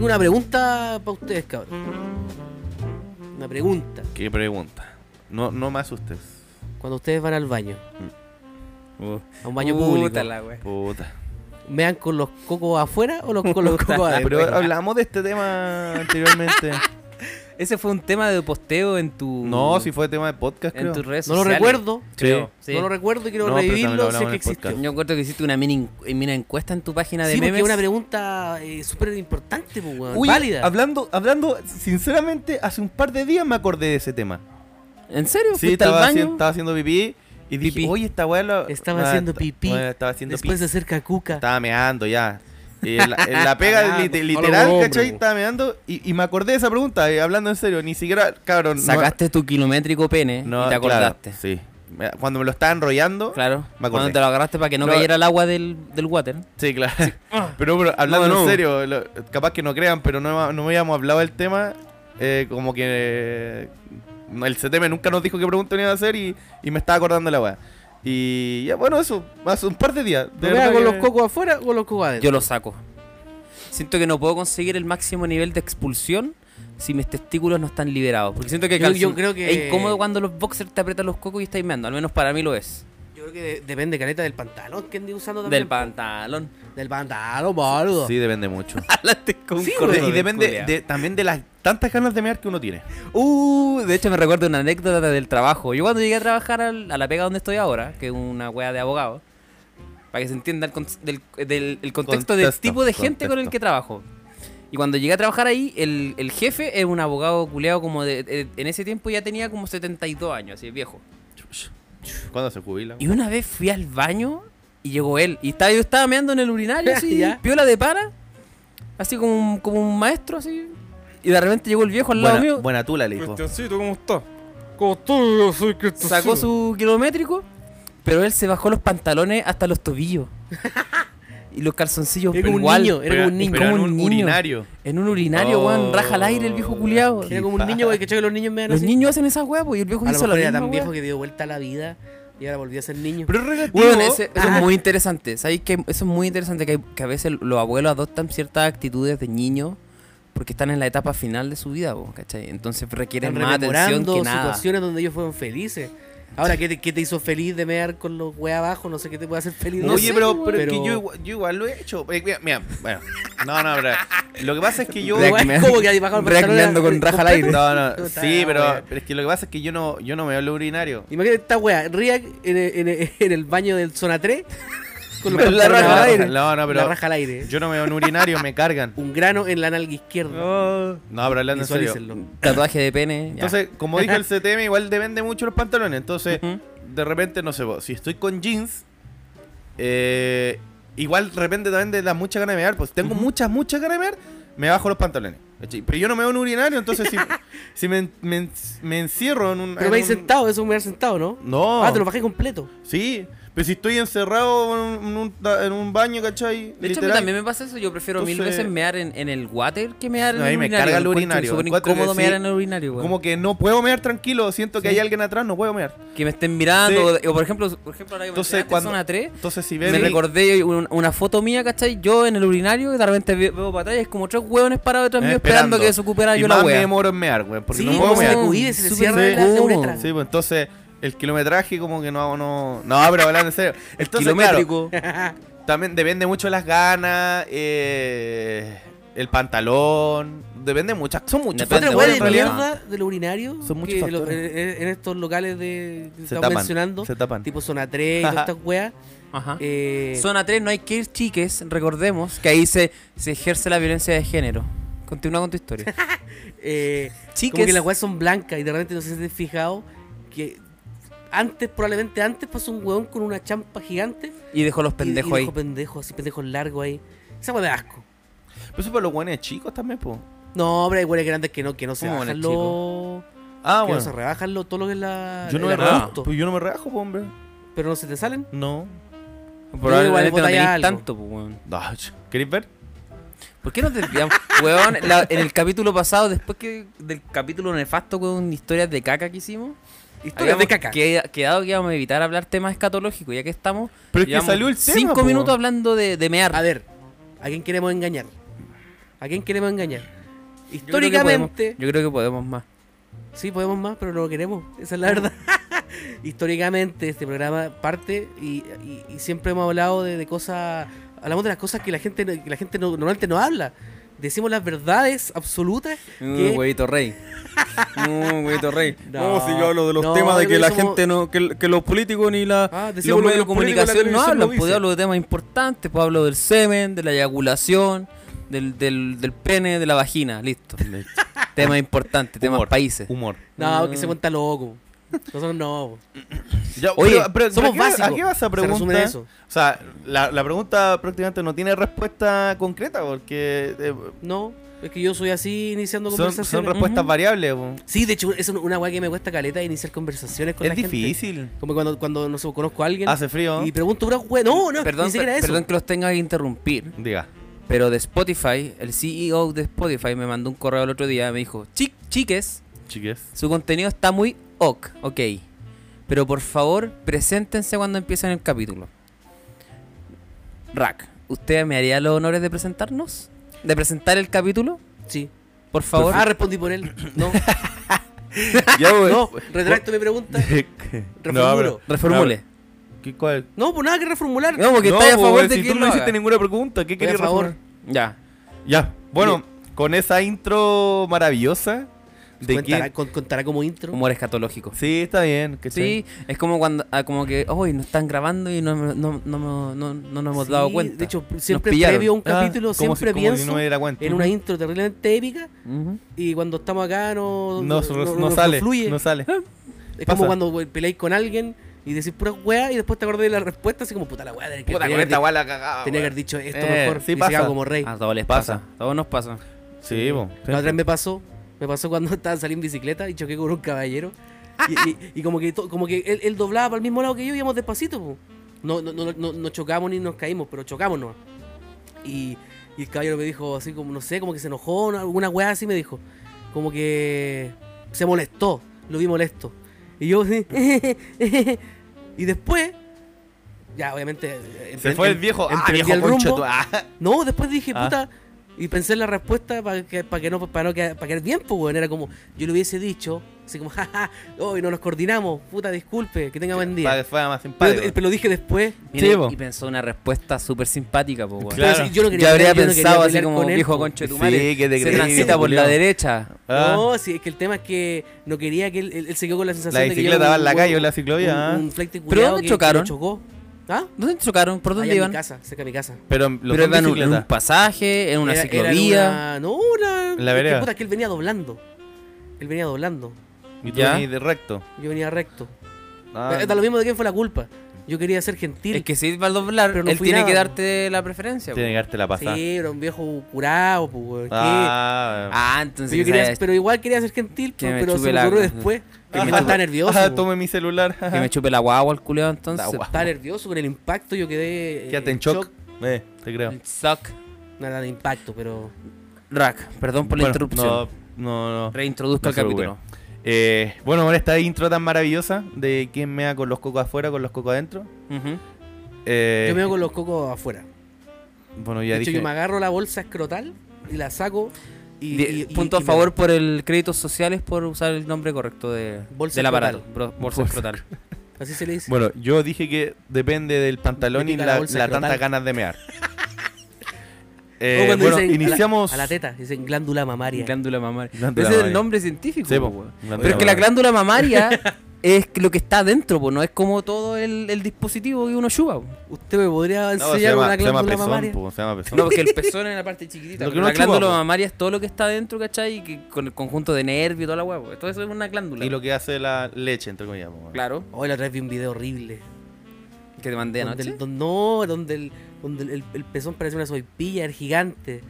una pregunta para ustedes, cabrón. Una pregunta. ¿Qué pregunta? No, no me asustes. Cuando ustedes van al baño, Uh, a un baño Puta público, la wea. puta. ¿mean con los cocos afuera o los, con los cocos Ah, adentro? pero hablamos de este tema anteriormente. Ese fue un tema de posteo en tu. No, si fue tema de podcast, creo. Uh. en tus redes No lo sociales, recuerdo. creo. Sí. Sí. No lo recuerdo y quiero No, pero también revivirlo lo si es hablamos que en el existe. podcast. Yo encuentro que hiciste una mini, mini encuesta en tu página de Sí, porque memes. es una pregunta eh, súper importante, pues, weón, Oye, válida. Hablando, hablando, sinceramente, hace un par de días me acordé de ese tema. ¿En serio? Sí, ¿Fuiste al estaba, baño? haciendo, estaba haciendo pipí y dije, Pipí. oye, esta weá la- Estaba la- haciendo pipí. bueno, estaba haciendo Después pipí. de hacer cacuca. Estaba meando ya. Y en la, en la pega Ah, lit- no, literal, hombre, ¿cachai? po. Estaba meando y, y me acordé de esa pregunta, eh, hablando en serio. Ni siquiera, cabrón. no- Sacaste tu kilométrico pene no, y te claro, acordaste. sí. Me- Cuando me lo estaba enrollando. Claro. Me acordé. Cuando te lo agarraste para que no, No, cayera el agua del, del water. Sí, claro. Pero, pero, hablando No, no. en serio, lo- capaz que no crean, pero no, no habíamos hablado del tema. eh, como que eh, el CTM nunca nos dijo qué pregunta iba a hacer y, y me estaba acordando la weá. Y ya, bueno, eso, hace un par de días. De ¿Lo verdad mea con que- los cocos afuera o con los cocos adentro? Yo lo saco. Siento que no puedo conseguir el máximo nivel de expulsión si mis testículos no están liberados. Porque siento que, Yo- calzón- yo creo que- es incómodo cuando los boxers te aprietan los cocos y estás meando. Al menos para mí lo es. Yo creo que de- depende, caleta, del pantalón que andé usando también. Del pantalón. Del pantalón, boludo. Sí, depende mucho. Hablaste con un Sí, cordero y depende culiao. de- también de las tantas ganas de mear que uno tiene. Uh, de hecho me recuerdo una anécdota del trabajo. Yo cuando llegué a trabajar al- a la pega donde estoy ahora, que es una wea de abogado, para que se entienda el, con- del, del- el contexto del Contexto, tipo de gente con el contexto. que trabajo. Y cuando llegué a trabajar ahí, el, el jefe es un abogado culeado como de, eh, en ese tiempo ya tenía como 72 años, así viejo. ¿Cuándo se jubila? Y una vez fui al baño y llegó él. Y estaba, yo estaba meando en el urinario, así, Ya. piola de para, así como un, como un maestro, así. Y de repente llegó el viejo al lado buena, mío. buena tula, le dijo. ¿cómo está? ¿Cómo está? Yo soy Pues Cristo. sacó su kilométrico, pero él se bajó los pantalones hasta los tobillos. y los calzoncillos Era pero como un igual. niño, era como un niño. Pero en Como un un niño. urinario. En un urinario, weón, Oh, raja al aire el viejo culiado. Era como un niño, güey, que que los niños me dan Los así. niños hacen esas huevos y el viejo A lo hizo mejor la era misma tan viejo wea. que dio vuelta a la vida y ahora volvió a ser niño. Pero es relativo. Weón, ese- eso Ah. es muy interesante. ¿Sabéis que eso es muy interesante? Que, hay- que a veces los abuelos adoptan ciertas actitudes de niño porque están en la etapa final de su vida, po, ¿cachai? Entonces requieren Están más atención rememorando que nada. situaciones donde ellos fueron felices. Ahora, ¿qué te, qué te hizo feliz de mear con los weas abajo? No sé qué te puede hacer feliz. No Oye, sé, pero, weón. pero, es que yo igual, yo igual lo he hecho. Eh, Mira, mira, bueno. No, no, pero lo que pasa es que yo. Reac- Igual es como que ahí bajaron el pantalón, reacmeando era- con raja al aire. No, no, Puta, sí, pero, weón. pero es que lo que pasa es que yo no, yo no me hablo urinario. Imagínate esta wea, Riak en, el- en el- en el baño del Zona 3 con los Me- la pantalones raja al abajo. aire. No, no, pero- La raja al aire. Yo no me veo en urinario, me cargan. Un grano en la nalga izquierda. No, pero hablando Oh, en serio. Visualícenlo. Tatuaje de pene. ya. Entonces, como dijo el CTM, igual depende mucho los pantalones. Entonces, Ujú. de repente, no sé, vos, si estoy con jeans, eh, igual de repente también de las muchas ganas de mear, pues si tengo muchas, muchas ganas de mear, me bajo los pantalones. ¿cachai? Pero yo no me veo en urinario, entonces si, si me, en- me en- me encierro en un... Pero en me he un- sentado, eso me he sentado, ¿no? No, Ah, te lo bajé completo. sí, pero si estoy encerrado en un, en un baño, ¿cachai? De hecho, a mí Literal, también me pasa eso. Yo prefiero mil Entonces- veces mear en, en el water que mear No, en a mí el me urinario. carga el Lo encuentro urinario. súper Encuentro que incómodo sí. mear en el urinario, weón. Como que no puedo mear tranquilo, siento que Sí. hay alguien atrás, no puedo mear. Que me estén mirando. O, por ejemplo, por ejemplo ahora que Entonces, me cuando- zona 3, Entonces si me ven... recordé un- una foto mía, ¿cachai? Yo en el urinario y de repente ve- veo para atrás y es como tres hueones parados detrás mío esperando, que desocupara Eh, y yo más la me wea. pues, demoro en mear, güey, porque sí, no puedo como se mear. acudir, se le Súper cierra la, incómodo. la uretra. Sí, pues entonces el kilometraje como que no hago, no... No, pero hablando en serio. Entonces, claro, Kilométrico. también depende mucho de las ganas, eh, el pantalón, depende muchas... Son muchas Depende Otra weá factores, bueno, de en realidad. mierda del urinario Son muchos que lo- factores. en, en estos locales de que Se estamos tapan, mencionando, se tapan. Ah. tipo zona 3 y todas estas weas. Ajá. eh, Zona 3, no hay que ir chiques. Recordemos que ahí se, se ejerce la violencia de género. Continúa con tu historia. eh, como Chiques. que las weas son blancas y de repente no sé si te has fijado que antes, probablemente antes, pasó un weón con una champa gigante Y dejó los y- y, pendejos ahí. dejó pendejos, así pendejos largos ahí. Esa wea de asco. Pero eso para los guanes chicos también, pues. No, pero hay weas grandes que no, que no se ¿Cómo bajan eres, los. Ah, que bueno. no se rebajan lo, todo lo que es la. yo no me el rajo. arbusto. Pues yo no me rajo, po, hombre. Pero no se te salen. No. Probablemente igual no botáis tenéis algo. tanto, pues, weón. Ah, ch- ¿Queréis ver? ¿Por qué nos desviamos? weón, la- en el capítulo pasado, después que del capítulo nefasto con historias de caca que hicimos, Historias de habíamos caca. que- quedado que íbamos a evitar hablar temas escatológicos, ya que estamos. Pero es que llevamos salió el tema, Cinco po. Ah, minutos hablando de, de mear. A ver, ¿a quién queremos engañar? ¿A quién queremos engañar? Yo creo que podemos- Históricamente, Yo creo que podemos más. sí podemos más, pero no lo queremos. Esa es la verdad. Históricamente este programa parte y, y- y siempre hemos hablado de, de cosas, hablamos de las cosas que la gente, no- que la gente no- normalmente no habla. Decimos las verdades absolutas. Un Mm, que- Uh, huevito rey. Uh, No, güeyito rey. No, No, si yo hablo de los no, temas de yo creo que que la somos- gente no. Que, que los políticos ni la. Ah, los decimos los lo que medios de los políticos de comunicación no televisión hablan, pues dicen. hablo de temas importantes, pues hablo del semen, de la eyaculación, del, del, del pene, de la vagina, listo. temas importantes, temas Humor. países. Humor. No, Mm. que se cuenta loco. Nosotros no. Ya, Oye, somos ¿a qué- ¿A básicos. qué vas Se a resume en preguntar? eso. O sea, la, la pregunta prácticamente no tiene respuesta concreta porque eh, No, es que yo soy así iniciando son, son conversaciones. respuestas Ujú. variables. po. Sí, de hecho, es un- una weá que me cuesta caleta iniciar conversaciones con la Es gente. difícil. Ah, Como cuando, cuando no sé, conozco a alguien Hace frío. y pregunto una weá. No, no, Perdón, ni siquiera per- eso. perdón que los tenga que interrumpir, Diga. pero de Spotify, el CEO de Spotify me mandó un correo el otro día, me dijo, "Chi- chiques, Chiques. su contenido está muy ok, ok, pero por favor, preséntense cuando empiecen el capítulo. Rack, ¿usted me haría los honores de presentarnos? ¿De presentar el capítulo? Sí. Por favor. Ah, respondí por él. No, Ya, güey. no, retracto mi pregunta. pues, Reformulo. pero- Reformule. ¿Qué, cuál? No, pues nada que reformular. No, porque No, estáis a po, favor si de tú que no lo hiciste haga. ninguna pregunta, ¿qué Estoy a querías favor. reformular? Ya. Ya. Bueno, con esa intro maravillosa de Contará, que con- contará como intro. Humor escatológico. Sí, está bien. ¿cachai? Sí, es como cuando ah, como que, hoy nos están grabando y no, no, no, no- no nos hemos Sí, dado cuenta. De hecho, siempre pillaron. previo a un Ah, capítulo, como si- siempre como pienso si no me diera cuenta. en una intro terriblemente épica. Ujú. Y cuando estamos acá no, No, no, no sale. fluye. Ah. No sale. es pasa. como cuando güey, peleáis con alguien y decís pura weá y después te acordás de la respuesta, así como puta la weá. tenía que- tenía que haber di- guala cagada. Tenía que haber dicho esto Eh, mejor. sí y se pasa. Ah, cago como rey. A todos les Pasa. pasa. A todos nos pasa. Sí, po. La otra vez me pasó, me pasó cuando estaba saliendo en bicicleta y choqué con un caballero. Y, y- y como que, to- como que él, él doblaba para el mismo lado que yo, íbamos despacito. po. No, no, no, no, no chocamos ni nos caímos, pero chocamos nomás. Y, y el caballero me dijo así como, no sé, como que se enojó, no- alguna weá así me dijo. Como que se molestó, lo vi molesto. Y yo así, y después, ya obviamente... Se empre- fue el em- viejo. Ah, emprendí viejo el rumbo. concha tu- ah. No, después dije, Ah. puta. Y pensé en la respuesta para que, para que no, para no quedar, para quedar bien, pues, weón. Era como, yo le hubiese dicho, así como, jaja, hoy no nos coordinamos, puta, disculpe, que tenga buen Para día. que fuera más Pero, eh, simpático. pero lo dije después. Mira, Sí, po. y pensó una respuesta súper simpática, po, weón. Claro. Pero sí, yo no quería Ya habría pelear, yo no quería pensado así pelear como con él, viejo po". concho de tu Sí, madre. que te se creí, transita por la culiao. derecha. Ah, No, sí, es que el tema es que no quería que él, él- él se quedó con la sensación La de que bicicleta yo- va en la un- calle o en la un- ciclovía, ah. Un, un flight ¿Pero dónde que- que chocaron? lo chocó. ¿Ah? ¿Dónde chocaron? ¿Por dónde Allá en iban? mi casa, cerca de mi casa. Pero lo Pero son iban en un- en un bicicleta. pasaje, en una Era- era en ciclovía. una- no, una. En la vereda. es que, puta, que él venía doblando. Él venía doblando. Y tú Ya. venís de recto. Yo venía recto. Ah, Da lo mismo de quién fue Eh, la culpa. Yo quería ser gentil. Es que si va a doblar, Pero no él fui tiene nada, que po. darte la preferencia. po. Tiene que darte la pasada. Sí, era un viejo curado, pues, weón, ¿qué? Ah, Ah, Pero entonces yo que quería- sabes- pero igual quería ser gentil, Que pues, me pero chupe se me la- ocurrió después. Que Que me me estaba chupe- nervioso. Ah, po. tome mi celular. Que me chupe la guagua el culeado entonces. La guagua. Estaba nervioso con el impacto, yo quedé. eh, Quédate en shock. Eh, te creo. El Suck. Nada de impacto, pero. Rack, perdón por la Bueno, interrupción. No, no, no. Reintroduzco No el se capítulo. Eh, bueno, con esta intro tan maravillosa de quién mea con los cocos afuera, con los cocos adentro. Ujú. Eh, Yo me veo con los cocos afuera. Bueno, De ya hecho, dije. yo me agarro la bolsa escrotal y la saco. Y, Die- y- y- punto y a me- favor por el créditos sociales por usar el nombre correcto de, Bolsa del aparato. escrotal. Bro- Bolsa escrotal. Así se le dice. Bueno, yo dije que depende del pantalón Me y pica la, la bolsa la escrotal. tantas ganas de mear. O Eh, cuando bueno, dicen a la- iniciamos. A la, teta, dicen glándula mamaria. Glándula mamaria. Glándula Ese es el mamaria. nombre científico. Sí, po, po. weón. Glándula Pero es que la mamaria. glándula mamaria es lo que está adentro, po, no es como todo el, el dispositivo que uno chupa. po. ¿Usted me podría No, se enseñar llama, una se llama glándula pezón, mamaria? po, se llama pezón. No, porque el pezón es la parte chiquitita. Lo que pero uno la glándula chupa, po. mamaria es todo lo que está adentro, ¿cachai? Y que con el conjunto de nervios y toda la huevo. Todo eso es una glándula. y lo que hace la leche, entre comillas. po. Claro, Hoy la otra vez vi un video horrible. que te mandé donde anoche. el- don- no, donde el, donde el, el pezón parece una soypilla, era gigante.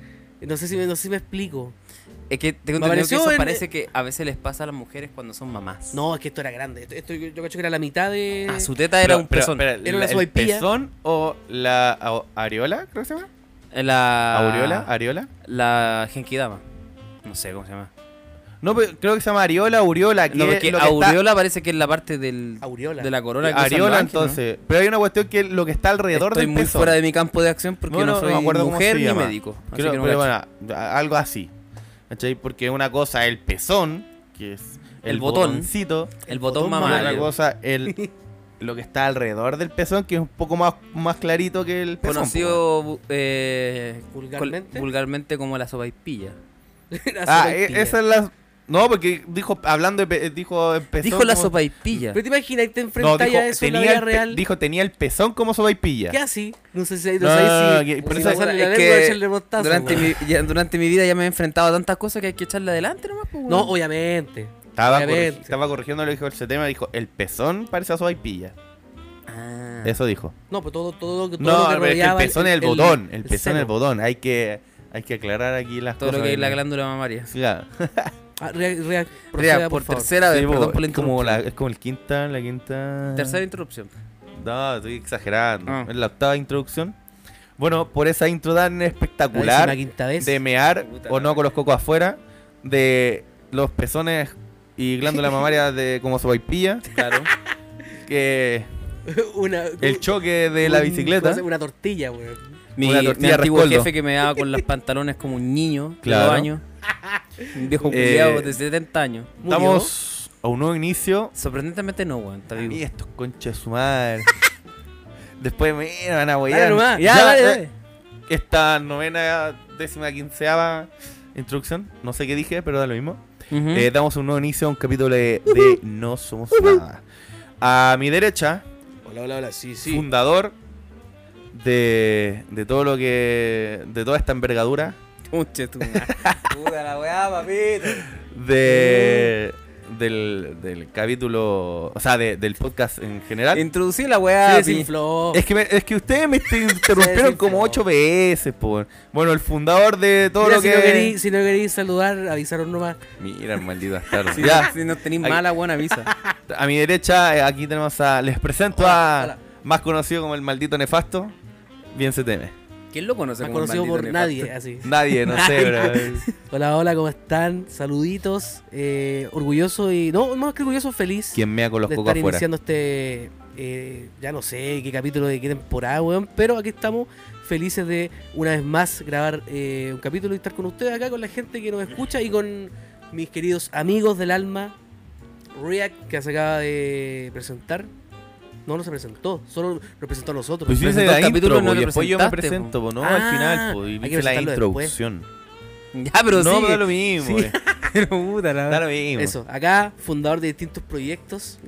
No sé si me, no sé si me explico. Es que tengo Me entendido que apareció eso en- parece que a veces les pasa a las mujeres cuando son mamás. No, es que esto era grande. Esto, esto yo, yo cacho que era la mitad de. Ah, su teta era Pero- un pero- pezón. pero, Era una ¿El sopaipilla. pezón o la a- areola? Creo que se llama. Eh, La... ¿Aureola? ¿Areola? La genkidama. No sé cómo se llama. No, pero creo que se llama Ariola, Uriola. Que No, es porque lo que está- aureola parece que es la parte del, Aureola. de la corona. que usan los Ariola, ángeles, ¿no? entonces. Pero hay una cuestión que es lo que está alrededor Estoy del muy pezón. fuera de mi campo de acción porque No, no, no, no soy me acuerdo cómo mujer se ni llama. médico. así Creo- que no pero cacho. bueno, a- algo así. ¿Cachai? Porque una cosa es el pezón, que es el, El botón. botoncito. el botón Y otra mamario. cosa, el, lo que está alrededor del pezón, que es un poco más, más clarito que el pezón. po, Conocido bu- eh, col- Vulgarmente. vulgarmente como la sopaipilla. La weón. Ah, sopaipilla. e- esa es la... No, porque dijo, hablando de... pe- dijo el pezón Dijo la como- sopaipilla. Pero te imaginas, te No, enfrentas dijo, a eso en la tenía vida el, pe- real. dijo, tenía el pezón como sopaipilla. ¿Qué así? No sé si no, No, no, sé no, si, que- por si eso- pasarle la Es lengua que o echarle mostazo, durante, weón. mi, ya- durante mi vida ya me he enfrentado a tantas cosas que hay que echarle adelante nomás. pues, No, weón. obviamente. Estaba, corri- Obviamente. estaba corrigiendo lo que dijo el tema dijo, el pezón parece a sopaipilla. Ah. Eso dijo. No, pero todo, todo, todo No, lo que pero es que el rodeaba pezón es el botón. El, el pezón es el seno. botón. Hay que, hay que aclarar aquí las Todo cosas. lo que es la del- glándula mamaria. Claro. Ah, rea- rea- Rea, proceda, por, por favor. tercera vez, Sí, perdón po, por la es, como interrupción. la, es como el quinta, la quinta. Tercera interrupción. No, estoy exagerando. Ah. Es la octava introducción. Bueno, por esa intro tan La décima espectacular quinta vez. de mear Puta o la no con los cocos afuera, de los pezones y glándula mamaria de como sopaipilla, Claro. Uh, que Una, el choque de la un- bicicleta. ¿cómo se llama? Una tortilla, weón. mi, Una mi tortilla antiguo rescoldo. jefe que me daba con los pantalones como un niño de Claro. dos años. Un viejo Eh, culiado de 70 años. Murió. Estamos a un nuevo inicio Sorprendentemente no, weón. Está Y vivo. estos conchas de su madre. Después me me van a Dale huear. nomás. Ya, Ya, dale, eh, dale. Esta novena, décima, quinceava instrucción. No sé qué dije, pero da lo mismo. Ujú. Eh, damos un nuevo inicio a un capítulo de, de No Somos Nada. A mi derecha, Hola, hola, hola. Sí, fundador de, de todo lo que. de toda esta envergadura. Conche tu madre. Puta la weá, papito. De. Del, del capítulo. O sea, de- del podcast en general. Introducí la weá. Se pi. desinfló. Ah, Es que, me- es que ustedes me te- interrumpieron como desinfló. ocho veces, por. Bueno, el fundador de todo Mira, lo si, que. no querís, si no querís saludar, avisaron nomás. Mira, maldito bastardo. Si, ya, si no tenéis Ay. mala, buena avisa. a mi derecha, eh, aquí tenemos a. Les presento Hola, a. hola. Más conocido como el maldito nefasto. Bien se teme. ¿Quién lo conoce Más como el conocido maldito por nefasto? nadie, así. Nadie, no sé, bro. Hola, hola, ¿cómo están? Saluditos. eh, orgulloso y. No, más que orgulloso, feliz. Quien mea con los de cocos estar afuera. iniciando este. eh, ya no sé qué capítulo de qué temporada, weón. Pero aquí estamos felices de una vez más grabar eh, un capítulo y estar con ustedes acá, con la gente que nos escucha y con mis queridos amigos del alma. React, que se acaba de presentar. No, no se presentó, solo nos presentó a nosotros. Pues hice Presentó la el capítulo, intro, no po, lo y después yo me presentaste, presento, po, ¿no? Ah, al final, po, y hay que hice la presentarlo después. introducción. Ya, no, pero sí. pero da lo mismo, Sí. eh. Pero puta la Da lo mismo. Eso, acá, fundador de distintos proyectos.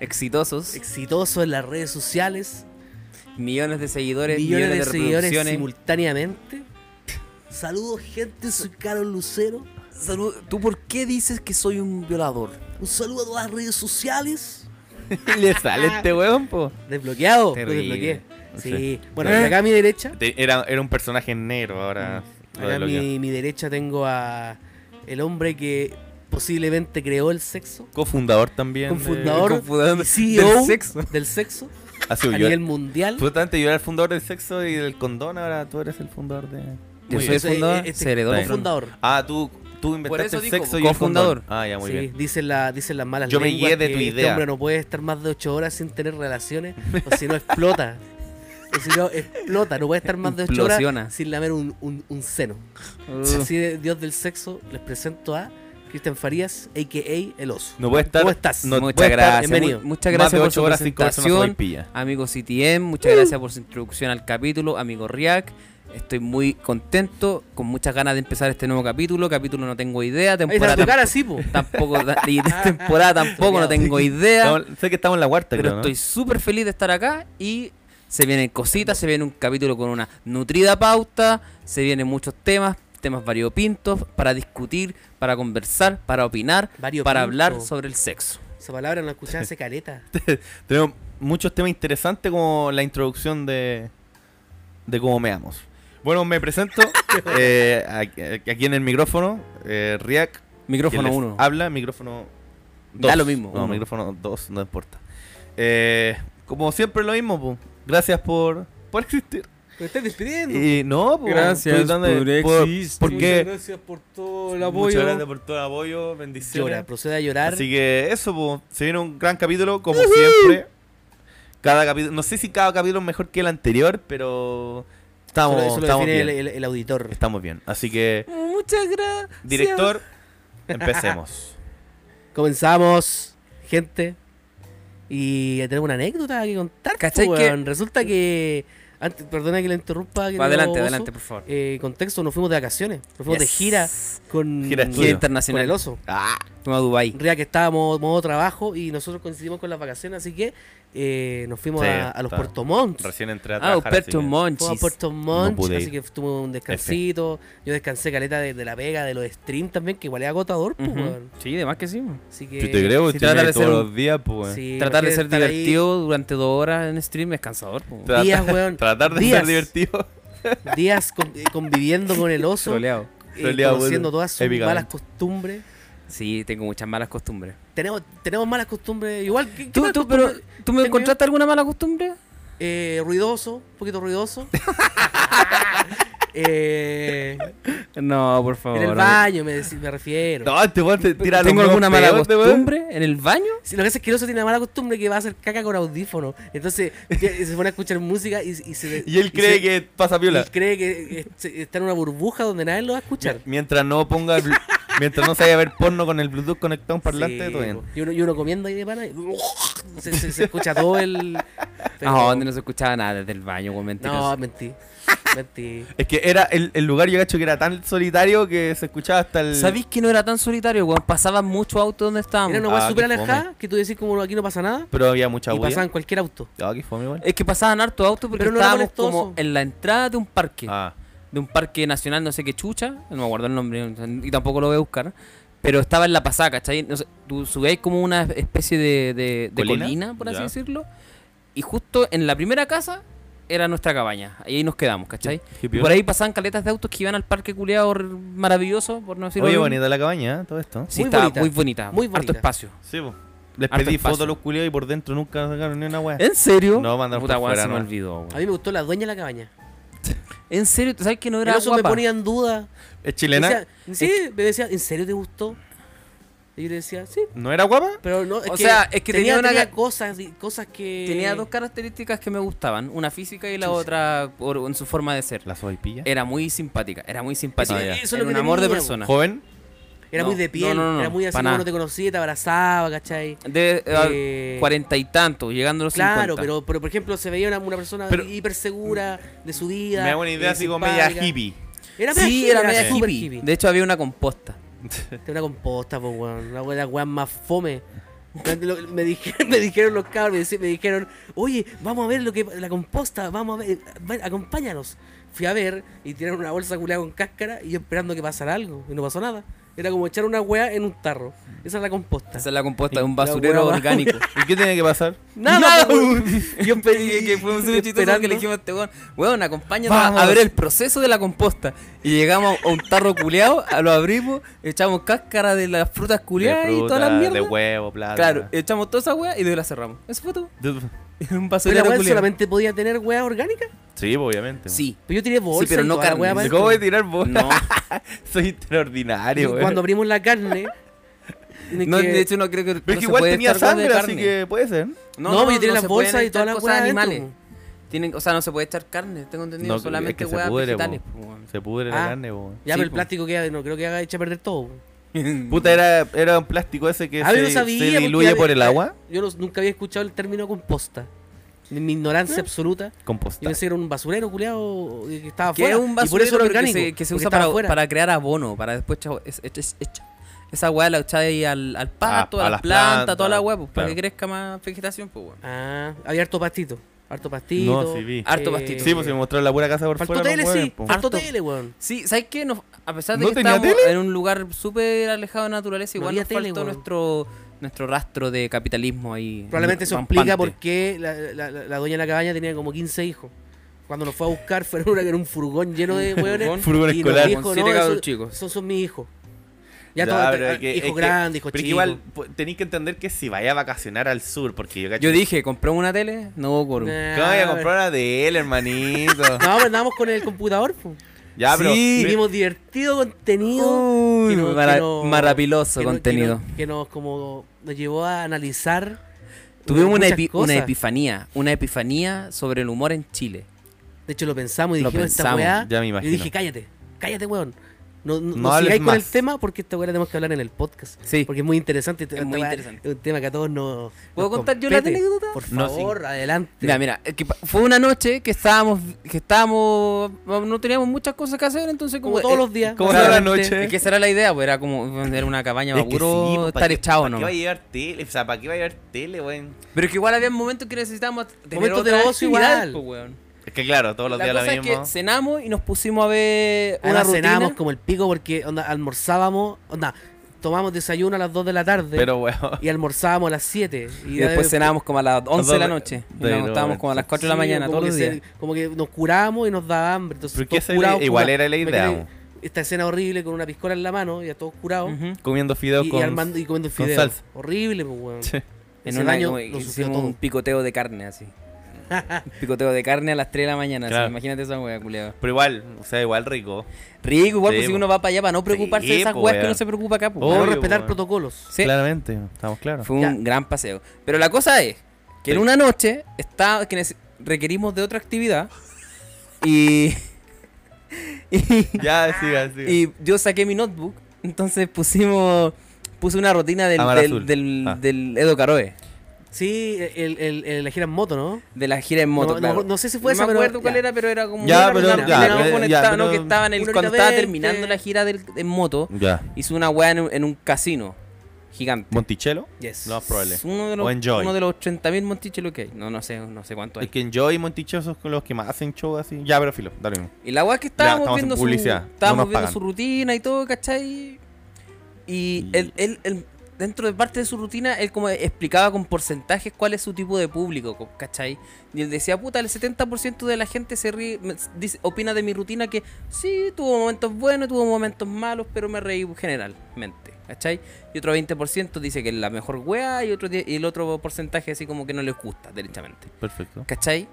Exitosos. Exitoso en las redes sociales. millones de seguidores. millones, de, seguidores reproducciones. simultáneamente. Saludos, gente, soy Carol Lucero. Salud- ¿Tú por qué dices que soy un violador? Un saludo a todas las redes sociales. Le sale este weón, po. Desbloqueado. lo Terrible. desbloqueé. No Sí. sé. Bueno, Eh. y acá a mi derecha. Te- Era, era un personaje negro ahora. lo Acá a desbloqueo. Mm. mi, mi derecha tengo a el hombre que posiblemente creó el sexo. Cofundador también. eh, de- Confundador confundador y CEO del sexo. del sexo Ah, sí, a yo- nivel mundial. Absolutamente, yo era el fundador del sexo y del condón, ahora tú eres el fundador de... Yo Muy soy bien. el fundador, Ese- este- se heredó el trono. cofundador. Ah, tú, tú inventaste eso el digo, sexo y el cofundador. condón. Ah, ya, muy Sí, bien. dicen, la, dicen las malas Yo me lenguas guié de que tu Este idea. hombre no puede estar más de 8 horas sin tener relaciones, o si no explota. O si no explota, no puede estar más de 8 Implosiona. horas sin lamer un, un, un seno. Uh. Así de Dios del sexo, les presento a Cristian Farías, a.k.a. El Oso. No puede estar... ¿Cómo estás? No muchas puede estar gracias. mu- bienvenido. Muchas más de gracias por su ocho horas sin comerse una presentación. sopaipilla. Amigo CTM, muchas gracias por su introducción al capítulo. Amigo React, estoy muy contento, con muchas ganas de empezar este nuevo capítulo. Capítulo no tengo idea, Ahí está temporada tu tam- cara, sí, po. tampoco, da- y de temporada tampoco no tengo idea. Estamos- sé que estamos en la cuarta, Pero creo, ¿no? estoy súper feliz de estar acá y se vienen cositas, se viene un capítulo con una nutrida pauta, se vienen muchos temas, temas variopintos para discutir, para conversar, para opinar, Variopinto. para hablar sobre el sexo. Esa palabra no la escuchaba hace caleta. Tenemos muchos temas interesantes como la introducción de, de cómo meamos. Bueno, me presento eh, aquí, aquí en el micrófono, eh, Riak. Micrófono quien les Ah, 1. Habla, micrófono Da dos. lo mismo, No, uno. micrófono 2, no importa. Eh, como siempre lo mismo, po. gracias por, por existir. Me estás despidiendo. Y no, pues, Gracias estoy tratando de- por por- existir. Muchas Porque gracias por todo el muchas apoyo. gracias por todo el apoyo, bendiciones. Llora, procede a llorar. Así que eso, po. se viene un gran capítulo, como siempre. Cada capítulo, no sé si cada capítulo es mejor que el anterior, pero estamos, Eso lo- eso lo estamos define bien. el, el- el auditor. Estamos bien. Así que, Muchas gracias. director, empecemos. Comenzamos, gente. Y tenemos una anécdota que contar. ¿Cachai po, que- weón. Resulta que. Antes, perdona que le interrumpa. querido Adelante, oso. adelante, por favor. Eh, contexto, nos fuimos de vacaciones. Nos fuimos de Yes. gira con, Gira con estudio. internacional. el oso. Ah, Vamos a Dubái. En realidad que estábamos modo trabajo y nosotros coincidimos con las vacaciones, así que eh, nos fuimos Sí, a, a los está. Puerto Montt. recién entré a Ah, trabajar. así ¿eh? Humberto que- Fuimos a Monchis. Puerto Montt, pude así ir. que tuve un descansito. Yo descansé caleta de, de la pega, de los streams también, que igual es agotador, pues, Ujú. weón. Sí, de más que sí. mo. Así que. Yo te creo, Si si trata de todos ser un- los días, pues. sí, Tratar de imagínate ser estar ahí divertido durante dos horas en stream es cansador. po. Tra- Días, weón, Tratar de días. ser divertido. Días con- eh, conviviendo con el oso, eh, Troleado. Troleado, conociendo vuelve. todas sus Épicamente. malas costumbres. Sí, tengo muchas malas costumbres. Tenemos, tenemos malas costumbres, igual que. ¿Tú, tú, pero, ¿tú me tengo encontraste alguna mala costumbre? Eh, ruidoso, un poquito ruidoso. eh, No, por favor. en el baño pues, me, deci- me refiero. No, este weón te tira los ¿Tengo huevos alguna mala pegados, este weón. costumbre en el baño? Si lo que hace es que el oso tiene la mala costumbre que va a hacer caca con audífono. Entonces que se pone a escuchar música y, y se. Y él cree se- que pasa y piola. él cree que eh, se- está en una burbuja donde nadie lo va a escuchar. Mientras no ponga. el blu- mientras no se vaya a ver porno con el Bluetooth conectado a un parlante, Sí, todo bien. po. Y uno, y uno comiendo ahí de pana y se, se- se escucha todo el. pero- Ah, donde no se escuchaba nada desde el baño, con mentiras. No, mentí. Mentí. Es que era el, el lugar, yo cacho, que era tan solitario que se escuchaba hasta el. ¿Sabéis que no era tan solitario, weón? Pasaban mucho auto donde estábamos. Era una weá Ah, súper qué alejada que tú decís como aquí no pasa nada Pero había mucha y bulla. pasaba en cualquier auto. Ah, qué fome, igual. Es que pasaban harto auto porque Pero no era estábamos como molestoso. en la entrada de un parque. Ah, de un parque nacional, no sé qué chucha, no me acuerdo el nombre y tampoco lo voy a buscar, pero estaba en la pasada, ¿cachai? No sé, tú subías como una especie de, de- de ¿Colina? colina? por así Ya. decirlo, y justo en la primera casa era nuestra cabaña, y ahí nos quedamos, ¿cachai? qué Y piola. por ahí pasaban caletas de autos que iban al parque culeado maravilloso, por no decirlo Oye, bien. bonita la cabaña, ¿eh? todo esto. Sí, Muy estaba bonita. muy bonita, Muy harto bonita. espacio. Sí, po. Les Harto pedí espacio. ¿Eh? fotos a los culiados y por dentro nunca sacaron ni una weá. ¿En serio? No, mandaron Puta, por weón, fuera, se me no. olvidó, weón. A mí me gustó la dueña de la cabaña. ¿En serio? ¿Sabes que no Pero era eso me guapa? ponía en duda. ¿Es Me chilena? decía, sí, me decía, ¿en serio te gustó? Y yo le decía, sí. ¿No era guapa? Pero no, es O que sea, es que tenía una tenía ca- cosas, di- cosas que. Tenía dos características que me gustaban, una física y la otra por- en su forma de ser. La sobaipilla. Era muy simpática, era muy Sí, simpática. eso es lo era que un tenía, amor de po. persona. Joven. Era No, muy de piel, no, no, no, era muy así pa' como nada. no te conocía, te abrazaba, ¿cachai? De Eh, eh, cuarenta y tanto, llegando a los Claro, 50. pero, pero por ejemplo se veía una, una persona Pero- hiper segura de su vida. Me da una idea eh, así como media simpática. hippie. Era media sí, hippie, era media super hippie. De hecho, había una composta. Tenía una composta, pues, weón. Una weá- la weá más fome. Lo- Me dijeron, me dijeron los cabros, me dice- me dijeron, oye, vamos a ver lo que la composta, vamos a ver, ven, acompáñanos. Fui a ver y tiraron una bolsa culeada con cáscara y yo esperando que pasara algo, y no pasó nada. Era como echar una weá en un tarro. Esa es la composta. Esa es la composta de un Ah. La basurero hueá más- orgánico. ¿Y qué tiene que pasar? Nada, Nada, pues, weón. weón. Yo Y pedí que fue un estoy susto chistoso que esperando. le dijimos a este weón, weón, acompáñanos a- a Vamos. ver el proceso de la composta. Y llegamos a un tarro culeado, a- lo abrimos, echamos cáscara de las frutas culeadas de y todas las fruta, de mierdas. huevo, plata. Claro, eh. echamos toda esa weá y de la cerramos. Eso fue todo. De- un Pero la basurero weá culiao. solamente podía tener weá orgánica. Sí, obviamente. Sí. Pero yo tiré bolsa pero y no toda la carne. weá para Se ¿Cómo voy a adentro. tirar vos? No, Soy Y extraordinario, weón. Cuando abrimos la carne. no, que- de hecho no creo que. Pero es no que se igual puede tenía echar huevo de sangre, así carne. que puede ser. No, porque tiene se las pueden bolsas y echar todas las cosas weas adentro, animales. po. Tienen, pues. o sea, no se puede echar carne, tengo entendido, No, es solamente que se huevas pudre, po. vegetales. pues, po, weón. Se pudre Ah. la carne, weón. Ya, Sí, pero el po. plástico queda, no creo que haga echa a perder todo. po. Puta, era, era un plástico ese que Ah, se, yo no sabía, se porque diluye había- eh, por el agua. Yo no- nunca había escuchado el término composta. En mi Ah, ignorancia absoluta. Yo Composta. pensé que era un basurero culiado que estaba Que afuera. es un y por basurero eso era pero orgánico. que se, que se porque usa estaba para, afuera. para crear abono, para después echa- es- es- es- echa- esa hueá la echar ahí al, al pasto, a a, la las planta, plantas, toda la hueá, pues, para claro. que crezca más vegetación, pues, weón. Ah, había harto pastito. Harto pastito. No, sí vi. Harto pastito. Sí, pues se me mostró la pura casa por Faltó Ah, fuera. tele, los hueones, sí. po. Faltó Eh, Harto. tele, weón. Sí, ¿sabes qué? Nos- a pesar de ¿No que tenía estábamos tele? en un lugar súper alejado de naturaleza, No igual había nos tele, faltó weón. nuestro, nuestro rastro de capitalismo ahí. Probablemente eso rampante. explica por qué la, la, la- la dueña de la cabaña tenía como 15 hijos. Cuando nos fue a buscar, fueron una que era un furgón lleno de Un hueones. furgón. Furgón y nos escolar. dijo, Con no, siete cabros esos- chicos. esos son mis hijos. Ya, todo, pero ah, es que- hijo es que- grande, hijo pero es que chico. igual po- tenéis que entender que si vaya a vacacionar al sur, porque yo cacho- Yo dije, compré una tele, no hubo quórum. Nah, ¿Cómo voy a pero- comprar una de él, hermanito? "Ah, No, pero andábamos con el computador, po. ya, pero. Y Sí. mira, vimos divertido contenido. Uy, que no- que mara- no- maravilloso que no- que Oh, contenido. no- que nos como nos llevó a analizar. Tuvimos una, muchas epi- cosas. una epifanía, una epifanía sobre el humor en Chile. De hecho, lo pensamos y Lo dijimos esta pensamos, weá. ya me y yo imagino. dije, cállate, cállate, weón. No, no, No no hables sigáis con el más. tema porque esta weá la tenemos que hablar en el podcast. Sí. Porque es muy interesante. esta muy weá interesante. Es un tema que a todos nos. ¿Puedo nos contar yo la compete. anécdota? Por No, favor, adelante. Mira, mira, es que pa- fue una noche que estábamos, que estábamos, no teníamos muchas cosas que hacer, entonces como, como todos eh, los días. como toda la claramente, noche. Es que esa era la idea, pues era como, era una cabaña, es para que sí, puro pues, ¿pa' estar qué- echado, pa' ¿no? qué va a llevar tele? O sea, ¿para qué va a llevar tele, weón? Pero es que igual había momentos que necesitábamos tener Momentos otras de ocio actividades, igual. pues, weón. Es que claro, todos los La días cosa la es que misma. cenamos y nos pusimos a ver una Ahora rutina. cenábamos como el pico porque onda, almorzábamos, onda, tomamos desayuno a las 2 de la tarde Pero, weón. y almorzábamos a las 7. Y después cenábamos como a las 11 de la noche. Y De nos estábamos nuevo, como a las 4 de la Sí, mañana como todos los que se- días. como que nos curamos y nos da hambre. Entonces, Pero que todos esa era- curados, igual curados. era la Me idea, quedé- mo. Esta escena horrible con una piscola en la mano, ya todos curados. Ujú. Comiendo fideos y, y con. armando y comiendo con fideos. salsa. Horrible, pues, weón. Sí. En Ese un baño año lo sufrió hicimos todo. un picoteo de carne así. Un picoteo de carne a las 3 de la mañana. así, Claro. Imagínate esa wea, culiado. Pero igual, o sea, igual rico. Rico, igual, Sí, pues si po. uno va para allá para no preocuparse de Sí, esas po, weas que weón. no se preocupa acá, pues. Oh, Para Obvio, no respetar weón. protocolos. Sí, Claramente, estamos claros. fue un Ya. gran paseo. Pero la cosa es que en Sí. una noche está, que nece- requerimos de otra actividad y, y, Ya, siga, siga. y yo saqué mi notebook, entonces pusimos puse una rutina del, Amar del, azul. del, Ah. del Edo Caroe, Sí, el, el, el- la gira en moto, ¿no? de la gira en No, moto. no, claro. no sé si fue no esa, me pero- acuerdo cuál ya. era, pero era como Ya, una pero rutina- ya, era pero- cuando ya, estaba- no, pero- que estaba en el- Una horita cuando estaba veinte. terminando la gira del, en moto, Ya. hizo una weá en, un- en un casino gigante. ¿Monticello? Yes. Lo más probable. Es Uno de O los, Enjoy. uno de los 80.000 montichelos que hay. No, no sé, no sé cuánto hay. Es que Enjoy y Monticello son los que más hacen show así. Ya, pero filo, dale mismo. Y la weá es que estábamos estamos en viendo, su, publicidad, no estábamos nos viendo pagan. su rutina y todo, ¿cachai? Y él, él- él, dentro de parte de su rutina, él como explicaba con porcentajes cuál es su tipo de público, co- ¿cachai? Y él decía, puta, el 70% de la gente se ríe, me- dice- opina de mi rutina que sí, tuvo momentos buenos, tuvo momentos malos, pero me reí generalmente, ¿cachai? Y otro 20% dice que es la mejor weá y, otro, die- y el otro porcentaje así como que no les gusta, derechamente, Perfecto. ¿cachai?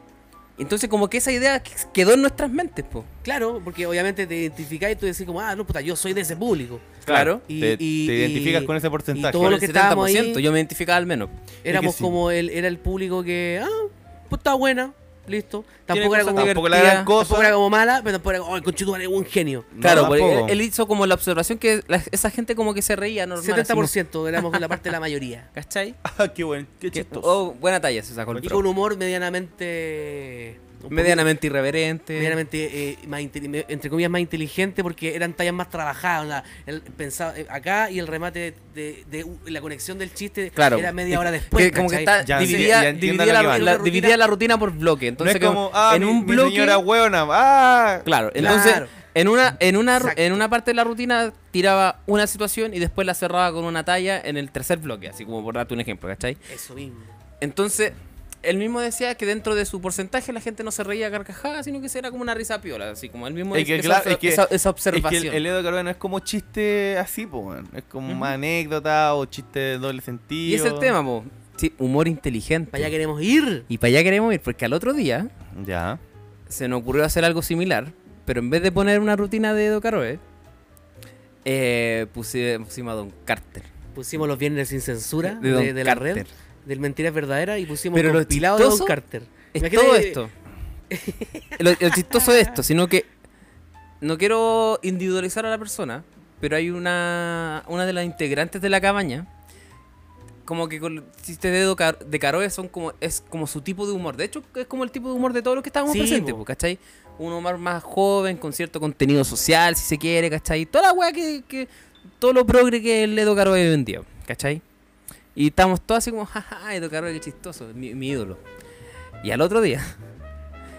Entonces como que esa idea qu- quedó en nuestras mentes, po. Claro, porque obviamente te identificás y tú decís como, ah, no, puta, yo soy de ese público. Claro. Y- te, y- te y- identificas con ese porcentaje. todo lo que estábamos ahí- yo me identificaba al menos. Éramos Es que sí. como el, era el público que, ah, pues está buena, listo. Tampoco era cosas como, Tampoco la gran divertida, cosa. tampoco era como mala, pero tampoco era, oh, el conchetumare es un genio. No, Claro, porque tampoco. él, él hizo como la observación que la- esa gente como que se reía normal. así, 70% éramos la parte de la mayoría. ¿no? ¿Cachai? Ah, qué bueno, qué Que- chistoso. oh, buena talla se sacó el Y pro. con humor medianamente... un poquito- Medianamente irreverente. medianamente, eh, más inte- me- entre comillas, más inteligente porque eran tallas más trabajadas. onda, el- pensaba, eh, acá y el remate de, de- de la conexión del chiste Claro. era media hora después. Que como que ¿cachai? está Ya, dividida, sí, ya dividida entiendo la, lo que va. la- Una rutina- dividida la rutina por bloque. Entonces, no es como, ah, en mi, un mi bloque. señora hueona, ah. Claro. Claro, entonces en una en una ru- Exacto. en una parte de la rutina tiraba una situación y después la cerraba con una talla en el tercer bloque, así como por darte un ejemplo, ¿cachai? Eso mismo. Entonces, él mismo decía que dentro de su porcentaje la gente no se reía a carcajadas, sino que era como una risa piola, así como él mismo Es que, esa, claro, esa- es que- esa- esa Es que observación. el, el Edo Carvera no es como chiste así, po, weón. es como más anécdota o chiste de doble sentido. y es el tema, po. Sí, humor inteligente. Para allá queremos ir. Y para allá queremos ir, porque al otro día Ya. se nos ocurrió hacer algo similar, pero en vez de poner una rutina de Edo Caroe, eh, puse- pusimos a Don Carter. Pusimos los viernes sin censura De de, Don de la Carter. red, del Mentiras Verdaderas, y pusimos Pero lo compilado de Don chistoso Carter. Es Imagínate- todo esto. lo, lo chistoso de esto, sino que no quiero individualizar a la persona, pero hay una, una de las integrantes de la cabaña, como que con chistes de, Edo Car- de Caroe son como, es como su tipo de humor. De hecho, es como el tipo de humor de todos los que estábamos Sí, presentes, po. po, ¿cachai? Un humor más joven, con cierto contenido social, si se quiere, ¿cachai? Toda la weá que, que- Todo lo progre que el Edo Caroe hoy en día, ¿cachai? Y estamos todos así como, jaja, Edo Caroe, qué chistoso, mi- mi ídolo. Y al otro día...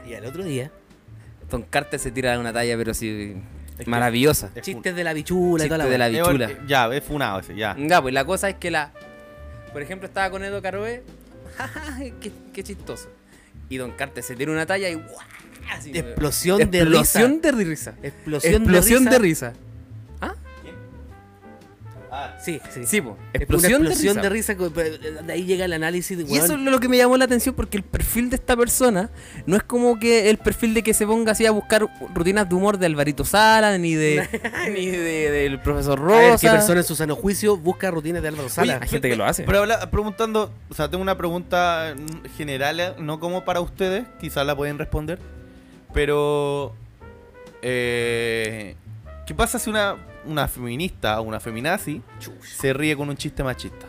Y al otro día, Don Carter se tira una talla, pero sí. maravillosa. Es chistes de la bichula y toda la. Chistes de la weá. fun- bichula. eh, Ya, es funado ese, ya. Ya, pues la cosa es que la. Por ejemplo, estaba con Edo Caroe. ¡Ja, qué, qué chistoso! Y Don Carter se tira una talla y. ¡guau! Así, De explosión, explosión de de risa. risa. Explosión, Explosión de de risa. risa. ¿Ah? Sí, sí. Sí, po. Es una Explosión, explosión de de risa. risa. co- pero de ahí llega el análisis de Y eso es lo que me llamó la atención porque el perfil de esta persona no es como que el perfil de que se ponga así a buscar rutinas de humor de Alvarito Sala, ni de ni de- del profesor A Rosa. ver, ¿qué persona en su sano juicio busca rutinas de Álvaro Oye, Sala? Hay gente que lo hace. Pero habla- preguntando, o sea, tengo una pregunta mm, general, eh, no como para ustedes, quizás la pueden responder, pero eh, ¿qué pasa si una, una feminista o una feminazi se ríe con un chiste machista?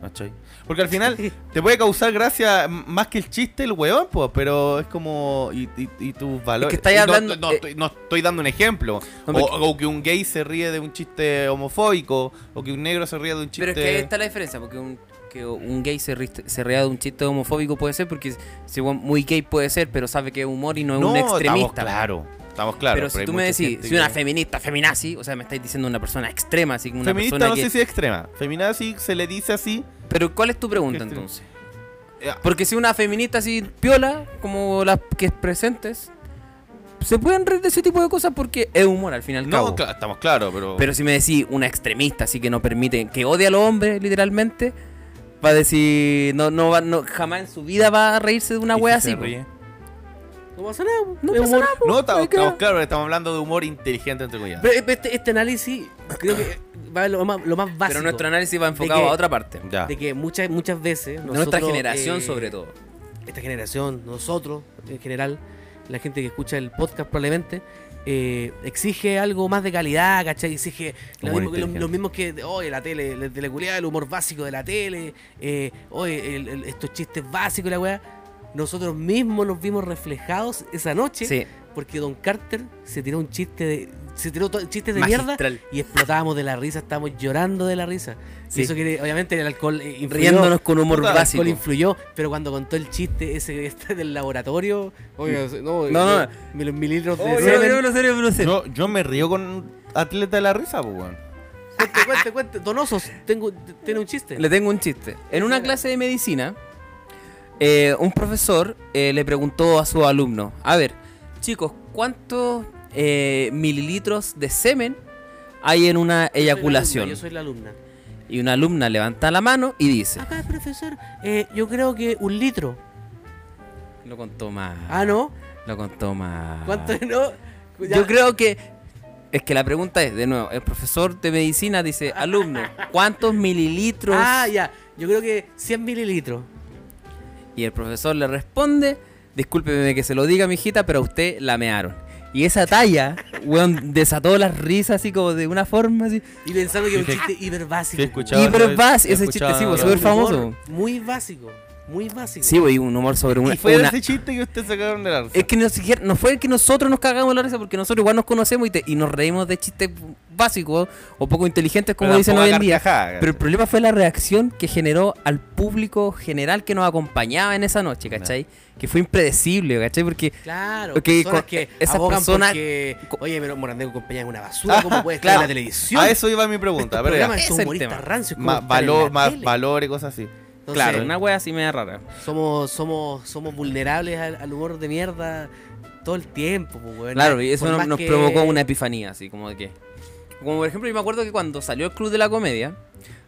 ¿Cachai? Porque al final te puede causar gracia m- más que el chiste el weón, pues, pero es como. Y, y- y tus valores. estáis No, hablando- No, no eh, estoy, no estoy dando un ejemplo. No, o, porque- o que un gay se ríe de un chiste homofóbico. O que un negro se ríe de un chiste. Pero es que ahí está la diferencia, porque un, que un gay se, ri- se ría de un chiste homofóbico puede ser, porque si un- muy gay puede ser, pero sabe que es humor y no es un Estamos extremista. claro. Estamos claros. pero si hay tú me mucha decís, gente si una que- feminista, feminazi, o sea, me estáis diciendo una persona extrema, así como una Feminista persona no que... sé si es extrema. Feminazi se le dice así. Pero ¿cuál es tu pregunta Extrema. entonces? Este. eh, Porque si una feminista así piola, como las que presentes, se pueden reír de ese tipo de cosas porque es humor al final. No, cla- estamos claros, pero. Pero si me decís una extremista, así que no permite, que odia a los hombres, literalmente, va a decir, no, no va, no, jamás en su vida va a reírse de una ¿Y si wea se así. po. ríe? No pasa nada. po. No Es pasa humor. nada, po. No, estamos, Ay, qué- estamos claros, estamos hablando de humor inteligente, entre comillas. Pero este, este análisis creo que va lo más, lo más básico. Pero nuestro análisis va enfocado que- a otra parte. Ya. De que muchas, muchas veces. de nuestra nosotros, generación, eh, sobre todo. Esta generación, nosotros en general, la gente que escucha el podcast probablemente, eh, exige algo más de calidad, ¿cachai? Exige lo mismo, que- Humor lo- inteligente. lo mismo que, oye, la tele, la teleculiada, el humor básico de la tele, eh, oye, el- el- estos chistes básicos y la weá. Nosotros mismos nos vimos reflejados esa noche Sí, porque Don Carter se tiró un chiste de. Se tiró to- chistes de mierda magistral. y explotábamos de la risa, estábamos llorando de la risa. Y Sí. eso que obviamente el alcohol eh, influyó. Riéndonos con humor Puta, el básico. alcohol influyó, pero cuando contó el chiste ese este del laboratorio, oiga, no, Mm. no, eh, me- los mililitros de Oye, semen. no, no, no, no, no, no. Yo, yo me río con atleta de la risa, pues, weón. Cuente, cuente, cuente. Donosos, tengo, t- tiene un chiste. Le tengo un chiste. En una clase de medicina, eh, un profesor eh, le preguntó a sus alumnos, a ver, chicos, ¿cuántos eh, mililitros de semen hay en una Yo soy la eyaculación? alumna, Yo soy Ah. la alumna. Y una alumna levanta la mano y dice, Acá, profesor, eh, yo creo que un litro. lo contó más, Ah, no. lo contó más. ¿Cuánto no? Ya. Ah. Yo creo que... Es que la pregunta es, de nuevo, el profesor de medicina dice, alumno, ¿cuántos mililitros? Ah, ya. Yo creo que 100 mililitros. Y el profesor le responde, discúlpeme que se lo diga, mijita, pero a usted la mearon. Y esa talla, weón, desató las risas así como de una forma así. Y pensando que es un Sí, chiste hiper básico. Sí, he escuchado. Y pero he- vas- he ese chiste, escuchado sí, vos, hablar. súper famoso. Muy básico. Muy básico. Sí, weón, un humor sobre una... Y fue una- ese chiste que ustedes sacaron de la risa. Es que nos dijer- no fue que nosotros nos cagamos la risa porque nosotros igual nos conocemos y, te- y nos reímos de chistes básicos o poco inteligentes como Pero dicen tampoco hoy en día. carcajada, Pero el problema fue la reacción que generó al público general que nos acompañaba en esa noche, ¿cachai? Que fue impredecible, ¿cachai? Porque Claro, Ok, personas con- que esas abogan personas- porque, co- Ah, oye, pero Morandego compañía es una basura, ¿cómo puede estar en la televisión? A eso iba mi pregunta. Estos pero ya. programas, estos Ese es el humoristas tema. rancios, ¿cómo Ma- están en la valor, ma- tele? valor y cosas así. Entonces, claro, una wea así media rara. somos, somos, somos vulnerables al, al humor de mierda todo el tiempo, pues, weón. Claro, y eso Por no- más nos que- provocó una epifanía, así como de que. Como por ejemplo, yo me acuerdo que cuando salió el Club de la Comedia,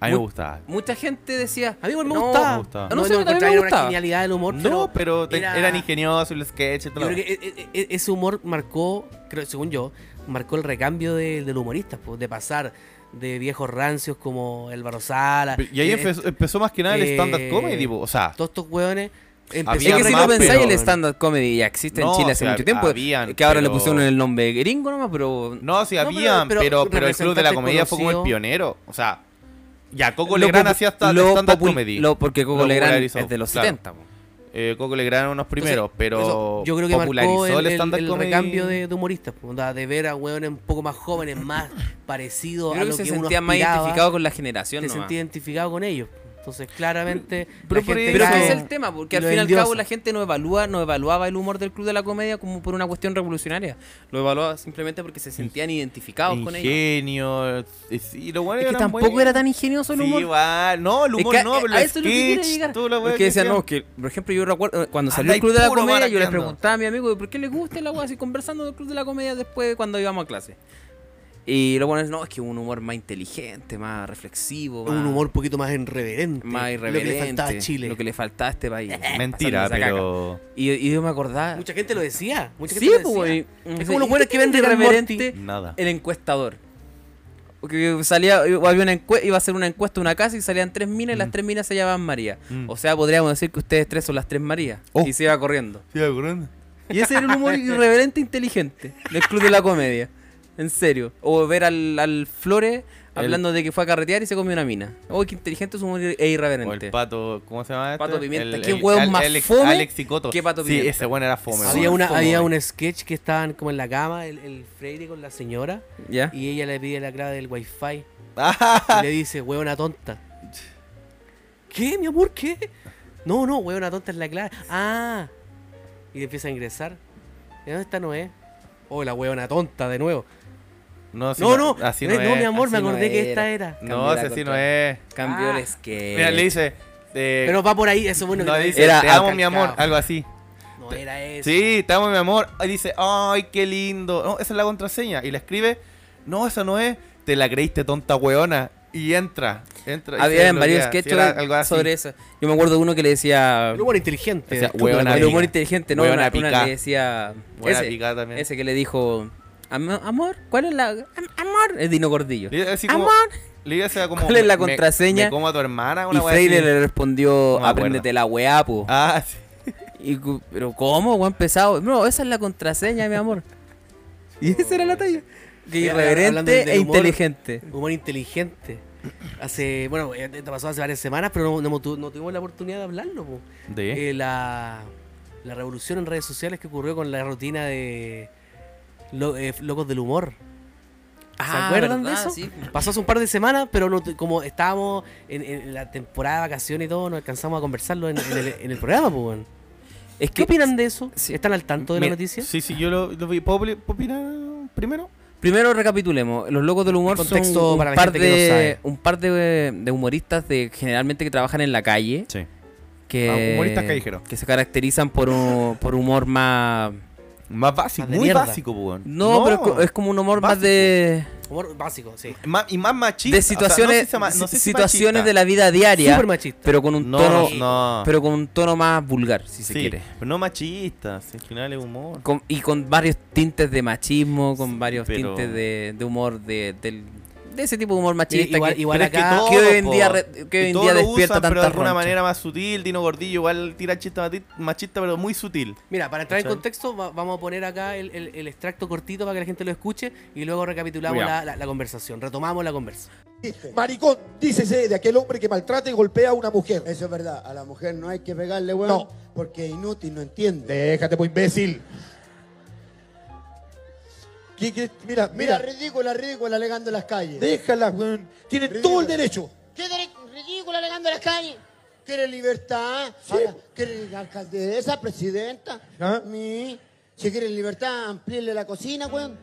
A mí me Muy- gustaba. mucha gente decía. A mí igual me "No, gustaba. me gustaba. No, sé, a mí también me encontraba una gustaba. genialidad del humor, No, pero pero te- era- eran ingeniosos los sketches y yo todo. creo que e- e- e- ese humor marcó, creo, según yo, marcó el recambio de, del humorista, pues, de pasar de viejos rancios como eh, el Barosala. Y eh, ahí empezó, empezó más que nada el eh, stand-up comedy, po. o sea, todos estos hueones Había Es que si más, lo pensáis, pero- el stand-up comedy ya existe No, en Chile o hace sea, mucho tiempo. habían, que ahora pero- le pusieron el nombre gringo nomás, pero. no, sí No, pero- habían, pero pero, pero, el Club de la representantes Comedia fue como el conocidos. pionero. O sea, ya Coco Lo Legrand popu- hacía hasta el lo stand-up popul- comedy. lo- porque Coco Lo Legrand popularizó, es de los claro. 70. po. Eh, Coco Legrand eran unos primeros, pero Eso, yo creo que marcó popularizó el, el- stand-up el comedy. recambio de, de humoristas, po, onda, de ver a hueones un poco más jóvenes, más Yo parecidos a creo que lo se que uno sentía más aspiraba, identificado con la generación. te nomás. sentía identificado con ellos. Entonces, claramente, Pero la por gente Pero Claro. ese cae- es el tema, porque al Lo fin y al cabo endiosa. la gente no evalúa, no evaluaba el humor del Club de la Comedia como por una cuestión revolucionaria. Lo evaluaba simplemente porque se sentían identificados con ellos. Ingenio. eh, sí, los Es buenos que eran tampoco buenos. era tan ingenioso el Sí, humor. igual. No, el Es humor que a- no, pero a el eso es lo que quiero sketch, llegar. toda la Porque que decían, hacían. no, que, por ejemplo, yo recuerdo eh, cuando salió Andáis el Club de la puro Comedia, yo le barateando. preguntaba a mi amigo, ¿por qué le gusta la wea así conversando del Club de la Comedia después cuando íbamos a clase? Y lo pones, no, es que un humor más inteligente, más reflexivo. Un más- humor un poquito más irreverente. más Lo que irreverente. le faltaba a Chile. Lo que le faltaba a este país. Mentira, Pasando esa pero. caca. Y, y yo me acordaba. Mucha gente lo decía. Mucha Sí, gente lo pues, decía. güey. Es Sí, como los ¿y buenos que qué tiene ven de Rick and irreverente? Morty. Nada. El encuestador. Porque salía, había una encue- iba a hacer una encuesta en una casa y salían tres minas y las tres minas se llamaban María. Mm. O sea, podríamos decir que ustedes tres son las tres Marías. Oh. Y se iba corriendo. Sí, ocurriendo. Y ese era un humor irreverente e inteligente del Club de la Comedia. En serio. O ver al, al Flores hablando de que fue a carretear y se comió una mina. Oh, qué inteligente es humor ir- e O irreverente. el pato, ¿cómo se llama? este? Pato Pimienta. El- ¿Qué el- hueón Al- más Alex, fome Alex y Coto. que Pato Sí, Pimienta? ese bueno era fome. Había, weón. una, Fome, había güey. un sketch que estaban como en la cama, el, el Freire con la señora, ¿Ya? y ella le pide la clave del wifi. Ah, Y le dice, huevona tonta. ¿Qué, mi amor? ¿Qué? No, no, huevona tonta es la clave. Ah. Y le empieza a ingresar. ¿Y dónde está Noé? Oh, la huevona tonta de nuevo. no, así no, no, Así no, no, es. mi amor, me así no acordé que era. esta era. No, ese sí no es. Cambió Ah. el sketch. Mira, le dice. eh, Pero va por ahí, eso bueno. no, que- dice, Era te amo, al- mi amor. calcao. Algo así. no era eso. Sí, te amo, mi amor. Y dice, ay, qué lindo. No, esa es la contraseña. Y la escribe, no, esa no es. Te la creíste, tonta hueona. Y entra. entra y se Había Ah, varios bloquea. Sí, era sketches algo así. sobre eso. Yo me acuerdo de uno que le decía. El humor inteligente. O sea, estúpido, huevona la el pica. humor inteligente, ¿no? Huevona Una, una pica. le decía. Buena Ese, picada también. ese que le dijo. "Am- Amor, ¿cuál es la. am- amor? Es Dino Gordillo. Le iba así como- Amor. le iba a hacer como, ¿Cuál es la me- contraseña? Me, como a tu hermana, Y una wea Freire así. le respondió: No me acuerdo. Apréndete la weá, po. Ah, sí. Y cu- pero ¿cómo, weón? Pesado. No, esa es la contraseña, mi amor. y esa era la talla. Que Mira, hablando irreverente del e humor. inteligente. Humor inteligente. Hace, bueno, eh, te pasó hace varias semanas, pero no, no hemos tu- no tuvimos la oportunidad de hablarlo. po. De. Eh, la, la revolución en redes sociales que ocurrió con la rutina de lo- eh, Locos del Humor. ¿Se Ah, acuerdan de eso? Pasó hace un par de semanas, pero no tu- como estábamos en, en la temporada de vacaciones y todo, no alcanzamos a conversarlo en, en el, en el programa. po, weón. Es ¿Qué que opinan de eso? Sí. ¿Están al tanto de Me- la noticia? Sí, sí, yo lo, lo vi. ¿Puedo opli- puedo opinar primero? Primero recapitulemos, los locos del humor Contexto son un para la par, gente que no de, sabe. un par de, de humoristas de generalmente que trabajan en la calle, Sí. que, Ah, humoristas callejeros. que se caracterizan por un por humor más Más básico, Más de muy mierda. básico, pues, weón. Ah, no, pero es co- es, como un humor más de, Humor básico, sí. Más- y más machista. de situaciones si- situaciones de la vida diaria, Súper machista. pero con un No, tono no. pero con un tono más vulgar, si se Sí, quiere. pero no machista. si al final es humor. Con- y con varios tintes de machismo, con Sí, varios pero- tintes de, de humor de, del- de ese tipo de humor Sí, machista igual, que- igual Pero es que acá. todo- que hoy en día, po. re- que Y hoy en todos día lo despierta usan, tanta pero de alguna roncha. manera más sutil. Dino Gordillo igual tira chistes mati- machistas, pero muy sutil. Mira, para entrar en ¿Cachai? contexto, va- vamos a poner acá el, el- el extracto cortito para que la gente lo escuche y luego recapitulamos Ya. la, la- la conversación. Retomamos la conversa. Maricón, dícese de aquel hombre que maltrata y golpea a una mujer. Eso es verdad, a la mujer no hay que pegarle, weón, No. porque es inútil, no entiende. Déjate, pues imbécil. ¿Qué- qué? Mira, Mira, mira, ridícula, ridícula alegando en las calles. déjala, weón. Tiene Ridícula. todo el derecho. ¿Qué dere- ridícula alegando en las calles? ¿Quiere libertad? Ahora, ¿Quiere alcaldesa, presidenta? ¿Ah? Mi. Si quiere libertad, amplíele la cocina, weón.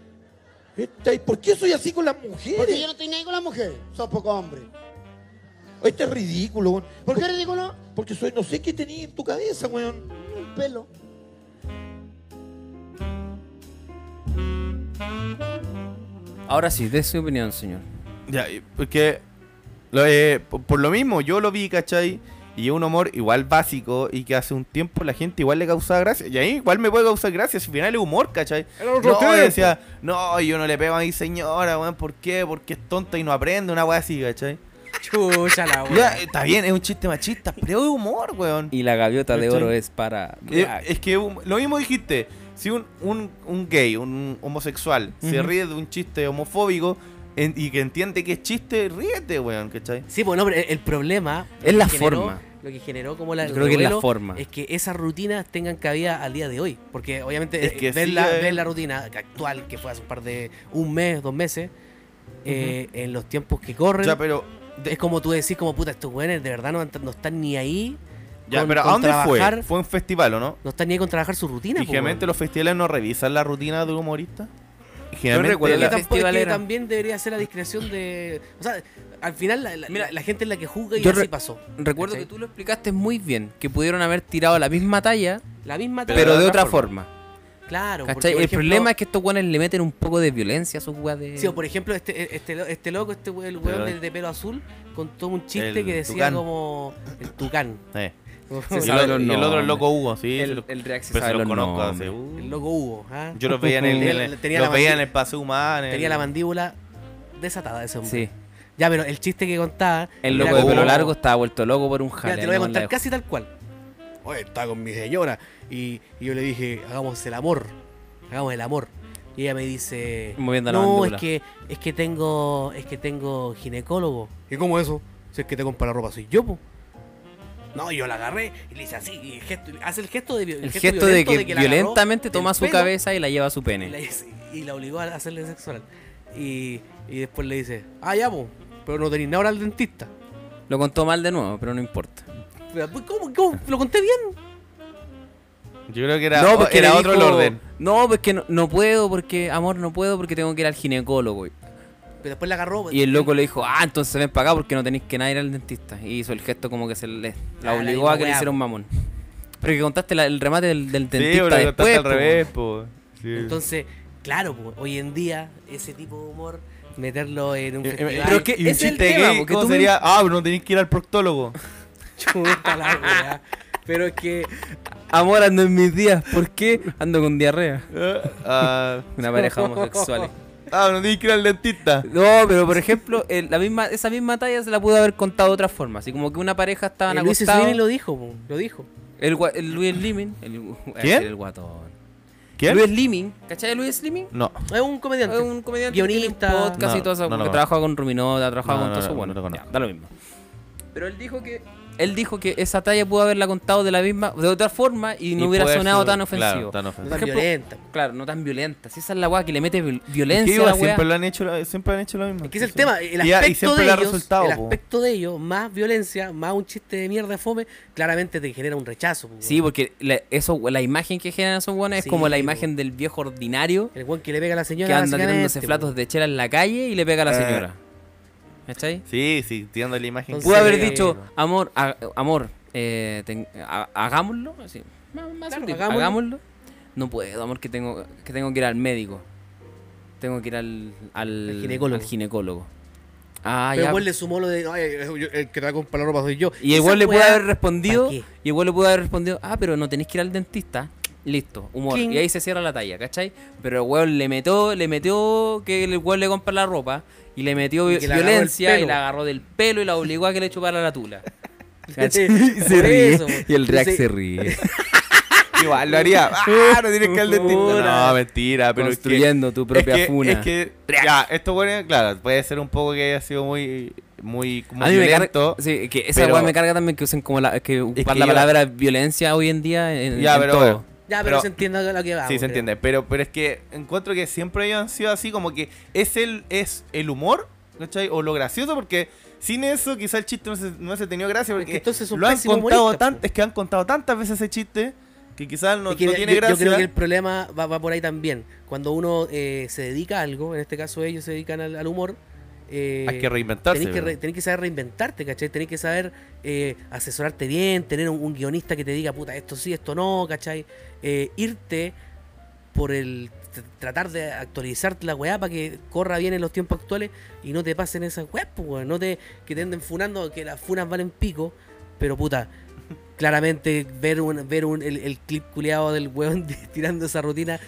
Esta- Este, ¿y ¿Por qué soy así con las Porque yo mujeres? no tenía con la mujer, sos poco hombre. Este es ridículo, weón. ¿Por qué ridículo? Porque soy, no sé qué tenía en tu cabeza, weón. Un pelo. Ahora sí, de su opinión, señor. Ya, y- porque lo, eh, por, por lo mismo, yo lo vi, ¿cachai? Y es un humor igual básico y que hace un tiempo la gente igual le causaba gracia. Y ahí igual me puede causar gracia, si al final es humor, ¿cachai? Era otro no, tiempo. decía, no, yo no le pego a mi señora, weón, ¿por qué? Porque es tonta y no aprende, una weá así, ¿cachai? Chucha la Ya, wea. eh, está bien, es un chiste machista, pero es humor, weón. Y la gaviota de ¿Cachai? oro es para. Eh, es que hum- lo mismo dijiste. Si un, un, un gay, un homosexual, se Ujú. ríe de un chiste homofóbico en- y que entiende que es chiste, ríete, weón, ¿cachai? Sí, bueno, pero el, el problema. lo Es que la generó- forma. Lo que generó como la. Yo el creo que es la revuelo forma. Es que esas rutinas tengan cabida al día de hoy. Porque obviamente Es que ver, sí, la, eh. ver la rutina actual, que fue hace un par de. un mes, dos meses, eh, en los tiempos que corren. Ya, pero. de- es como tú decís, como puta, estos güeyes de verdad no, han- no están ni ahí. ya, con- pero ¿a con dónde trabajar- fue? Fue un festival, ¿o no? No están ni ahí con trabajar su rutina. Y po, weón. generalmente los festivales no revisan la rutina de un humorista. Y Generalmente recuerdo Pero la- que tampoco- es que festivalera. también debería ser la discreción de. O sea, al final la, la- Mira, la gente es la que juzga y yo así re- pasó. Recuerdo ¿cachai? que tú lo explicaste muy bien, que pudieron haber tirado la misma talla, La misma pero, de de otra otra forma. Claro, porque, ¿Cachai? por el ejemplo- problema es que estos guanes le meten un poco de violencia a sus weas de. Sí, o por ejemplo, este, este, lo- este loco, este we- el weón Pero- de, de pelo azul, contó un chiste El que decía tucán. como el tucán. Eh. Como- Y el, sabe otro- los y el otro nombres. el loco Hugo, sí. se el, lo- el React se pero sabe se los los conozco nombres. hace, uh. El loco Hugo, ¿ah? Yo los veía en el, en el- Tenía la los veía mandi- en el paseo humano. en Tenía el- la mandíbula desatada de ese hombre. Sí. Ya, pero el chiste que contaba. El era loco de pelo como- largo estaba vuelto loco por un Mira, jaleo. te lo voy a no contar la- casi tal cual. Oye, estaba con mi señora y, y yo le dije, hagamos el amor. Hagamos el amor. Y ella me dice, Moviendo la no, mandíbula". es que, es que tengo es que tengo ginecólogo. ¿Y cómo eso? Si es que te compra la ropa, soy yo, po. No, yo la agarré y le hice así, y el gesto- hace el gesto de El gesto de que, la agarró violentamente del toma su pelo cabeza y la lleva a su y la, pene. y la obligó a hacerle sexo oral. Y, y después le dice, ah, ya, po, pero no tenéis nada ahora al dentista. Lo contó mal de nuevo, pero no importa. ¿Cómo, cómo? ¿Lo conté bien? Yo creo que era, no, porque era le otro el dijo, orden. No, pues que no, no puedo, porque, amor, no puedo porque tengo que ir al ginecólogo. Pero después la agarró. Y el loco le dijo, ah, entonces ven para acá porque no tenéis que nada ir al dentista. Y hizo el gesto como que se le, la Ah, la obligó misma a que le weá, hiciera un po. mamón. Pero que contaste la- el remate del, del Sí, dentista pero lo después. contaste al po. revés, po. Sí. Entonces, claro, po, hoy en día, ese tipo de humor, meterlo en un Eh, eh, festival. pero que y un ese es el chiste tema, gay, porque ¿cómo tú me- sería? Ah, pero no tenés que ir al proctólogo. chuta la weá. Pero es que. Amor, ando en mis días. ¿Por qué? Ando con diarrea. ah, Una pareja homosexual. ah, no tenés que ir al dentista. No, pero por ejemplo, el- la misma, esa misma talla se la pudo haber contado de otra forma. Así como que una pareja estaban el Luis acostados. Slim lo dijo, po, lo dijo. El, gua- el Luis Slimming. El, ¿Quién? El guatón. ¿Quién? Luis Slimming. ¿Cachai a Luis Slimming? No. Es un comediante. Es un comediante Guionista. que tiene un podcast y No, todo no eso, lo porque conozco. trabaja con Ruminota, ha trabajado No, con no, todo eso, no, bueno, no lo ya, conozco. da lo mismo. Pero él dijo que él dijo que esa talla pudo haberla contado de la misma de otra forma y no Y hubiera puede sonado ser- tan Claro, ofensivo. tan No ofensivo. tan ejemplo- violenta. Claro, no tan violenta. Si esa es la weá que le mete viol- Es que violencia a igual la weá. siempre lo han hecho, siempre han hecho lo mismo. Es que es el Sí. tema, el Y- y aspecto, siempre de le ha ellos, resultado, el po. aspecto de ellos, más violencia, más un chiste de mierda de fome, claramente te genera un rechazo. po, Sí, porque la, eso, la imagen que generan esos weones Sí, es como la po. imagen del viejo ordinario El weón que le pega a la señora. que anda básicamente, tirándose po. flatos de chela en la calle y le pega a la Eh. señora. ¿Cachai? Sí, sí, tirando la imagen. Entonces- Pudo Sí, haber sí. dicho, amor, ha- amor, eh, ten- ha- hagámoslo, así, más- más Claro, sutil, hagámoslo. hagámoslo. No puedo, amor, que tengo que tengo que ir al médico. Tengo que ir al, al, Al ginecólogo. al ginecólogo. Ah, Pero ya. igual le sumó lo de. "Ay, yo- yo- el que te compra la ropa soy yo. Y Esa igual le puede weá- haber respondido, ¿Pa qué? y igual le puede haber respondido, ah, pero no tenés que ir al dentista. Listo, humor. Cling. Y ahí se cierra la talla, ¿cachai? Pero el weón le metió, le metió que el weón le compra la ropa y le metió Y que le agarró el violencia y pelo. la agarró del pelo y la obligó a que le chupara la tula. Por eso, po. Entonces, ríe. Igual lo haría. Ah, no tienes que ir al dentista. No, mentira, pero. es que- Construyendo tu propia es que, funa. Es que. Ya, esto bueno, claro, puede ser un poco que haya sido muy. Muy. muy a mí me carga, violento. sí, que esa pero- weá me carga también que usen como la, que ocupar que la iba- palabra violencia hoy en día en, Ya, en pero. todo. bueno, Ya, pero, se entiende lo que va. po, Sí, se creo. entiende. Pero, pero es que encuentro que siempre ellos han sido así, como que es el, es el humor, ¿cachai? O lo gracioso, porque sin eso quizá el chiste no se, no se tenido gracia, que porque entonces son lo han pésimos contado humoristas, tan- po. es que han contado tantas veces ese chiste que quizás no, Es que no yo- tiene yo, gracia. creo que el problema va, va por ahí también. Cuando uno eh, se dedica a algo, en este caso ellos se dedican al, al humor. eh, Hay que reinventarse. Tenés que, re- ¿verdad? tenés que saber reinventarte, ¿cachai? Tenés que saber eh, asesorarte bien, tener un, un guionista que te diga, puta, esto sí, esto no, ¿cachai? Eh, irte por el. tr- tratar de actualizar la weá para que corra bien en los tiempos actuales y no te pasen esas weas, pues, weón. No te. que te anden funando, que las funas valen pico, pero puta. Claramente ver un, ver un, el, el clip culeado del weón tirando esa rutina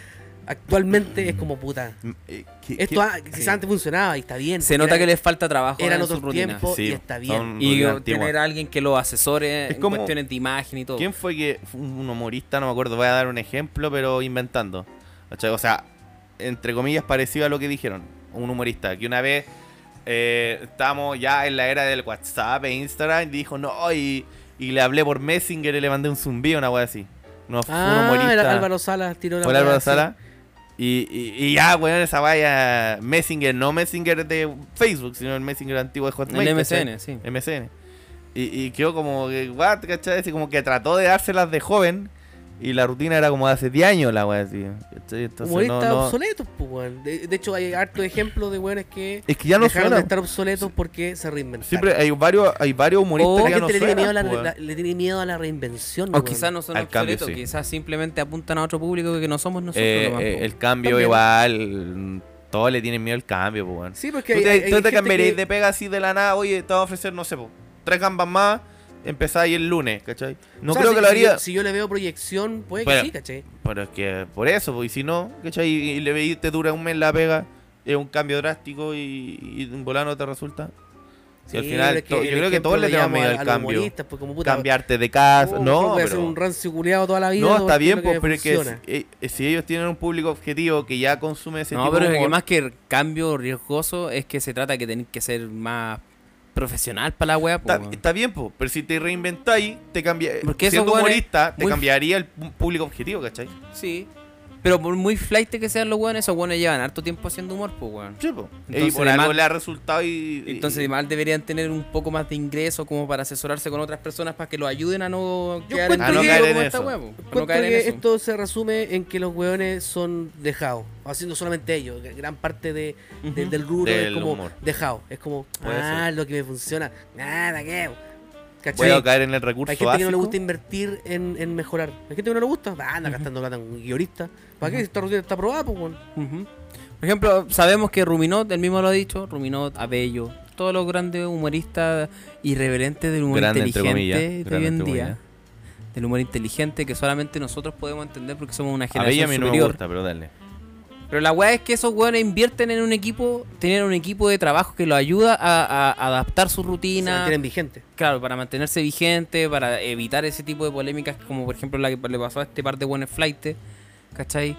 actualmente es como puta. Mm, eh, que- que- Esto ah, quizás antes funcionaba y está bien. Se porque nota era- que les falta trabajo eran en sus otros rutinas. tiempos. y está bien. son Y rutinas o antiguas. tener a alguien que los asesore Es en como- cuestiones de imagen y todo. ¿Quién fue que fue un humorista? No me acuerdo, voy a dar un ejemplo, pero inventando. ¿Cachai? O sea, entre comillas, parecido a lo que dijeron. Un humorista que una vez eh, estábamos ya en la era del WhatsApp e Instagram y dijo, no, y, y le hablé por Messenger y le mandé un zumbido, una wea así. No, fue un Ah, humorista. era Álvaro Salas tiró la Hola weá, Álvaro sí. Sala. Y, y, y ya, weón, esa vaya Messenger, no Messenger de Facebook, sino el Messenger antiguo de Hotmail. El ¿cachai? MSN, sí. MSN. Y, y quedó como que, what, ¿cachai? Así como que trató de dárselas de joven. Y la rutina era como de hace 10 años la weá, así. ¿cachai? Entonces, Humoristas no- no- obsoletos, pues, weón. De, de hecho, hay harto ejemplo de weones que Es que ya no dejaron suena. de estar obsoletos porque se reinventaron. Siempre hay varios, hay varios humoristas o que ya Oh, gente no le, tiene suenan, pues, miedo a la, po, weón. la- le tiene miedo a la reinvención. O weón. Pues quizás no son Al cambio, obsoletos, sí. quizás simplemente apuntan a otro público que no somos nosotros. Eh, nomás, eh, po. el cambio También. igual, todos le tienen miedo al cambio, pues weón. Sí, porque Tú te, hay- hay- tú hay te gente cambiarías que- de pega así de la nada, oye, te va a ofrecer, no sé, po, tres gambas más, empezáis el lunes, ¿cachai? No o sea, creo si- que lo si yo- haría, Si yo, le veo proyección, puede Pero- que sí, caché. pero es que por eso, po, y si no, ¿cachai? Y, y le veis, te dura un mes la pega, es un cambio drástico y, y un volano te resulta. Y al final, to- yo creo que todos le tenemos miedo al cambio. Cambiarte de casa, no, pues, uh, Voy a hacer pero... un rancio culiado toda la vida. No, está porque bien, es lo po, pero es que funciona. si, eh, eh, si ellos tienen un público objetivo que ya consume ese No, tipo pero de es que humor, más que el cambio riesgoso es que se trata que tenés que ser más profesional para la wea. po, Está, weón. está bien, po, pero si te reinventáis, te cambia, Porque esos siendo hueones humorista, te muy- cambiaría el pu- público objetivo, ¿cachai? Sí. Pero por muy flight que sean los weones, esos weones llevan harto tiempo haciendo humor, pues weón. Sí, po. y Entonces, por algo además- le ha resultado y... y- Entonces, igual deberían tener un poco más de ingreso como para asesorarse con otras personas para que lo ayuden a no Yo quedar en encuentro que- A no ridículo caer como en esta eso. wea, po. A no Cuento caer en que eso. esto se resume en que los weones son dejados, haciendo solamente ellos. que Gran parte de, de- del rubro Del es como humor. dejado. Es como, Puede ah, lo que me funciona. Nada, que. ¿Cachai? Puedo caer en el recurso Hay gente que no le básico. gusta invertir en, en mejorar. Hay gente que no le gusta. Ah, anda gastando plata en guionista. ¿Para qué? Si Esta rutina está aprobada, pues, weón. Ujú. Por ejemplo, sabemos que Ruminot, él mismo lo ha dicho, Ruminot, Abello, todos los grandes humoristas irreverentes del humor Grande, entre comillas, inteligente de hoy grande, en entre día. comillas. Del humor inteligente que solamente nosotros podemos entender porque somos una A Bella generación a mí no me superior. gusta, pero dale. Pero la weá es que esos weones invierten en un equipo, tienen un equipo de trabajo que lo ayuda a, a adaptar su Se rutina. mantienen vigentes. Claro, para mantenerse vigente, para evitar ese tipo de polémicas, como por ejemplo la que le pasó a este par de buenos flightes, ¿cachai?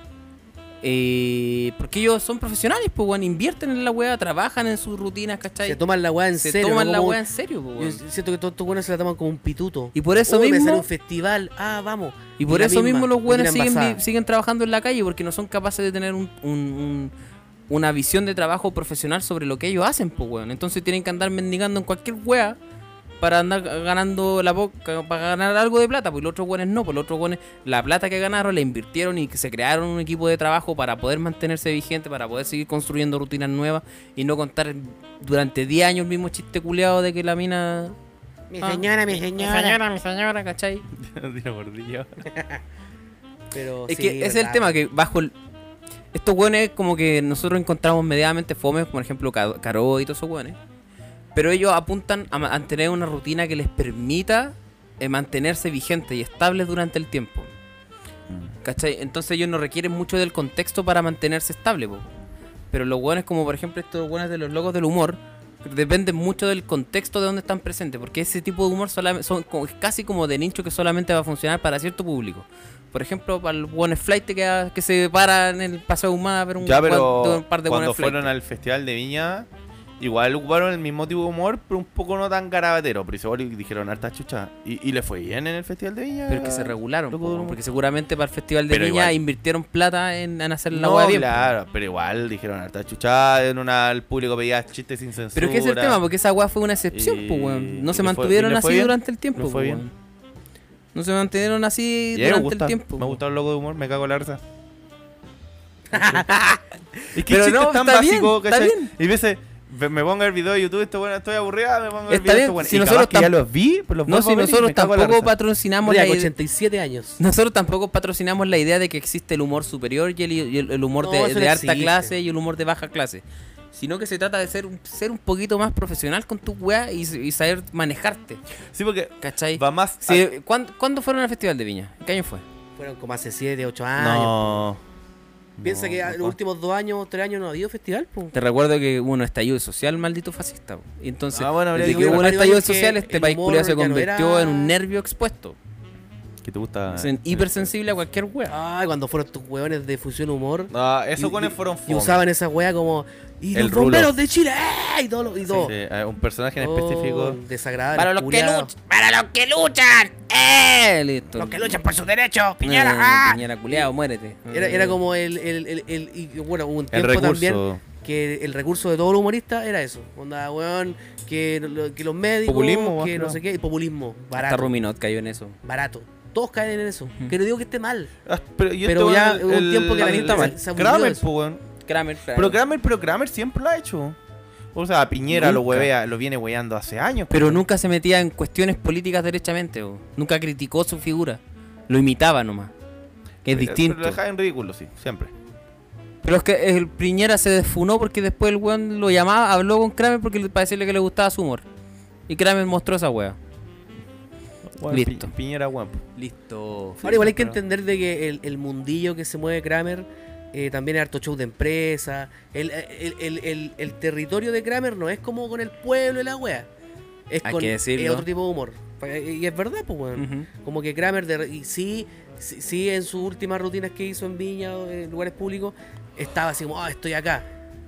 Eh, porque ellos son profesionales, pues, weón, invierten en la weá, trabajan en sus rutinas, ¿cachai? Se toman la weá en Se serio. toman ¿no? la Como- weá en serio, pues, Yo weón. siento que todos estos weones se la toman como un pituto. Y por eso Uy, me mismo- sale un festival. Ah, vamos. Y por la eso misma, mismo los la buenos tiran siguen, basada. vi- siguen trabajando en la calle, porque no son capaces de tener un- un- un- una visión de trabajo profesional sobre lo que ellos hacen, pues, weón. Entonces tienen que andar mendigando en cualquier wea para andar ganando la boca, para ganar algo de plata, pues los otros weones no, pues los otros weones, la plata que ganaron la invirtieron y que se crearon un equipo de trabajo para poder mantenerse vigente, para poder seguir construyendo rutinas nuevas y no contar durante 10 años el mismo chiste culeado de que la mina... Mi ah. señora, mi señora. Mi señora, mi señora, ¿cachai? Dino gordillo. Pero Es sí, que ese es el verdad. tema, que bajo el- Estos hueones como que nosotros encontramos medianamente fomes, por ejemplo, Ca- Caro y todos esos hueones. Pero ellos apuntan a mantener una rutina que les permita eh, mantenerse vigentes y estables durante el tiempo. ¿Cachai? Entonces ellos no requieren mucho del contexto para mantenerse estable, po. Pero los hueones como por ejemplo estos hueones de los locos del humor, dependen mucho del contexto de donde están presentes, porque ese tipo de humor solam- son co- es casi como de nicho que solamente va a funcionar para cierto público. Por ejemplo, para el buen flight que, ha- que se para en el paseo humano a ver un, Ya, guan- pero un par de cuando buenos fueron flightes. al festival de Viña, igual ocuparon el mismo tipo de humor, pero un poco no tan garabatero. Pero igual dijeron harta chucha. Y, y le fue bien en el festival de Viña. Pero es que se regularon, Loco po, del humor. porque seguramente para el Festival de Pero Viña igual. invirtieron plata en, en hacer la No, hueá bien. po. claro, pero igual dijeron harta chuchada, en una el público pedía chistes sin censura. Pero es que ese es el tema, porque esa weá fue una excepción, Y- pues, weón. No y se le fue- mantuvieron y le fue así bien. durante el tiempo, Le fue po, bien. weón. No se mantuvieron Y a así mí me durante gusta, el tiempo. Me po. gusta el loco de humor, me cago en la risa. es Pero chistes no, tan está bien, básico, está ¿cachai? bien. Y a veces ve- me pongo el video de YouTube, esto bueno, estoy aburrida, me pongo el video de Está bien, esto bueno. si y capaz nosotros que ya tam- los vi, pero los No, vuelvo si a ver y nosotros me cago en la tampoco risa. patrocinamos la Riaco, idea. 87 años. Nosotros tampoco patrocinamos la idea de que existe el humor superior y el, y el- el humor No, de, eso no de alta existe. clase y el humor de baja clase. Sino que se trata de ser, un- ser un poquito más profesional con tu weá y, y saber manejarte. Sí, porque ¿Cachai? va más. Sí, ¿cuán- ¿Cuándo fueron al Festival de Viña? ¿Qué año fue? Fueron como hace 7, 8 Ah, a- años. No. Piensa No, que en papá. los últimos dos años, tres años no ha habido festival, po. Te recuerdo que hubo un estallido social maldito fascista. po. Y entonces, Ah, bueno, habría desde que que ver. hubo un Varios estallido años que social, este el país humor culiao se ya no convirtió era- en un nervio expuesto. Que te gusta. eh. Es en- hipersensible a cualquier wea. Ah, cuando fueron estos weones de Fusión Humor. Ah, esos Y- cones y- fueron Y fome. usaban esa weá como. ¡Y El los rulo. bomberos de Chile! ¡eh! Y todo. lo- Y todo. Sí, eh, un personaje en Oh, específico. desagradable. Para los que Ah, culiao. luchan, para los que luchan, ¡Eh! Listo. Los que luchan por su derecho. Piñera, Piñera, ah. Piñera culiao, muérete. Eh, Era, era como el, el, el, el- y bueno, hubo un Mm. El tiempo recurso. también que el recurso de todos los humoristas era eso. Onda, weón, que, lo- que los médicos, Populismo, más que que no nada. sé qué, y populismo, Hasta barato. Ruminot cayó en eso. Barato. Todos caen en eso. Que no digo que esté mal. Ah, pero yo Pero este ya weón, hubo un tiempo que la el- gente el- se- se aburrió de Kramer, eso. po, weón. Kramer, Kramer. Pero Kramer, pero Kramer siempre lo ha hecho. O sea, Piñera lo Nunca. huevea, lo viene hueveando hace años. Pero nunca se metía en cuestiones políticas derechamente, bo. nunca criticó su figura, lo imitaba nomás, que es Pero- distinto. Pero lo deja en ridículo, sí, siempre. Pero es que el Piñera se desfunó porque después el weón lo llamaba, habló con Kramer porque le- para decirle que le gustaba su humor. Y Kramer mostró esa wea. Weón, Listo. Pi- Piñera, weón. Listo. Ahora igual hay que entender de que el, el mundillo que se mueve Kramer eh, también es harto show de empresa. El, el- el- el- el territorio de Kramer no es como con el pueblo y la wea. Es Hay con que decirlo. es otro tipo de humor. Pa- Y es verdad, pues, weón. Como que Kramer, de, re- y sí, sí, sí, en sus últimas rutinas que hizo en Viña o en lugares públicos, estaba así como, ah, estoy acá.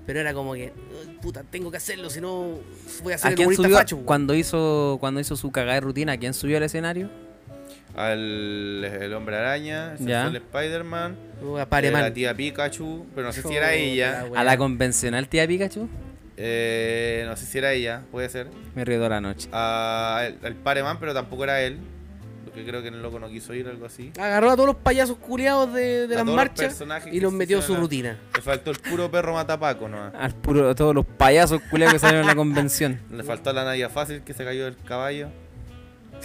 Pero era como que, "Ay, puta, tengo que hacerlo, si no voy a ¿A ser el quién humorista subió, facho. weón". cuando, hizo, cuando hizo su cagada de rutina, ¿a quién subió al escenario? Al el hombre araña, el Ya. sensual Spider-Man, Uh, a eh, Pareman. la tía Pikachu, pero no sé si era ella. Weón. ¿A la convencional tía Pikachu? Eh, no sé si era ella, puede ser. Me río toda la noche. A- al al Pareman, pero tampoco era él. Lo que creo que el loco no quiso ir, algo así. Agarró a todos los payasos culiados de, de las A todos los marchas personajes y que los se metió a su hicieron rutina. Le faltó el puro perro matapaco, ¿no? Al puro, a todos los payasos culiados que salieron a la convención. Le faltó la Nadia Fácil que se cayó del caballo.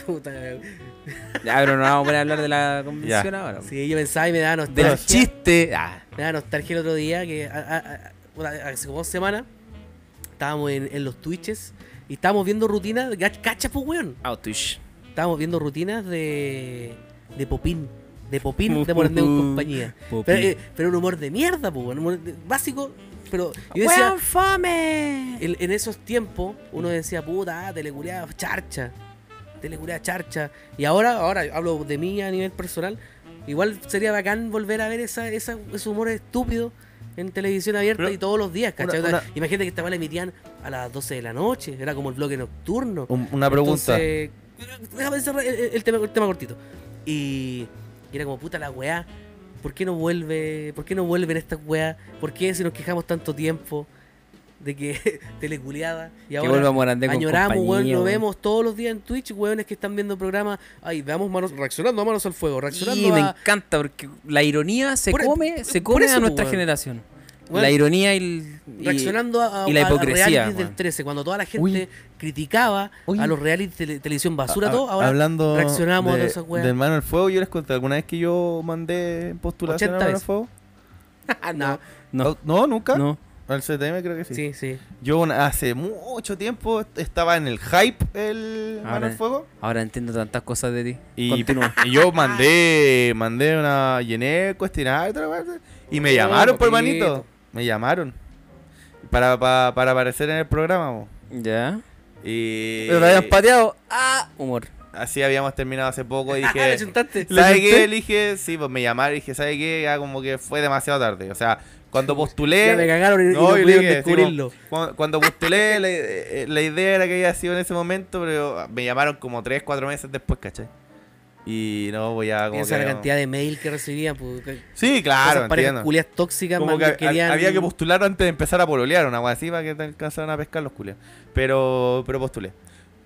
Puta, Ya, pero no vamos a poner a hablar de la convención ahora. Sí, yo pensaba y me daba nostalgia. Del chiste. Ah, Me daba nostalgia el otro día, que a- a- a- bueno, hace como dos semanas estábamos en, en los Twitches y estábamos viendo rutinas. gach- Cacha, pues, weón. Outwish. Estábamos viendo rutinas de. de Popín. De Popín, de Morandé con compañía. Popín. Pero, eh, pero un humor de mierda, pues, weón, un humor de- básico. Pero yo decía, ¡Weón fome! en, en esos tiempos Mm. uno decía, puta, ah, teleculeada charcha, teleculeada charcha. Y ahora, ahora hablo de mí a nivel personal, igual sería bacán volver a ver esa, esa, ese humor estúpido en televisión abierta Pero y todos los días, ¿cachai? una- O sea, una- Imagínate que esta weá la emitían a las 12 de la noche, era como el bloque nocturno. una pregunta. Entonces, déjame cerrar el, el tema, el tema cortito. Y, y era como, puta la weá, ¿por qué no vuelve? ¿Por qué no vuelven estas weá? ¿Por qué si nos quejamos tanto tiempo de que teleculeada? Y Que vuelva Morandé con añoramos, compañía, weón, lo weón. vemos todos los días en Twitch, weones que están viendo programas. Ay, veamos manos, reaccionando a manos al fuego, reaccionando Y me a- encanta porque la ironía se Por- come, se por come eso, a po, nuestra weón. generación. Weón, la ironía y, el- y- reaccionando a, a- y la a- a hipocresía, realities del weón. 13, cuando toda la gente criticaba a los realities de televisión Ah, basura, todo, ahora Hablando reaccionamos a de, todas esas weas. de Hermano al Fuego, yo les conté alguna vez que yo mandé postulación 80 a Hermano al veces. Fuego. Oh, Ah, no. No, No, nunca. no. Al CTM creo que sí. Sí, sí. Yo una- hace mucho tiempo est- estaba en el hype el Hermano al Fuego. ahora entiendo tantas cosas de ti. Y, Ah, Continúa. y yo mandé, mandé una, llené cuestionario y toda la wea, y Oh, me llamaron, por hermanito. Me llamaron. Para, para, para aparecer en el programa. mo. Ya. Y Pero la habían pateado. Ah, humor. así habíamos terminado hace poco y Ah, le dije, chuntaste. ¿Sabe qué? Le dije, sí, pues me llamaron y dije, ¿sabe qué? Ya como que fue demasiado tarde. O sea, cuando postulé. Ya me cagaron y- y no yo le pudieron dije, descubrirlo. sí, como, cuando, cuando postulé, la, eh, la idea era que había sido en ese momento, pero me llamaron como 3, 4 meses después, ¿cachai? Y no, voy a. Como Piensa que la no. cantidad de mail que recibía. Pues, que- Sí, esas claro, parejas entiendo. culias tóxicas, Como man, que que ha- querían- había que postular antes de empezar a pololear, una cosa así, para que te alcanzaran a pescar los culias. Pero, pero postulé.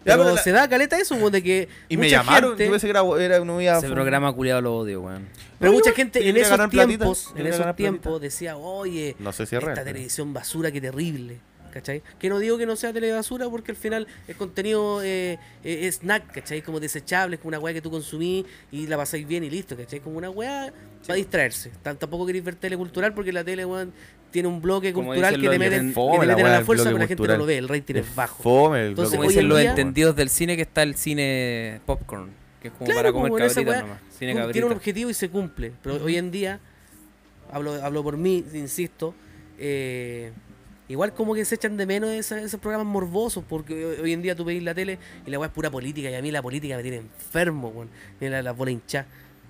Ya, Pero pero la- se da caleta eso, pues, de que. y me mucha llamaron, gente- yo pensé que era, era una vida- Ese programa culiado lo odio, weón. pero No, mucha yo- gente yo en quería esos ganar platita, tiempos, yo en quería esos ganar platita. tiempos decía, oye, No sé si es esta real, pero- televisión basura, que terrible. ¿Cachai? Que no digo que no sea telebasura porque al final el contenido eh, eh, es snack, ¿cachai? Como desechable, es como una weá que tú consumís y la pasáis bien y listo, ¿cachai? Como una weá para distraerse. Tan- tampoco queréis ver tele cultural porque la tele, weón, tiene un bloque Como cultural dicen que te los meten, violentos. Fome que te la meten a weá la del fuerza, pero bloque la gente no cultural. lo ve, el rating es bajo. Fome, el Entonces, Como hoy dicen en los día- entendidos del cine que está el cine popcorn. Que es como Claro, para como en comer esa cabritas weá, nomás. tú- Mm. Cine Tiene un cabritas. objetivo y se cumple. Pero hoy en día, hablo, hablo por mí, insisto, eh, igual como que se echan de menos esa- esos programas morbosos, porque hoy- hoy en día tú pedís la tele y la weá es pura política, y a mí la política me tiene enfermo, weón. Tiene la, la bola hinchada.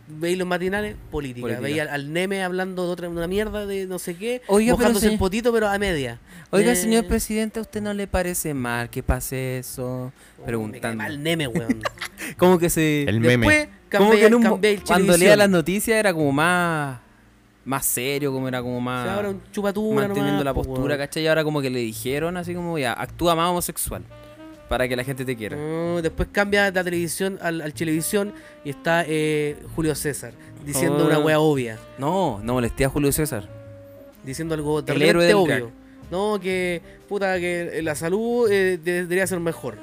Veis los matinales, política. Política. Veis al, al Neme hablando de otra una mierda de no sé qué, Oiga, pero mojándose el señor- potito, pero a media. Oiga, Eh, señor presidente, ¿a usted no le parece mal que pase eso? oh, me cae Preguntando. mal Neme, weón. Como que se. El Después, meme. como que cambié, en un, cambié el cuando leía Chilevisión. las noticias era como más más serio, como era como O más sea, ahora un chupatura Ah, manteniendo nomás, la po, postura, weón. ¿cachai? Y ahora como que le dijeron así como ya, actúa más homosexual. para que la gente te quiera. No, después cambia la televisión al, al televisión y está eh, Julio César diciendo Ah. una wea obvia, No, no molesté a Julio César. diciendo algo héroe terriblemente del obvio. No, que puta, que la salud eh, de- debería ser mejor.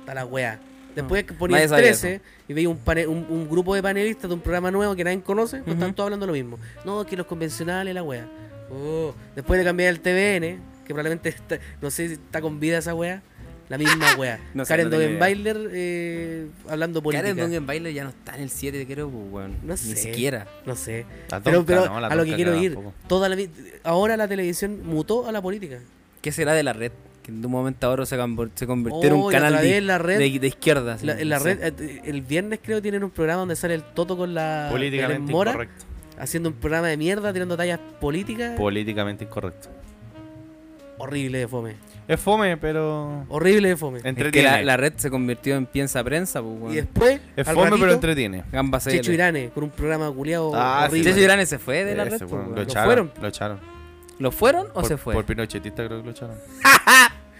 Está la wea. Después que ponía nadie el sabía 13 y veía un, pane- un, un grupo de panelistas de un programa nuevo que nadie conoce, pues están todos hablando lo mismo. No, que los convencionales, la wea. Oh, Después de cambiar el TVN, que probablemente está- no sé si está con vida esa wea. La misma wea. No sé, Karen no tengo idea. Dogenbailer eh, hablando política. Karen Dungenweiler ya no está en el 7, creo, pues, weón. No Ni sé. siquiera. No sé. La pero tonca, pero no, la a lo que tonca quiero que ir, tampoco. toda la vi- ahora la televisión mutó a la política. ¿Qué será de la red? Que de un momento a otro se, convor- se convirtió en Oh, un y otra canal de, vez la red. de- de izquierda. sí, La, en la no sé. red, eh, el viernes creo tienen un programa donde sale el Toto con la Belén ah, Políticamente Mora incorrecto. haciendo un programa de mierda, tirando tallas políticas. Políticamente incorrecto. horrible de fome. Es fome, pero. Horrible de fome. Es que Entretiene. la, la red se convirtió en piensa prensa, pues, Y weón. después, Es al fome, ratito, pero entretiene. Gamba CL. Checho Irane con un programa culiado Ah, sí. horrible. Checho Irane se fue de la Ese, red, pues, weón, weón. Lo ¿Lo echaron. fueron? Lo echaron. ¿Lo fueron o Por- se fue? Por pinochetista creo que lo echaron.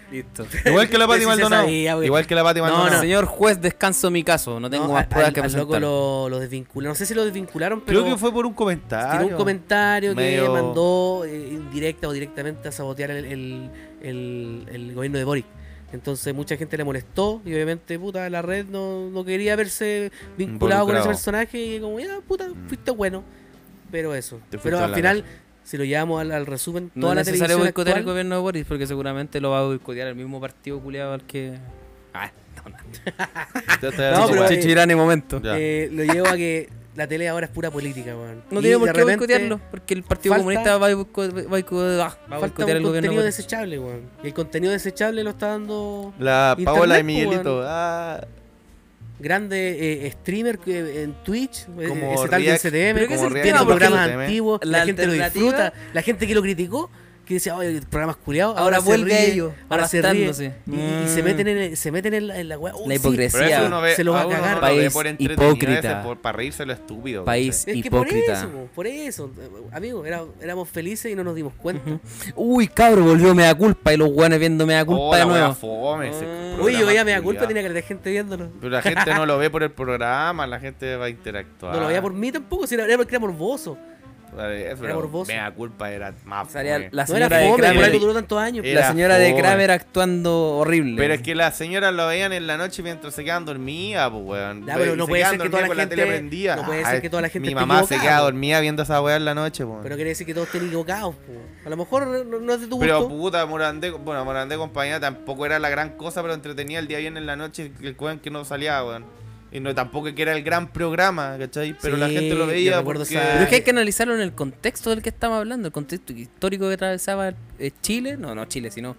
Listo. Igual que la Sí Pati se Maldonado. sabía, güey. Igual que la Pati No, Maldonado. no, señor juez, descanso mi caso. No tengo No, más al- pruebas al- que al loco presentar. lo, lo desvincularon. No sé si lo desvincularon, pero Creo que fue por un comentario. Tiró un comentario que medio- mandó eh, indirecta o directamente a sabotear el, el- el- el gobierno de Boric. Entonces mucha gente le molestó y obviamente puta la red no, no quería verse vinculado con ese Involucrado. Mm. personaje y como ya puta fuiste bueno. Pero eso. Te fuiste Pero a al la final, si lo llevamos al, al resumen, No toda es la necesario televisión boicotear el actual- gobierno de Boris porque seguramente lo va a boicotear el mismo partido culiado al que. Ah, no, no. No, pero- No, pero. Checho Irane, momento. Ya. eh, lo llevo a que la tele ahora es pura política, weón. No Y tiene por de qué repente boicotearlo, porque el Partido falta- Comunista va a, boico- va a boico- ah, va a Falta un boicotear el gobierno. contenido de Boric. desechable, weón. Y el contenido desechable lo está dando La Internet, Paola y pues, Miguelito. weón. Ah, grande eh, streamer que- en Twitch, eh, Como como también React- CTM, Pero que es el tiene tema, porque programas el- antiguos, la, la gente lo alternativa- disfruta, la gente que lo criticó, que decía, oye, programas culiados, Ahora ahora, se vuelve ríe, a ello, ahora se ríe, arrastrándose. Mm. y, y se meten en, el- se meten en la, en la wea, "Oh, sí". La hipocresía. pero eso Sí, uno ve, se lo va a a uno cagar. no lo ve País por entretenido, hipócrita. ese por- para reírse lo estúpido. País Es que por hipócrita. eso, po, por eso, amigos, era- éramos felices y no nos dimos cuenta. Uy, cabro, volvió Mea Culpa y los guanes viendo Mea ¿cachai? Culpa Oh, de la wea nuevo. fome, ese Uy, yo programa ya me da culpa, culiao. tenía que haber gente viéndolo. Pero la gente no lo ve por el programa, la gente va a interactuar. No lo veía por mí tampoco, si era, era porque era morboso. Vale, eso Era morboso. Mea culpa era más. pues. Salía fome. la No era señora de fome, por Kramer. algo duró tantos años. Eh, La Era señora de joven. Kramer actuando horrible. Pero es que las señoras lo veían en la noche mientras se quedaban dormidas, pues, weón. Ya, pero no Se puede ser quedaban que toda la dormidas con gente- tele prendida. no puede ser Ay, que toda la gente Mi esté mamá se equivocada, queda po. dormida viendo esa weá en la noche, weón. Pero quiere decir que todos estén equivocados. po. A lo mejor no, no es de tu gusto. Pero puta, Morandé, bueno, Morandé compañía tampoco era la gran cosa, pero entretenía el día viernes en la noche el weón que no salía, weón. Y no, tampoco que era el gran programa, ¿cachai? Pero la Sí, gente lo yo veía recuerdo porque... esa- Pero es que hay que analizarlo en el contexto del que estamos hablando, el contexto histórico que atravesaba eh, Chile, no, no Chile, sino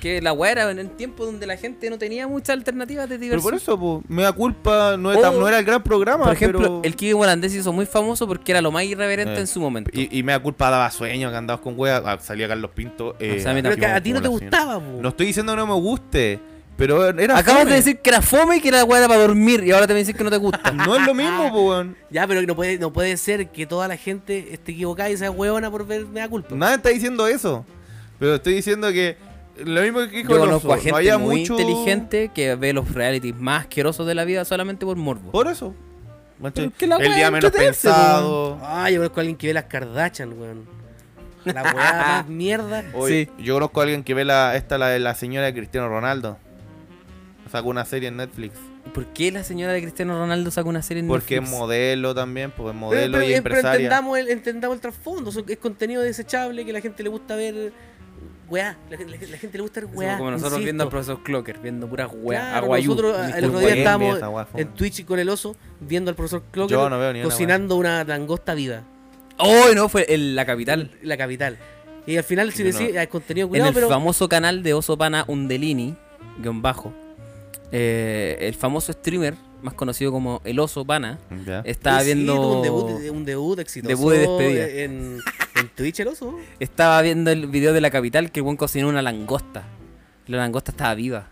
que la weá era en el tiempo donde la gente no tenía muchas alternativas de Pero diversión. por eso, po, me da culpa, no, era- O, no era el gran programa, Oh, Por ejemplo, pero- el Kiwi Holandés hizo muy famoso porque era lo más irreverente Eh, en su momento. Y, y me da culpa daba sueño que andabas con wea, ah, salía Carlos Pinto. eh, O sea, a mí Pero que a activo ti no te como la señora. gustaba, po. No estoy diciendo que no me guste, pero era Acabas fome. de decir que era fome y que era weá era para dormir y ahora te me dices que no te gusta. No es lo mismo, po, weón. Ya, pero no puede, no puede ser que toda la gente esté equivocada y sea hueona por ver me da culpa. Nadie está diciendo eso. Pero estoy diciendo que lo mismo que dijo Yo el conozco oso, a gente no había muy mucho... inteligente que ve los realities más asquerosos de la vida solamente por morbo. Por eso. ¿cachai? Pero que la el wea día menos entretenerse, pensado. Ah, yo conozco a alguien que ve las Kardashian, weón. La weá más mierda. Oye, Yo conozco a alguien que ve la, esta, la de la señora de Cristiano Ronaldo. Sacó una serie en Netflix. ¿Por qué la señora de Cristiano Ronaldo saca una serie en Porque es Netflix? modelo también, porque es Pero, modelo pero- y eh, pero empresaria. entendamos, el, entendamos el trasfondo. son- Es contenido desechable que la gente le gusta ver. Weá. La, gen- la gen- la gente le gusta ver Somos weá. como nosotros insisto. viendo al profesor Clocker, viendo puras weas. Claro, aguayú. nosotros ah, el otro día Disculpa, estábamos esa weá fue- en Twitch con el oso viendo al profesor Yo Clocker no veo ni una cocinando una langosta viva. ¡Oh, no! Fue en la capital. la capital. Y al final, si Yo no. decís, hay contenido en cuidado, el pero. famoso canal de Oso Pana Undelini, guión bajo. eh, el famoso streamer, más conocido como El Oso Pana, Ya. estaba Sí, tuvo viendo. un debut, un debut exitoso. Debut de despedida. En, en Twitch, el oso. Estaba viendo el video de la capital que el buen cocinó una langosta. La langosta estaba viva.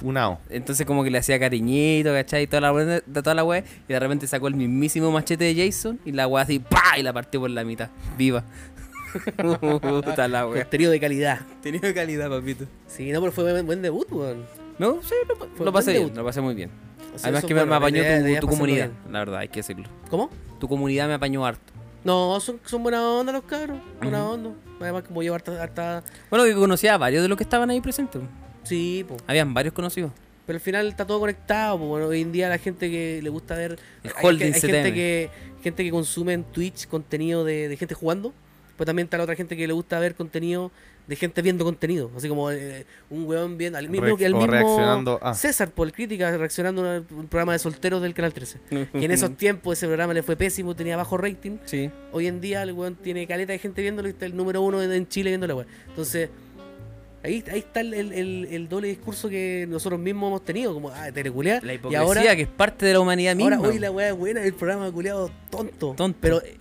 Funao. Entonces como que le hacía cariñito, ¿cachai? Y toda la, wea- de toda la wea. Y de repente sacó el mismísimo machete de Jason y la wea así, pa Y la partió por la mitad. Viva. Puta la wea. Contenido de calidad. Tenido calidad, papito. Sí, no, pero fue buen, buen debut, weón. No, sí, lo, pa- Fue lo un buen pasé bien, debut. lo pasé muy bien. O sea, Además eso que es me- bueno, me la apañó idea tu- de tu, pasarlo comunidad, bien. la verdad, hay que decirlo. ¿Cómo? Tu comunidad me apañó harto. No, son, son buena onda los cabros. Buena onda. Además, como llevo harta. harta- Bueno, que conocía a varios de los que estaban ahí presentes. Sí, po. Habían varios conocidos. Pero al final está todo conectado. po. Bueno, hoy en día la gente que le gusta ver. El hay- holding hay, gente CTM. que gente que consume en Twitch contenido de, de gente jugando. Pero también está la otra gente que le gusta ver contenido de gente viendo contenido. Así como eh, un weón viendo. Al mismo, Reac- al o mismo reaccionando ah. a. César por crítica reaccionando a un programa de solteros del Canal 13. que en esos tiempos ese programa le fue pésimo, tenía bajo rating. Sí. Hoy en día el weón tiene caleta de gente viéndolo y está el número uno en en Chile viendo la weón. Entonces, ahí, ahí está el, el- el- el doble discurso que nosotros mismos hemos tenido, como, ah, teleculea. La Y hipocresía ahora, que es parte de la humanidad misma. ahora hoy la weá es buena, el programa culeado tonto. Tonto. Pero, eh,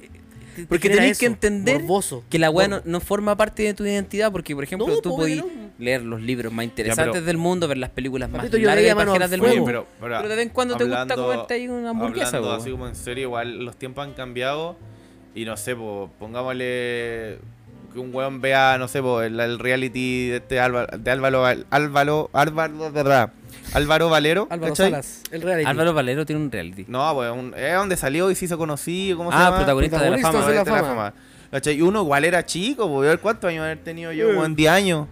te- te Porque genera tenés que eso, entender morboso, que la weá morbo. no, no forma parte de tu identidad, porque por ejemplo No, tú po, podís weón. leer los libros más interesantes pero- del mundo, ver las películas más Papito, yo largas leía y Mano al pajeras del Fuego. mundo. Pero- pero de vez en cuando te gusta comerte ahí una hamburguesa, Hablando po. así como en serio, igual los tiempos han cambiado. Y no sé, po, pongámosle que un weón vea, no sé, po, el, el reality de este Álvaro, de Álvaro, Val- Álvaro, Álvaro, de verdad. Álvaro Valero. Álvaro ¿cachai? Salas, el reality. Álvaro Valero tiene un reality. No, pues un- es donde salió y se hizo conocido. ¿cómo se Ah, llama? protagonista de la Protagonista fama. de la ¿Cachai? Y uno igual era chico, pues, ver cuántos años haber tenido yo, weón, 10 años.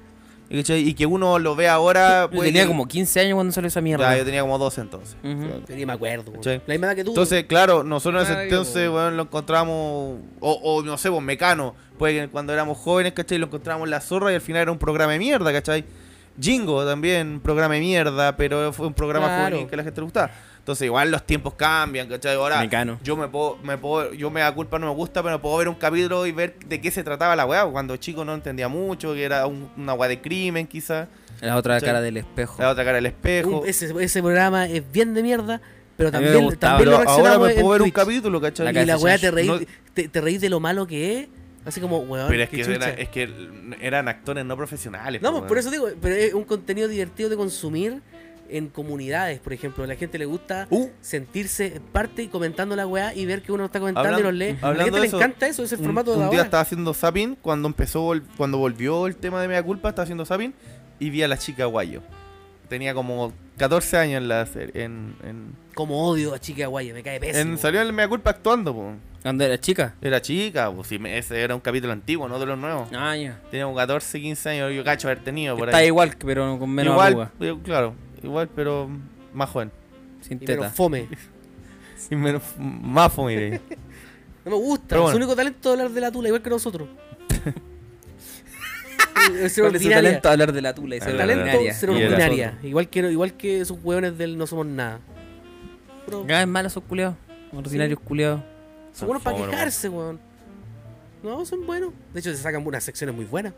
Y, ¿cachai? y que uno lo ve ahora. Yo puede tenía que- como 15 años cuando salió esa mierda. Ya, pues, Ah, yo tenía como 12 entonces. Ujú. Yo ni me acuerdo. weón. ¿Cachai? La misma edad que tú. Entonces, claro, nosotros en ese Claro, entonces, po. weón, lo encontramos. O, o, no sé, pues, mecano. Pues que cuando éramos jóvenes, ¿cachai? Lo encontramos en la zorra y al final era un programa de mierda, ¿cachai? Jingo también, un programa de mierda, pero fue un programa Claro. juvenil que a la gente le gustaba. Entonces, igual los tiempos cambian, ¿cachai? Ahora, Mecano. yo me puedo, me puedo, yo me da culpa, no me gusta, pero puedo ver un capítulo y ver de qué se trataba la weá. Cuando chico no entendía mucho, que era un- una weá de crimen, quizás. La otra Sí. cara del espejo. La otra cara del espejo. Un- ese, ese programa es bien de mierda, pero A mí me también, también gustaba, Pero lo ahora reaccionamos me en puedo ver un Twitch. capítulo, ¿cachai? La Y la weá te reís No- te, te reís de lo malo que es. Así como, weón. Pero es qué que, chucha. era- es que eran actores no profesionales. No, po, pues, por weón. eso digo, pero es un contenido divertido de consumir en comunidades, por ejemplo. A la gente le gusta Uh. sentirse parte y comentando la weá y ver que uno está comentando Hablan- y los lee. A la hablando gente de le eso, encanta eso, es el Un- formato un, de día ahora. estaba haciendo zapping cuando empezó vol- cuando volvió el tema de Mea Culpa estaba haciendo zapping y vi a la chica guayo tenía como 14 años en la serie en, en- Como odio a Chica Guaya, me cae en- pésimo. salió en el Mea Culpa actuando po. ¿Dónde era chica? era chica po, si me- ese era un capítulo antiguo no de los nuevos Ah, ya. tenía como 14 15 años yo cacho haber tenido por Está ahí igual, pero con menos igual arruga, yo- claro igual pero más joven sin Y teta. pero fome. y menos más fome No me gusta. Pero Su bueno. único talento es hablar de la tula, igual que nosotros. Es ¿Cuál es su ordinaria. talento? Hablar de la tula y ser Hablar de la talento ordinaria. ser Y era ordinaria. Igual que, igual que esos hueones del no somos nada. Pero Cada vez malos esos culiados. Ordinarios culiados. son buenos para Por favor, quejarse, weón. No, son buenos. De hecho, se sacan unas secciones muy buenas.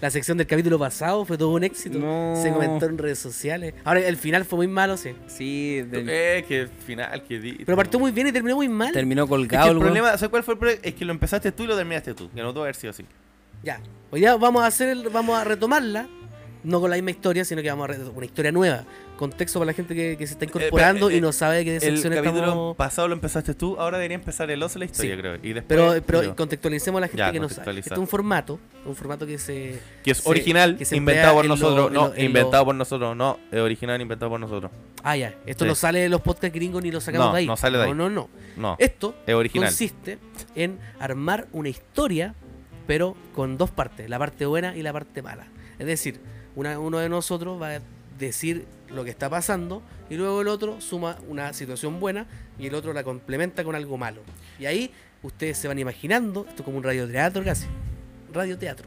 La sección del capítulo pasado fue todo un éxito. No. Se comentó en redes sociales. Ahora, el final fue muy malo, sí. Sí, del- es que el final que di Pero partió muy bien y terminó muy mal. terminó Es que colgado el el weón. problema, ¿sabes cuál fue el problema? Es que lo empezaste tú y lo terminaste tú. Que no tuvo haber sido así. ya. Hoy día vamos a hacer el- vamos a retomarla. No con la misma historia, sino que vamos a re- una historia nueva. Contexto para la gente que, que se está incorporando eh, y no sabe de qué El sección capítulo estamos. pasado lo empezaste tú, ahora debería empezar el oso la historia, Sí. creo. Y después, Pero, pero yo, contextualicemos a la gente Ya, que no sabe. contextualiza. Este es un formato, un formato que se... que es se- original, que se emplea inventado por en lo- nosotros. en no, lo- en inventado por nosotros. No, es original, inventado por nosotros. Ah, ya. Esto Sí. no sale de los podcast gringos ni lo sacamos No, de ahí. no sale de ahí. No, no, no. No, Esto es original. consiste en armar una historia, pero con dos partes, la parte buena y la parte mala. Es decir, una- uno de nosotros va a decir lo que está pasando y luego el otro suma una situación buena y el otro la complementa con algo malo. Y ahí ustedes se van imaginando, esto es como un radioteatro casi, radioteatro.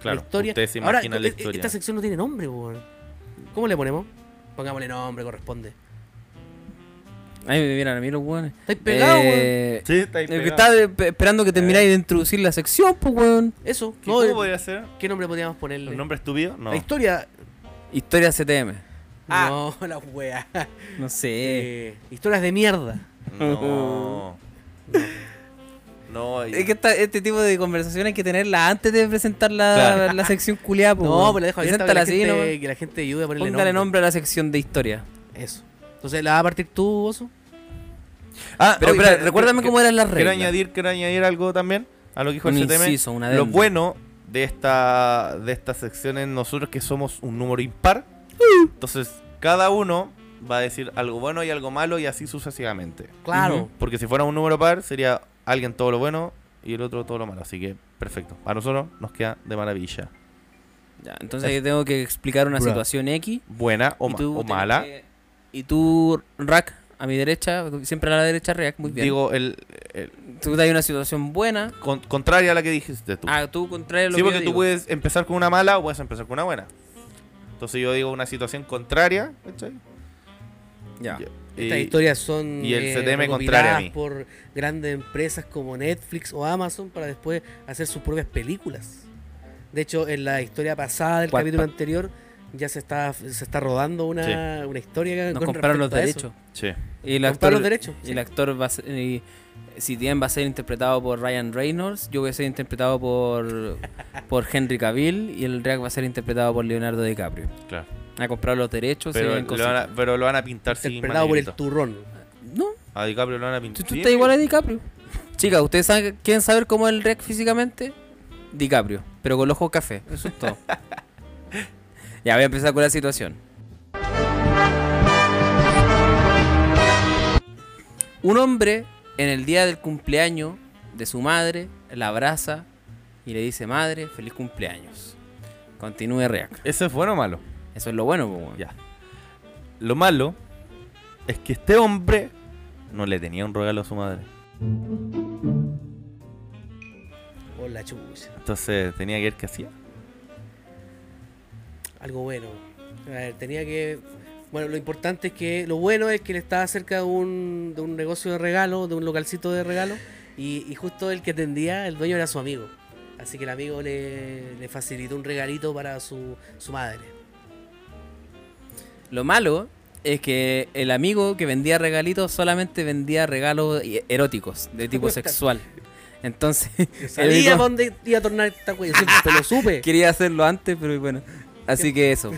Claro, la historia. ustedes se Ahora, imaginan la e- e- historia. esta sección no tiene nombre, po, weón. ¿Cómo le ponemos? Pongámosle nombre, corresponde. Ay, me miran a mí los weones. Estáis pegados, Eh, Sí, está ahí El que pegado. Eh. está de- pe- esperando que termináis de introducir la sección, pues weón. Eso, ¿Qué- no, ¿Cómo eh, podría ser? ¿qué nombre podríamos ponerle? ¿Un nombre estúpido? No. La historia. Historia CTM. No, la wea. No sé. Eh, historias de mierda. No. No. y- Es que esta- este tipo de conversaciones hay que tenerla antes de presentar la, Claro. la sección culiada. pues, No, weón. pero la dejo abierta para Preséntala la así, gente, ¿no? que la gente ayude a ponerle Póngale nombre a la sección de historia. Eso. Entonces, ¿la vas a partir tú, Oso? Ah, Pero oye, espera, pero- recuérdame que- cómo eran las Quiero reglas. añadir, quiero añadir algo también a lo que dijo Un el CTM. inciso, una lo adenda. bueno de esta de estas secciones nosotros que somos un número impar Entonces, cada uno va a decir algo bueno y algo malo y así sucesivamente. Claro. Porque si fuera un número par, sería alguien todo lo bueno y el otro todo lo malo. Así que, perfecto. A nosotros nos queda de maravilla. Ya, entonces yo tengo que explicar una Bruh. situación X. Buena o, y ma- tú o tenés mala. que- y tú, Rack, a mi derecha, siempre a la derecha, Rack, muy bien. Digo, el, el- tú hay una situación buena. con- contraria a la que dijiste tú. Ah, tú contrario a lo sí, que porque yo tú digo. puedes empezar con una mala o puedes empezar con una buena. Entonces yo digo una situación contraria, ¿cachai? Ya. Y- Estas historias son y el CTM recopiladas contrario a mí. por grandes empresas como Netflix o Amazon para después hacer sus propias películas. De hecho, en la historia pasada del ¿Cuál capítulo pa- anterior ya se está se está rodando una, una historia Nos con compraron los respecto a eso. derechos. Sí. Y el Compraron actor, los derechos, y sí. el actor va a ser, y si bien va a ser interpretado por Ryan Reynolds, yo voy a ser interpretado por, por Henry Cavill y el Rack va a ser interpretado por Leonardo DiCaprio. Claro. Ha comprado los derechos. se Pero vienen lo, cositas. van a, pero lo van a pintar sin Interpretado por el maniguito. turrón. No, A DiCaprio lo van a tú, pintar. tú Sí, estás igual a DiCaprio. Chicas, ¿ustedes saben- quieren saber cómo es el Rack físicamente? DiCaprio, pero con los ojos café. Eso es todo. ya voy a empezar con la situación. Un hombre en el día del cumpleaños de su madre la abraza y le dice, madre, feliz cumpleaños. Continúe React. ¿Eso es bueno o malo? Eso es lo bueno, po, weón. Ya. Lo malo es que este hombre no le tenía un regalo a su madre. O la chucha. Entonces tenía que ver qué hacía. Algo bueno. A ver, tenía que. Bueno, lo importante es que. Lo bueno es que él estaba cerca de un, de un negocio de regalo, de un localcito de regalo. Y, y justo el que atendía, el dueño era su amigo. Así que el amigo le, le facilitó un regalito para su, su madre. Lo malo es que el amigo que vendía regalitos solamente vendía regalos i- eróticos, de tipo sexual. Entonces, el Sabía amigo para dónde iba a tornar esta cuestión, siempre te lo supe. quería hacerlo antes, pero bueno. Así que eso.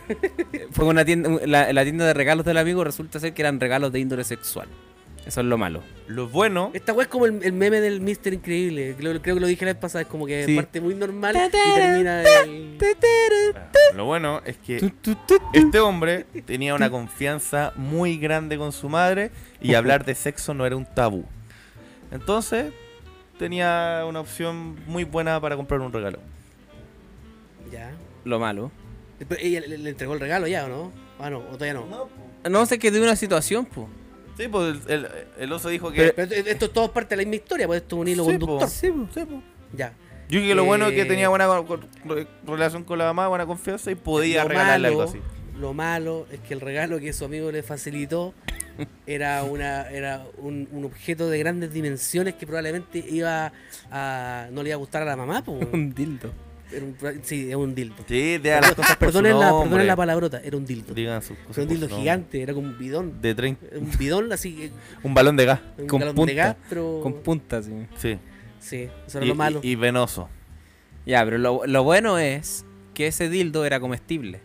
Fue una tienda, la, la tienda de regalos del amigo resulta ser que eran regalos de índole sexual. Eso es lo malo. Lo bueno, Este Esta wea es como el, el meme del Mister Increíble. Creo, creo que lo dije la vez pasada. Es como que Sí. parte muy normal y termina el. lo bueno es que este hombre tenía una confianza muy grande con su madre y hablar de sexo no era un tabú. Entonces tenía una opción muy buena para comprar un regalo. Ya. Lo malo. Pero ella le, le entregó el regalo ya, ¿o no? Ah, no, o todavía no. No sé qué de una situación, pues. Sí, pues el, el- el oso dijo que... Pero esto- esto es todo parte de la misma historia, pues esto es un hilo Sí, conductor. po, sí, po, sí, po. Ya. Yo creo que lo bueno es que Eh, tenía buena con- con- re- relación con la mamá, buena confianza y podía Lo regalarle malo- algo así. Lo malo es que el regalo que su amigo le facilitó era una era un, un objeto de grandes dimensiones que probablemente iba a no le iba a gustar a la mamá, pues. Un dildo. Era un- sí, es un dildo. Sí, de las cosas por su Perdonen la, nombre. perdonen la palabrota, era un dildo. Digan sus cosas Era un por dildo su nombre. gigante, era como un bidón. De 30. Un bidón así, eh, Un balón de gas. un Con galón punta, de gas, pero. Con puntas. sí. Sí. sí, eso era y, lo malo. y- y venoso. Ya, pero lo, lo bueno es que ese dildo era comestible.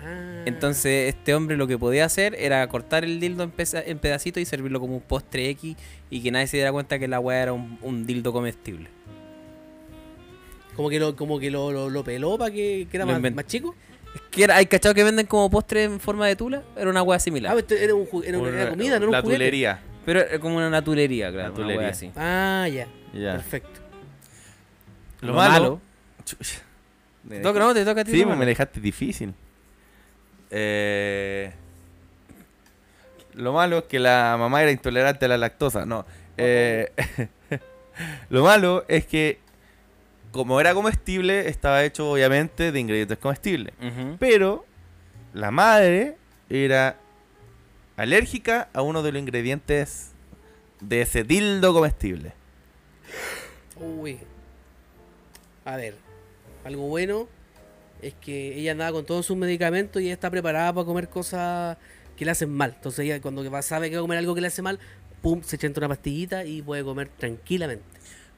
Ah. Entonces este hombre lo que podía hacer era cortar el dildo en, peza- en pedacitos y servirlo como un postre X y que nadie se diera cuenta que la weá era un, un dildo comestible. Como que lo, como que lo, lo, lo peló para que, que era Lo más, invent- más chico. Es que era, ¿Hay cachado que venden como postre en forma de tula? Era una weá Ah, pues, similar. pero esto era, un, ju- era una era comida, no era un La juguete. tulería. Pero era como una natulería, claro. Una Natulería. weá así. Ah, ya. Ya. Perfecto. Lo, malo. Chucha. Te toca- no, te toca a ti. Sí, lo pues me malo. dejaste difícil. Eh, lo malo es que la mamá era intolerante a la lactosa. No. eh, lo malo es que, como era comestible, estaba hecho obviamente de ingredientes comestibles. Ujú. Pero la madre era alérgica a uno de los ingredientes de ese dildo comestible. Uy. A ver. Algo bueno es que ella andaba con todos sus medicamentos y ella está preparada para comer cosas que le hacen mal. Entonces ella cuando va- sabe que va a comer algo que le hace mal, pum, se echa una pastillita y puede comer tranquilamente.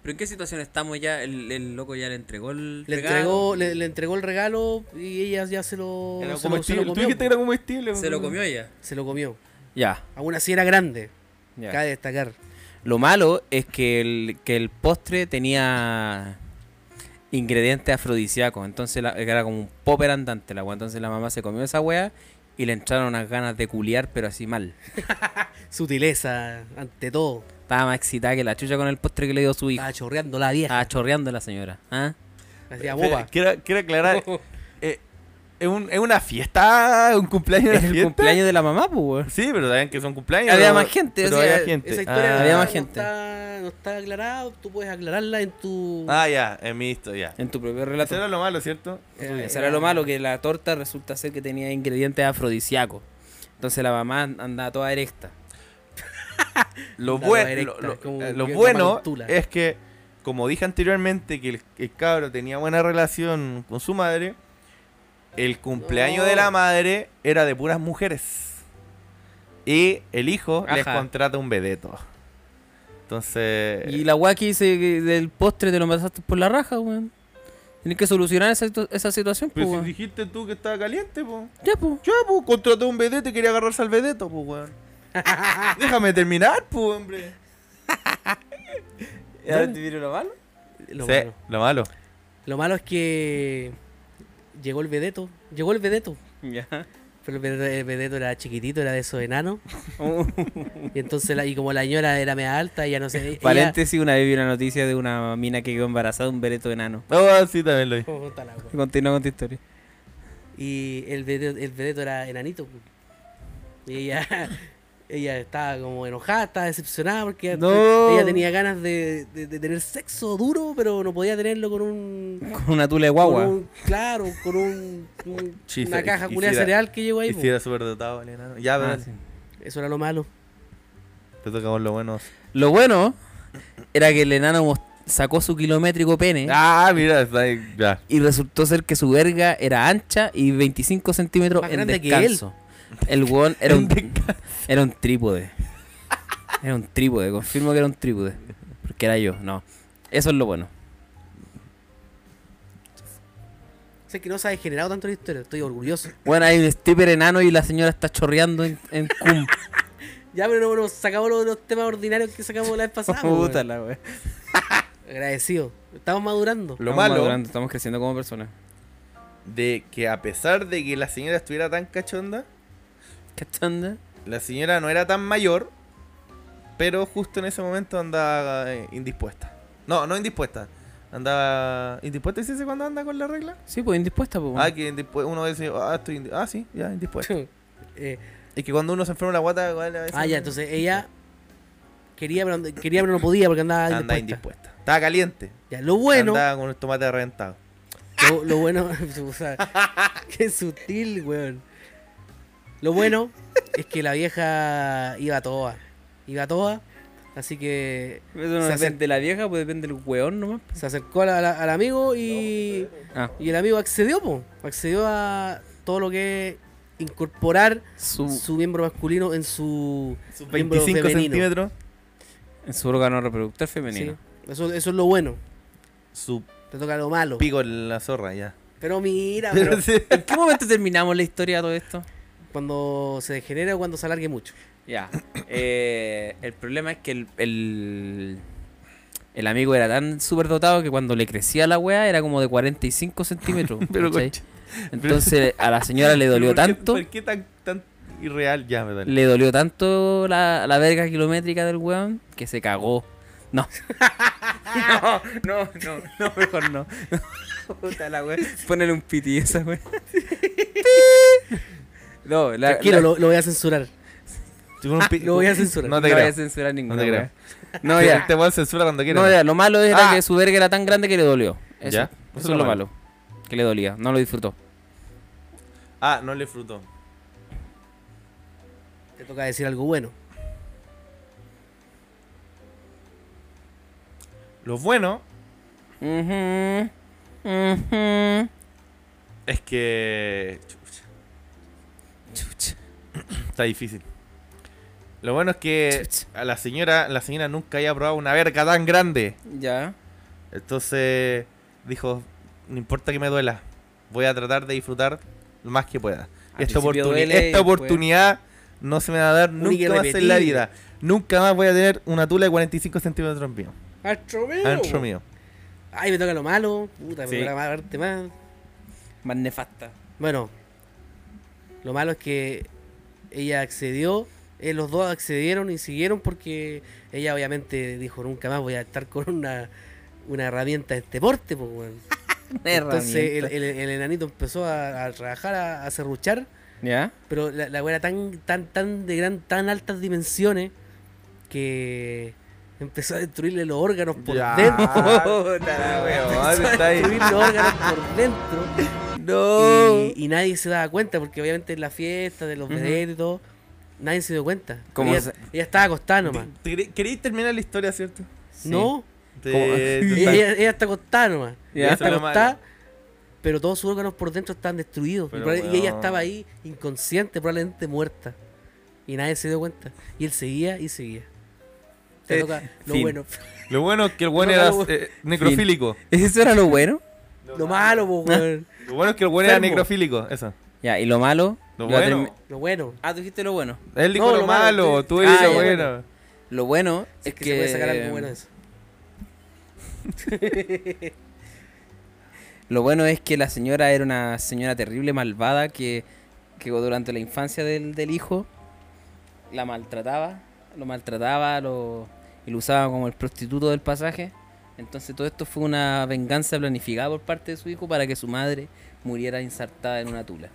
Pero en qué situación estamos ya? El, el loco ya le entregó el Le regalo, entregó, le, le entregó el regalo y ella ya se lo, Era se lo, se lo comestible. Tú comió. dijiste que era comestible. se lo comió ya. Se lo comió. Ya. Aún así era grande. ya. Cabe destacar. Lo malo es que el, que el postre tenía ingredientes afrodisíacos. Entonces la- era como un popper andante la weá. Entonces la mamá se comió esa weá y le entraron unas ganas de culiar, pero así mal. Sutileza, ante todo. Estaba más excitada que la chucha con el postre que le dio su hijo. Estaba chorreando la vieja. Estaba chorreando la señora. ¿ah? Hacía Espera, boba. Quiero, quiero aclarar. eh, ¿es, un- ¿Es una fiesta? ¿Un cumpleaños? Es de el fiesta? cumpleaños de la mamá, pues, weón. Sí, pero saben que son cumpleaños. Había pero- más gente, Pero o sea, había gente. Esa historia ah, había no, más no gente. Está, no está aclarada, tú puedes aclararla en tu... ah, ya, en mi historia. En tu propio Eso relato. era lo malo, ¿cierto? Eh, Eso era lo malo, que la torta resulta ser que tenía ingredientes afrodisíacos. Entonces la mamá andaba toda erecta. Lo, La buen- nueva lo- erecta, lo- es como eh, que lo es la bueno maltula. es que, como dije anteriormente, que el, el cabro tenía buena relación con su madre, el cumpleaños No. de Oh. la madre era de puras mujeres. Y el hijo les Ajá. contrata un vedeto. Entonces... Y la weá que dice que del postre te lo pasaste por la raja, weón. Tienes que solucionar esa, esa situación, pues, Pero si weón. dijiste tú que estaba caliente, po. Ya, pues. Ya, po, contraté un vedeto y quería agarrarse al vedeto, po, weón. Déjame terminar, po, hombre. ¿Y ahora te viene lo malo? Lo, sí, malo. lo malo. Lo malo es que llegó el vedeto. Llegó el vedeto. Ya. Pero el vedeto, el vedeto era chiquitito, era de esos enanos. Uh. y entonces, la- y como la señora era media alta, ella no sé... ella- Paréntesis, una vez vi una noticia de una mina que quedó embarazada de un bereto enano. Ah, sí, también lo vi. Oh, puta la wea. Y Continúa con tu historia. Y el vedeto, el vedeto era enanito. pu. Y ella, ella estaba como enojada, estaba decepcionada porque ella- No. ella tenía ganas de, de- de tener sexo duro, pero no podía tenerlo con un. Con una tula de con guagua. un- claro, con un, un- Sí, una sí, caja y- culia hiciera- cereal que llegó ahí. Y pu. si era súper dotado, el enano. Ya, Ah, pero sí. Eso era lo malo. te tocamos lo bueno. Lo bueno era que el enano mos- sacó su kilométrico pene Ah, mira, está ahí. Ya. y resultó ser que su verga era ancha y 25 centímetros Más en grande que descanso. El weón era un, era un trípode. Era un trípode, confirmo que era un trípode. Porque era yo, no. Eso es lo bueno. O sea, que no se ha degenerado tanto la historia, estoy orgulloso. Bueno, hay un stripper enano y la señora está chorreando en, en cum. Ya, pero no, no, sacamos los, los temas ordinarios que sacamos la vez pasada. pu, Puta weón. la wea. Agradecido. Estamos madurando. Lo Estamos malo madurando, estamos creciendo como personas. de que a pesar de que la señora estuviera tan cachonda, ¿Qué onda? la señora no era tan mayor, pero justo en ese momento andaba eh, indispuesta. No, no indispuesta. Andaba indispuesta, ¿es ese cuando anda con la regla? Sí, pues indispuesta, pues. Ah, que indispu- uno dice, ah, estoy indi- ah, sí, ya, indispuesto. Eh, es que cuando uno se enferma la guata, igual a veces Ah, ya, entonces ella quería pero, quería, pero no podía porque andaba anda indispuesta. ah, indispuesta. Estaba caliente. Ya, lo bueno, Andaba con el tomate reventado. lo, lo bueno, o sea, qué sutil, weón. Lo bueno es que la vieja iba a toa, iba a toa, así que Eso no Se depende de la vieja, pues depende del weón nomás. se acercó a la- a la- al amigo y, Ah, y el amigo accedió, po. accedió a todo lo que es incorporar su, su miembro masculino en su Sus miembro 25 femenino. centímetros. en su órgano reproductor femenino. Sí, eso, eso es lo bueno, Su te toca lo malo. pico en la zorra, ya. Pero mira, Ah, pero, Sí. ¿En qué momento terminamos la historia de todo esto? cuando se degenera o cuando se alargue mucho. Ya. eh, el problema es que el, el, el amigo era tan superdotado que cuando le crecía la weá era como de 45 centímetros. Pero ¿cachai? Entonces a la señora le dolió ¿Por qué- tanto, ¿Por qué tan, tan irreal? Ya, me duele. le dolió tanto la, la verga kilométrica del weón que se cagó. No. no, no, no, no, mejor no. Puta la weá. Ponele un piti a esa weá. No, la, Tranquilo, la- lo, lo voy a censurar. Tú con un pi- Lo voy a censurar. No te no voy a creas. censurar ninguna. te creo. weá. No, Sí, ya. Te voy a censurar cuando quieras. No, ya, lo malo era Ah. que su verga era tan grande que le dolió. Eso, Ya, eso es lo malo. Que le dolía, no lo disfrutó. Ah, no le frutó. Te toca decir algo bueno. Lo bueno Ujú, ujú. es que. Chucha, Chucha. Está difícil. Lo bueno es que Chucha. a la señora, la señora nunca había probado una verga tan grande. Ya. Entonces dijo, no importa que me duela, voy a tratar de disfrutar lo más que pueda. Al Esta, principio oportuni- duele y esta después- oportunidad no se me va a dar Única y nunca más en la repetible. vida. Nunca más voy a tener una tula de 45 centímetros mío. Astro mío. Ancho mío. Ay, me toca lo malo. Puta, me Sí. toca la parte más. Más nefasta. Bueno, lo malo es que ella accedió, eh, los dos accedieron y siguieron porque ella obviamente dijo nunca más voy a estar con una, una herramienta de este porte. Pues, weón". Entonces el, Herramienta. el- el enanito empezó a, a trabajar, a, a serruchar, ¿Ya? pero la, la weá era tan, tan, tan de gran, tan altas dimensiones que empezó a destruirle los órganos por Ya. dentro. Puta la weón, está ahí. Destruir los órganos por dentro. No. Y, y nadie se daba cuenta, porque obviamente en la fiesta de los vedettes y todo, nadie se dio cuenta. ¿Cómo ella, se- ella estaba acostada nomás. ¿Te- te- ¿Queréis terminar la historia, cierto? No, Te- ¿Cómo? te- ella, ella- ella está acostada nomás. Ya. Ella Eso está es lo acostada, malo. pero todos sus órganos por dentro están destruidos. Y Pero, proba- y, ella weón. estaba ahí inconsciente, probablemente muerta. Y nadie se dio cuenta. Y él seguía y seguía. Te Eh, toca lo fin. bueno. Lo bueno es que el weón No, era no, eh, necrofílico. ¿Eso era lo bueno? Lo malo, po, weón. Lo bueno es que el weón era Enfermo. necrofílico. Eso. Ya, y lo malo. Lo Lo atrem- bueno. Lo bueno. Ah, tú dijiste lo bueno. Él dijo No, lo, lo malo, malo, sí. tú dices Ah, lo ya, bueno. Lo bueno Es que, se puede sacar algo bueno de eso. Lo bueno es que la señora era una señora terrible, malvada, que, que durante la infancia del, del hijo la maltrataba, lo maltrataba, lo, y lo usaba como el prostituto del pasaje. Entonces todo esto fue una venganza planificada por parte de su hijo para que su madre muriera insertada en una tula.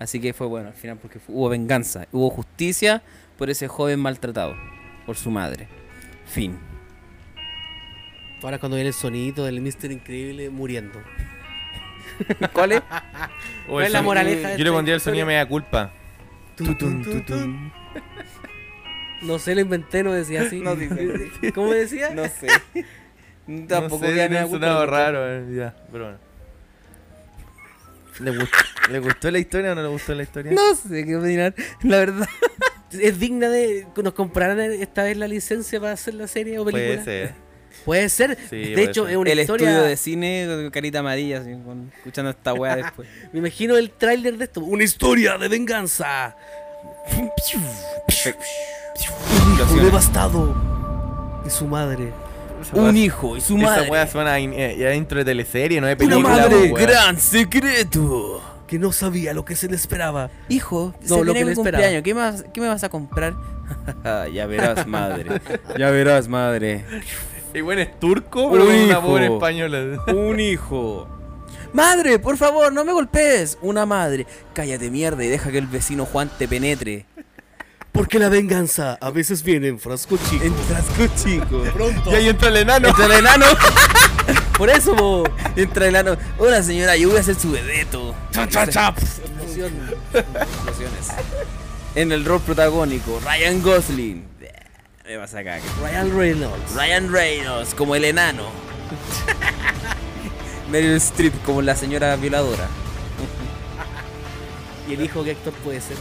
Así que fue bueno al final porque fu- hubo venganza, hubo justicia por ese joven maltratado, por su madre. Fin. Ahora cuando viene el sonido del Mister Increíble muriendo. ¿Cuál es? O ¿Cuál el es la sonido- moraleja? de Yo le esta pondría el sonido historia? media culpa. No sé, lo inventé, no decía así. No dice. ¿Cómo decía? No sé. Tampoco Tampoco no sé, había tiene nada un culpa, sonado pero- raro, eh, ya, pero bueno. ¿Le gustó, ¿Le gustó la historia o no le gustó la historia? No sé qué opinar, la verdad. ¿Es digna de. ¿Nos comprarán esta vez la licencia para hacer la serie o película? Puede ser. Puede ser. Sí, de puede hecho, ser. es una el historia. estudio de cine con carita amarilla, así, con- escuchando esta weá después. Me imagino el tráiler de esto. Una historia de venganza. Un devastado. Y su madre. Un hijo y su Esa weá madre. suena a, in- eh, a intro de teleserie, no de Una película. madre, po, weá. gran secreto. Que no sabía lo que se le esperaba. Hijo, No, lo que le esperaba. ¿Qué, más, ¿Qué me vas a comprar? ya verás, madre. Ya verás, madre. Y bueno, es turco, pero Un con una hijo. pobre española. Un hijo. Madre, por favor, no me golpees. Una madre. Cállate, mierda, y deja que el vecino Juan te penetre. Porque la venganza a veces viene en frasco chico. Entras con chico. Y ahí entra el enano. Entra el enano. Por eso, po. Entra el enano. Hola, señora, yo voy a ser su vedeto. explosiones. En el rol protagónico, Ryan Gosling. Me vas a cagar. Ryan Reynolds. Ryan Reynolds como el enano. Meryl Streep como la señora violadora. Y el hijo que actor puede ser.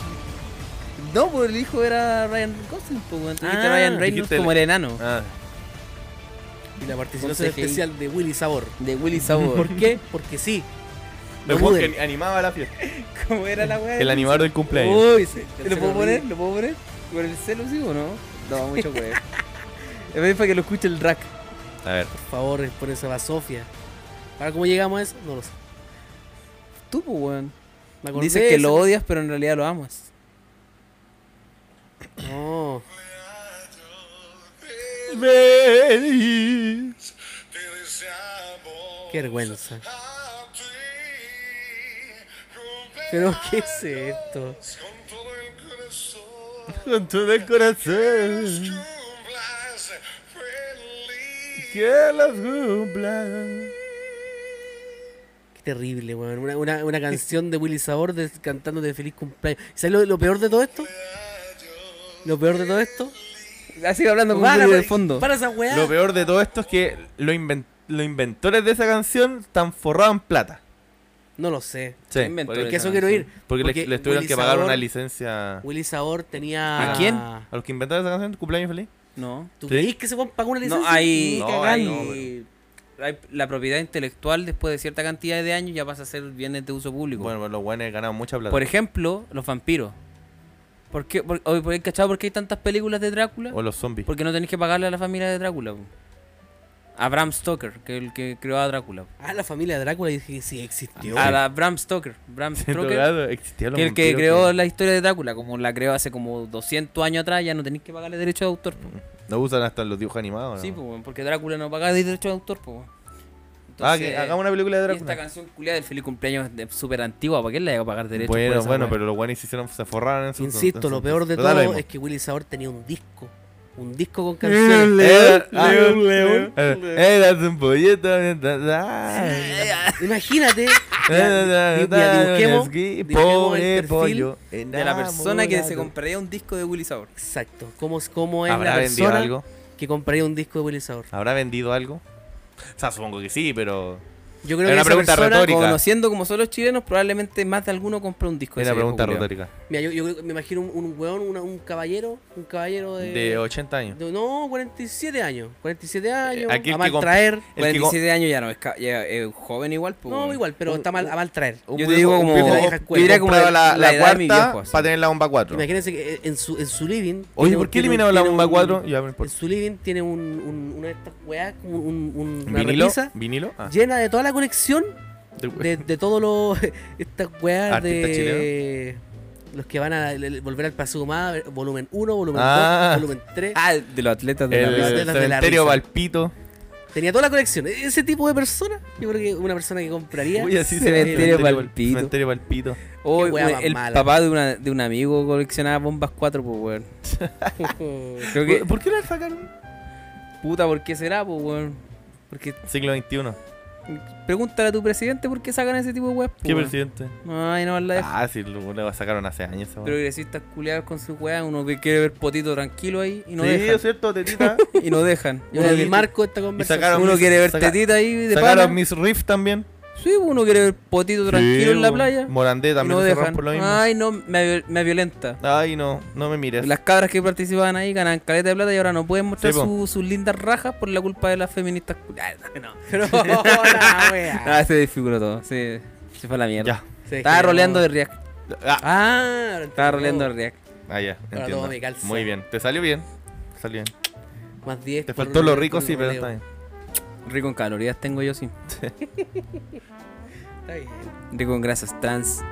No, pues el hijo era Ryan Gosling, pues bueno, tú dijiste Ah, Ryan Reynolds dijiste como el el- enano. Ah, Y la participación Con CGI. especial de Willy Sabor. De Willy Sabor. ¿Por qué? Porque sí. el No weón duden. que animaba la fiesta. ¿Cómo era la weá? El animador del cumpleaños. Uy, sí. El ¿Lo celu puedo poner? horrible. ¿Lo puedo poner? ¿Por el celu sí o no? No, mucho weón. Es mejor para que lo escuche el rack. Uh. A ver. Por favor, por eso va Sofía. Ahora, ¿cómo llegamos a eso? No lo sé. Tú, pues weón. Me acordé Dices que de lo esa- odias, pero en realidad lo amas. No. Qué vergüenza. Pero, ¿qué es esto? Con todo el corazón. Que las cumpla. Qué terrible, weón. Una, una, una canción de Willy Sabor de- cantando de feliz cumpleaños. ¿Sabes lo, lo peor de todo esto? Lo peor de todo esto. Así hablando con Para, Guru de para- fondo. Para esa weá. Lo peor de todo esto es que lo inven- los inventores de esa canción están forrados en plata. No lo sé. Sí, Inventores. porque- Que eso canción. quiero ir. Porque, les- Porque les, tuvieron Willy que pagar Sabor- una licencia. Willy Sabor tenía. ¿A quién? ¿A los que inventaron esa canción? ¿Cumpleaños feliz? No. ¿Tú ¿Sí? creís que se pagó una licencia? No, hay, No, hay- ahí hay- la propiedad intelectual después de cierta cantidad de años ya pasa a ser bienes de uso público. Bueno, pero los guanes ganaron mucha plata. por ejemplo, los vampiros. ¿Por qué, por, oye, por- ¿cachado por qué hay tantas películas de Drácula? o los zombies. Porque no tenéis que pagarle a la familia de Drácula. po. A Bram Stoker, que el que creó a Drácula. Ah, la familia de Drácula, y dije, sí, Ah, existió. A la Bram Stoker. Bram Stoker. Drogado, existía los Que el que vampiros creó la historia de Drácula, como la creó hace como 200 años atrás, ya no tenéis que pagarle derecho de autor. po. No usan hasta los dibujos animados. ¿no? Sí, pues, weón, porque Drácula no paga derecho de autor. Pues. ah, que hagamos una película de Esta Drácula. canción culiada del feliz cumpleaños es de- súper antigua, ¿para qué le hago pagar derecho? por Bueno, esa bueno, weá? pero los guanes se hicieron, se forraron en su Insisto, lo peor de todo es que Willy Sabor tenía un disco. Un disco con canciones. León, León, ah, León. Eh, Eras un pollito. da, da, da. Ah, Imagínate. Da, da, ya, da, ya, dibujemos- esquí, dibujemos el pobre perfil pollo De la persona que se enamorado. compraría un disco de Willy Sabor. Exacto. ¿Cómo, es- cómo es ¿Habrá la vendido persona algo? que compraría un disco de Willy Sabor? ¿Habrá vendido algo? O sea, supongo que sí, pero. Yo creo Es que una esa pregunta persona- retórica. Conociendo como son los chilenos, probablemente más de alguno compró un disco. de Era ese viejo pregunta culiao. retórica. Mira, yo, yo creo que me imagino un, un weón, una- un caballero, un caballero de... De 80 años. Eh, de- no, 47 años. 47 años, aquí a el que comp- maltraer. El que 47 años ya no es, ca- ya es joven igual. po, No, weón. igual, pero está mal, a maltraer. Un Yo te viejo- digo un como- viejo de la vieja que escuela. hubiera comprado la, la la, edad de mi cuarta viejo, así. para tener la bomba 4. Imagínense que eh, en su, en su living... Oye, tiene un- ¿por qué tiene un- eliminaron la tiene bomba un- 4? Ya, pues, por En su living tiene un, un- una de estas weas, como un, un- una ¿Vinilo? repisa ¿Vinilo? Ah. llena de toda la colección de, de todos los... estas weas Artistas de... Los que van a el- el- volver al Paseo Humada, volumen 1, volumen 2, Ah. volumen 3. Ah, de los atletas de El la de el las de la cementerio risa. Valpito. Tenía toda la colección. Ese tipo de persona, yo creo que una persona que compraría. Uy, así se Cementerio llama. Valpito. Cementerio Valpito. Oh, Qué wea weón, más el mala. papá de, una- de un amigo coleccionaba bombas 4, pues, weón. Creo que, ¿Por- ¿Por qué la sacaron? puta, ¿por qué será, pues, weón? Porque, Siglo XXI. pregúntale a tu presidente por qué sacan ese tipo de weas, po, ¿Qué weón. presidente? Ay, no, la de Ah, sí, lo lo sacaron hace años. esa weá. progresistas culiados con sus weas, uno que quiere ver potito tranquilo ahí y no Sí, dejan. es cierto, tetita. Y no dejan. Yo creo que el marco de esta conversación. sacaron- Uno quiere ver Saca- tetita ahí de pana. Sacaron Miss Riff también. Sí, uno quiere ver potito tranquilo Sí, en la weón. playa. Morandé Y también no lo cerraron dejan. por lo mismo. Ay, no, me, viol- me violenta. Ay, no, no me mires. Las cabras que participaban ahí ganan caleta de plata y ahora no pueden mostrar Sí, po. su- sus lindas rajas por la culpa de las feministas. cul- Ah, no. Pero, la wea. Ah, se desfiguró todo. Se, se fue a la mierda. Ya. Se Estaba degeneró. roleando de React. Ah, Ah, ahora Estaba entiendo. roleando de React. ah, ya, todo entiendo. me calza. Muy bien. Te salió bien. Te salió bien. Más 10. Te por faltó lo roleo, rico, por sí, pero roleo. está bien. Rico en calorías tengo yo, sí. Está bien. Rico en grasas trans.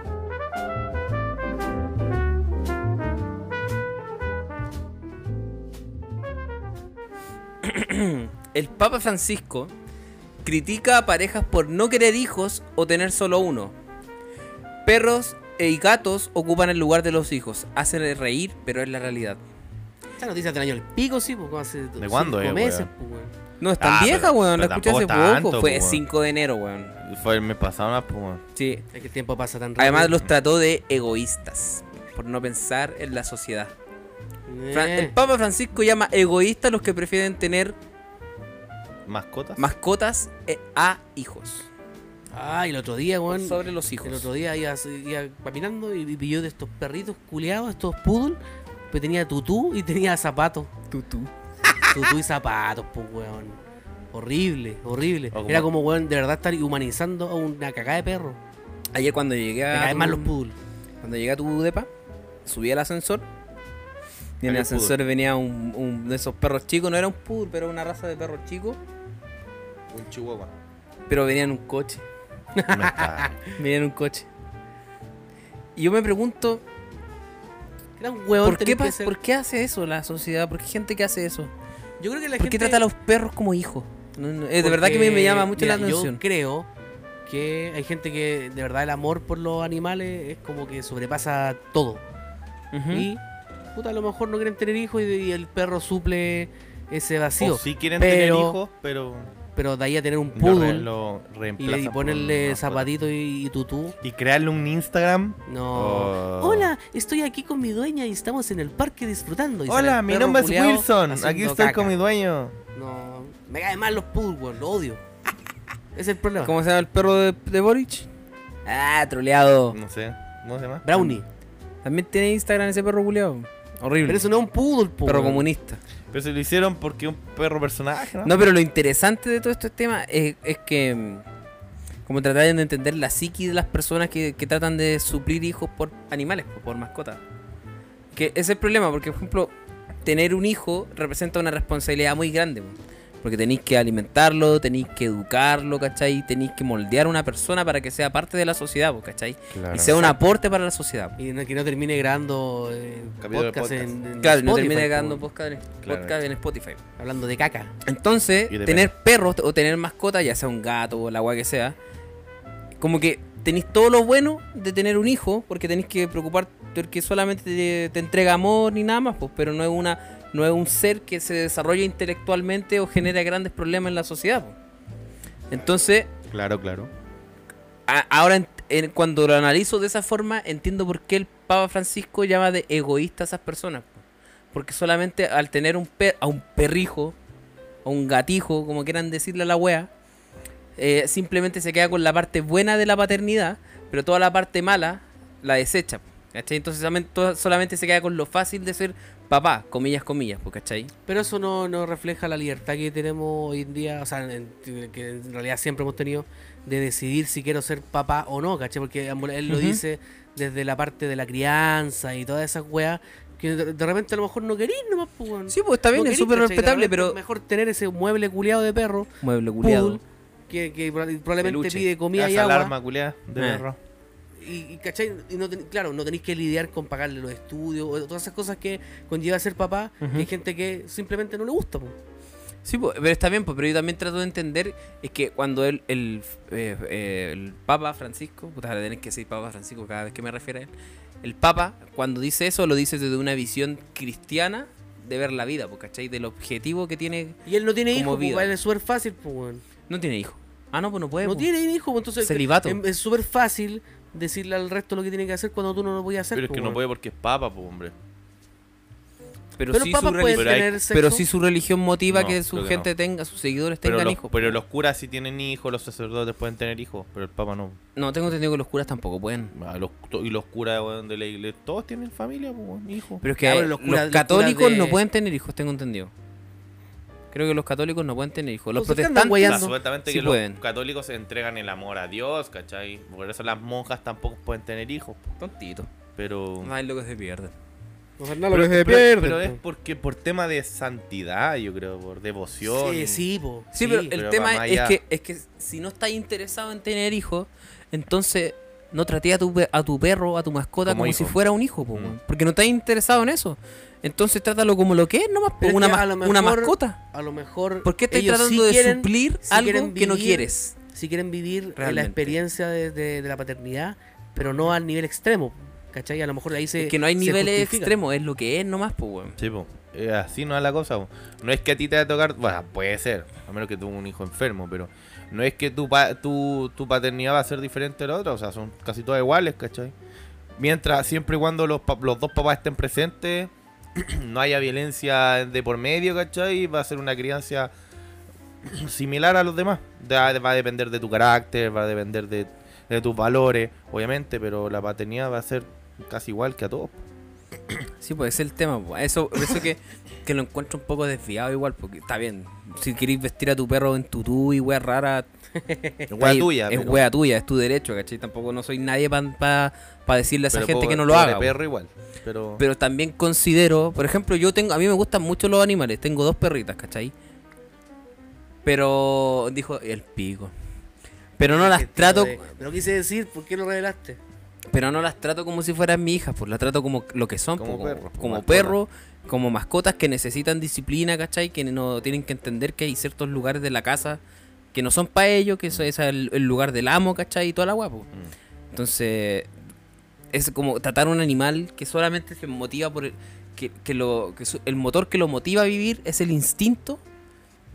El Papa Francisco critica a parejas por no querer hijos o tener solo uno. Perros e y gatos ocupan el lugar de los hijos. Hacen reír, pero es la realidad. Esta noticia del año del pico, sí, pues como hace. ¿De cuándo cinco es, meses, weón? pues, weón. No, es tan Ah, vieja, pero- weón. La pero escuché hace tampoco tanto, poco. Fue weón. 5 de enero, weón. Fue el mes pasado, más, pues. weón. Sí, Es que el tiempo pasa tan rápido. Además los trató de egoístas por no pensar en la sociedad. Eh. Fran- El Papa Francisco llama egoístas los que prefieren tener ¿Mascotas? mascotas e- a hijos. Ah, y el otro día, por weón. sobre los hijos. El otro día iba, iba caminando y, y pilló de estos perritos culeados, estos poodle, que tenía tutú y tenía zapatos. Tutú. Tutú y zapatos, pues, weón. Horrible, horrible. O como- Era como, weón, de verdad estar humanizando a una cagada de perro. Ayer cuando llegué Me a caen tu- mal los poodles. cuando llegué a tu depa, subí al ascensor. Y en Había el ascensor venía un, un de esos perros chicos, no era un poodle, pero una raza de perros chicos, Un chihuahua. pero venía en un coche. Me está- Venía en un coche. Y yo me pregunto, Era un huevón. ¿por qué, tenés que pas- ser- ¿por qué hace eso la sociedad? ¿Por qué hay gente que hace eso? Yo creo que la ¿Por gente... qué trata a los perros como hijos? No, no, eh, de verdad que me, me llama mucho mira, la atención. Yo creo que hay gente que, de verdad, el amor por los animales es como que sobrepasa todo. Ujú. Y, puta, a lo mejor no quieren tener hijos y, y el perro suple ese vacío. O Oh, sí quieren tener pero- hijos, pero. Pero de ahí a tener un lo re- poodle Lo y, le- reemplazan y por ponerle mascotas. zapatito y, y tutú... Y crearle un Instagram. No. Oh. Hola, estoy aquí con mi dueña y estamos en el parque disfrutando. Y sale Hola, el mi perro nombre es culiao Wilson. haciendo Aquí estoy caca. con mi dueño. No, me caen mal los poodles, weón, lo odio. Ese es el problema. ¿Cómo se llama el perro de, de Boric? Ah, troleado. No sé. ¿Cómo se llama? Brownie. También tiene Instagram ese perro culiado. Horrible. Pero eso no es un poodle, po, perro weón. comunista. Pero se lo hicieron porque un perro personaje, ¿no? No, pero lo interesante de todo este tema es, es que mm, como tratar de entender la psiqui de las personas que, que tratan de suplir hijos por animales, po, por mascotas. Que ese es el problema, porque por ejemplo, tener un hijo representa una responsabilidad muy grande. po. Porque tenéis que alimentarlo, tenéis que educarlo, ¿cachai? Tenéis que moldear a una persona para que sea parte de la sociedad, pues, ¿cachai? Claro. Y sea un aporte para la sociedad. pues. Y no- que no termine grabando eh, Capítulo de podcast, podcast. En, en Claro, y no Spotify, termine po, cagando weón. podcast, Claro. podcast en Spotify. Hablando de caca. Entonces, Y de tener perros o tener mascotas, ya sea un gato o la agua que sea, como que tenéis todo lo bueno de tener un hijo, porque tenéis que preocuparte porque solamente te, te entrega amor ni nada más, pues, pero no es una no es un ser que se desarrolla intelectualmente o genera grandes problemas en la sociedad. pues. Entonces, Claro, claro. a- ahora ent- en- cuando lo analizo de esa forma, entiendo por qué el Papa Francisco llama de egoísta a esas personas. po. Porque solamente al tener un per- a un perrijo, a un gatijo, como quieran decirle a la wea, eh, simplemente se queda con la parte buena de la paternidad, pero toda la parte mala la desecha. po, ¿Cachai? Entonces solamente, to- solamente se queda con lo fácil de ser papá, comillas, comillas, po, ¿cachai? Pero eso no, no refleja la libertad que tenemos hoy en día, o sea, en- que en realidad siempre hemos tenido de decidir si quiero ser papá o no, ¿caché? Porque ambul- él lo Ujú. dice desde la parte de la crianza y todas esas weas que de, de repente a lo mejor no querís nomás, pues, weón. Sí, pues está No bien, es querís, súper ¿cachai? De respetable, repente pero... es Mejor tener ese mueble culiado de perro, Mueble poodle, culiado. que, que proba- probablemente Peluche. pide comida y Esa agua. alarma culiá de Eh. perro. Y, y, ¿cachai? Y no ten- claro, no tenéis que lidiar con pagarle los estudios, o todas esas cosas que conlleva ser papá, que hay gente que simplemente no le gusta. po. Sí, po, pero está bien, po, pero yo también trato de entender es que cuando el, el, eh, eh, el Papa Francisco, puta, ahora tenés que decir Papa Francisco cada vez que me refiero a él, el Papa cuando dice eso lo dice desde una visión cristiana de ver la vida, po, ¿cachai? Del objetivo que tiene... Y él no tiene Como hijos, vida. pues, es súper fácil, pues, weón. No tiene hijo. Ah, no, pues no puede. No po. tiene hijos, pues, entonces Celibato. em- es súper fácil decirle al resto lo que tiene que hacer cuando tú no lo podías hacer. Pero es pues, que no weón. puede porque es papa, pues, hombre. Pero, Pero sí papás su pueden religión, Pero hay- tener sexo. pero sí su religión motiva No, que creo su que gente tenga, sus seguidores Pero tengan los, hijos. po. pero los curas sí tienen hijos, los sacerdotes pueden tener hijos, pero el papa no. No, tengo entendido que los curas tampoco pueden. Ah, los- to- y los curas weón, de la iglesia, todos tienen familia, pues, weón, hijos. Pero es que Ya, Ah, pero los, los curas- los católicos curas de- no pueden tener hijos, tengo entendido. Creo que los católicos no pueden tener hijos. Los Entonces, ¿qué Pues andan protestantes... O guayando? sea, supuestamente Sí que los pueden. católicos entregan el amor a Dios, ¿cachai? Por eso las monjas tampoco pueden tener hijos, Tontito. pero... Más lo que se pierde. O sea, no lo Pero, que se pero- pierde, pero pues. es porque por tema de santidad, yo creo, por devoción. Sí, sí, po, Sí, pero el pero va tema más es allá. que, es que si no estás interesado en tener hijos, entonces no traté a tu, pe- a tu perro, a tu mascota, Como como, si hijo. fuera un hijo, po, Mm. weón. porque no estás interesado en eso. Entonces trátalo como lo que es, nomás, po, Pero es una, que ma- a lo una mejor- mascota. A lo mejor. ¿Por qué estás ellos tratando sí de quieren- suplir sí algo quieren que no vivir- quieres? Si quieren vivir eh, la Realmente. experiencia de, de- de la paternidad, pero no al nivel extremo. ¿Cachai? A lo mejor ahí se. Es que no hay se niveles justifica. extremos, es lo que es nomás, pues, weón. Sí, po. Eh, así no es la cosa. po. No es que a ti te va a tocar, bueno, puede ser, a menos que tuvo un hijo enfermo, pero no es que tu, pa- tu, tu paternidad va a ser diferente a la otra, o sea, son casi todas iguales, ¿cachai? Mientras, siempre y cuando los, pa- los dos papás estén presentes, no haya violencia de por medio, ¿cachai? Va a ser una crianza similar a los demás. Da- Va a depender de tu carácter, va a depender de, de tus valores, obviamente, pero la paternidad va a ser casi igual que a todos. Sí, pues ese es el tema. po. Eso, por eso que, que lo encuentro un poco desviado igual, porque está bien. Si queréis vestir a tu perro en tutú y wea rara, Es hueá ahí tuya, Es pero- wea tuya, es tu derecho, ¿cachai? Tampoco no soy nadie para decirle a esa Pero gente po- que no lo pobre haga. po. perro igual. Pero, Pero también considero, por ejemplo, yo tengo, a mí me gustan mucho los animales, tengo dos perritas, ¿cachai? Pero, dijo, el pico. Pero no las Este tipo trato, de- Pero quise decir, ¿por qué lo revelaste? pero no las trato como si fueran mi hija, pues las trato como lo que son, Como po, como, perros, como mascotas. perro, como mascotas que necesitan disciplina, ¿cachai? Que no tienen que entender que hay ciertos lugares de la casa que no son para ellos, que Mm. eso es el, el lugar del amo, ¿cachai? Y toda la guapo. Entonces, es como tratar a un animal que solamente se motiva por el, que, que lo, que su- el motor que lo motiva a vivir es el instinto.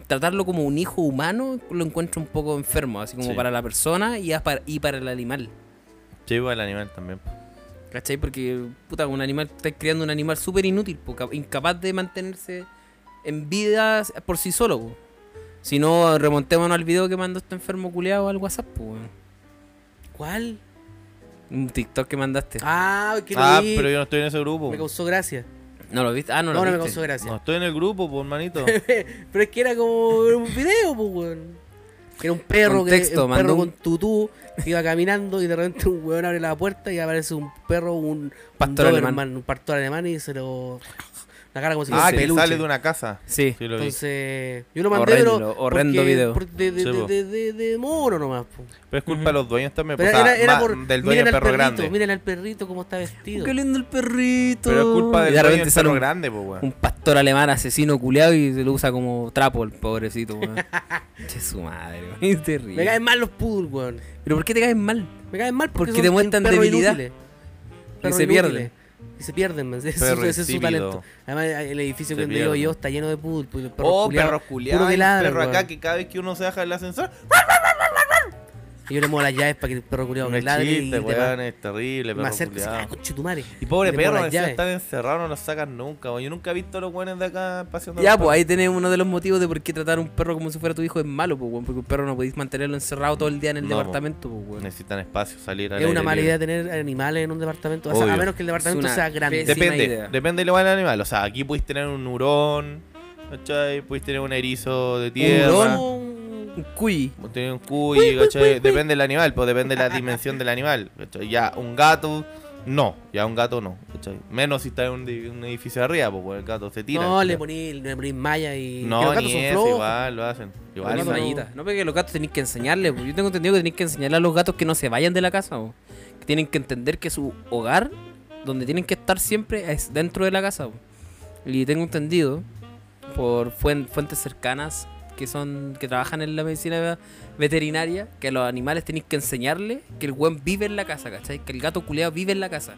Tratarlo como un hijo humano lo encuentro un poco enfermo, así como Sí. para la persona y, a- para, y para el animal. sí, pues, el animal también. po. ¿Cachai? Porque, puta, un animal, estás creando un animal súper inútil, po, cap- incapaz de mantenerse en vida por sí solo, po. Si no, remontémonos al video que mandó este enfermo culeado al WhatsApp, po, weón. ¿Cuál? Un TikTok que mandaste. Ah, que lo Ah, vi. pero yo no estoy en ese grupo. Me causó gracia. ¿No lo viste? Ah, no No, lo no, me viste. causó gracia. No estoy en el grupo, pues, hermanito. Pero es que era como un video, pues, weón. Era un perro, que, Contexto, un mandó perro un- con tutú que iba caminando y de repente un weón abre la puerta y aparece un perro, un un Pastor alemán. Doberman, un pastor alemán y se lo, La cara como si fuera Ah, un que peluche. sale de una casa. Sí. Sí, lo vi. Entonces, yo lo mandé, Horrendo, pero. horrendo porque- video. por- de, de, Sí, po. de, de- de mono nomás. po. Pero es culpa de los dueños también. Pero pues, era, ah, era ma- por. del dueño miren del al perro perrito, grande. miren al perrito cómo está vestido. Qué lindo el perrito. Pero es culpa del Y de dueño repente del sale perro un, grande, pues, weón. un pastor alemán asesino culeado y se lo usa como trapo el pobrecito, weón. che su madre, weón. Es terrible. Me caen mal los poodles, weón. Pero ¿por qué te caes mal? Me caen mal porque, Porque son te muestran perros debilidad. inútiles. Perros se inútiles. pierden. Y se pierden, man. Ese, es su- Perro ese es su insípido. talento. Además, el edificio Se que donde vivo pierden. yo está lleno de poodles. pues, los perros Oh, culiados, perro puro culiado. que ladran, Perro acá weón. que cada vez que uno se baja del ascensor. Y yo le muevo las llaves para que el perro culiado No me es ladre y chiste, demás. weón. Es terrible, me perro acerco y "Ah, se culiao. cago tu madre. Y pobre Le muevo perro, las decía, llaves. están encerrados, no los sacan nunca, weón. Yo nunca he visto a los weones de acá paseando. Ya, los pues ahí tenés uno de los motivos de por qué tratar a un perro como si fuera tu hijo es malo, pues, weón. Porque un perro no podéis mantenerlo encerrado todo el día en el No, po. departamento, pues, perros. weón. Necesitan espacio, salir al Es una aire mala libre. idea tener animales en un departamento. o sea, a Obvio. menos que el departamento Es una sea grande. pésima Depende, idea. depende del igual animal. O sea, aquí puedes tener un hurón, ¿cachai? Puedes tener un erizo de tierra. hurón? Un cuy. Puedes tener un cuy, ¿cachai? Depende del animal, pues depende de la dimensión del animal. ¿cachai? Ya un gato, no. Ya un gato no, ¿cachai? Menos si está en un, di- un edificio arriba, pues, pues, el gato se tira. No, ¿cachai? le poní, le poní malla y. No, que los gatos ni son eso, flojos. igual lo hacen. Igual Los Vale, lo gatos hacen. fallita. No, porque los gatos tenéis que enseñarles. po. Yo tengo entendido que tenéis que enseñarle a los gatos que no se vayan de la casa. po. Que tienen que entender que su hogar, donde tienen que estar siempre, es dentro de la casa. po. Y tengo entendido por fuen- fuentes cercanas que son que trabajan en la medicina veterinaria que a los animales tenéis que enseñarles que el buen vive en la casa, ¿cachai? Que el gato culeado vive en la casa.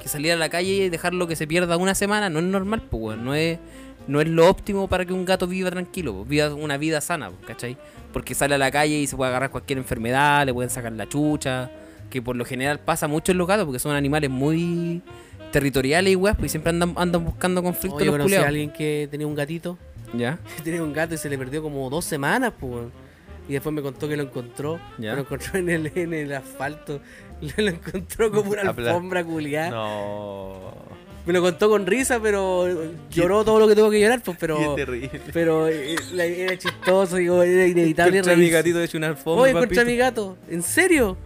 Que salir a la calle y dejarlo que se pierda una semana no es normal, pues, weón. No es, no es lo óptimo para que un gato viva tranquilo, po, viva una vida sana, po, ¿cachai? Porque sale a la calle y se puede agarrar cualquier enfermedad, le pueden sacar la chucha, que por lo general pasa mucho en los gatos porque son animales muy territoriales y weas, pues y siempre andan, andan buscando conflictos Oye, los conocí a culiados. alguien que tenía un gatito. ¿Ya? tenía un gato y se le perdió como dos semanas, pues. weón. Y después me contó que lo encontró. Ya. Lo encontró en el, en el asfalto. Lo encontró como una Habla- alfombra culiada. No. Me lo contó con risa, pero lloró todo lo que tuvo que llorar, pues. Pero, Qué terrible. pero eh, la- era chistoso, digo, era inevitable. Encontré a mi reírse. gatito hecho una alfombra, Oye, encontré a papito. mi gato. ¿En serio?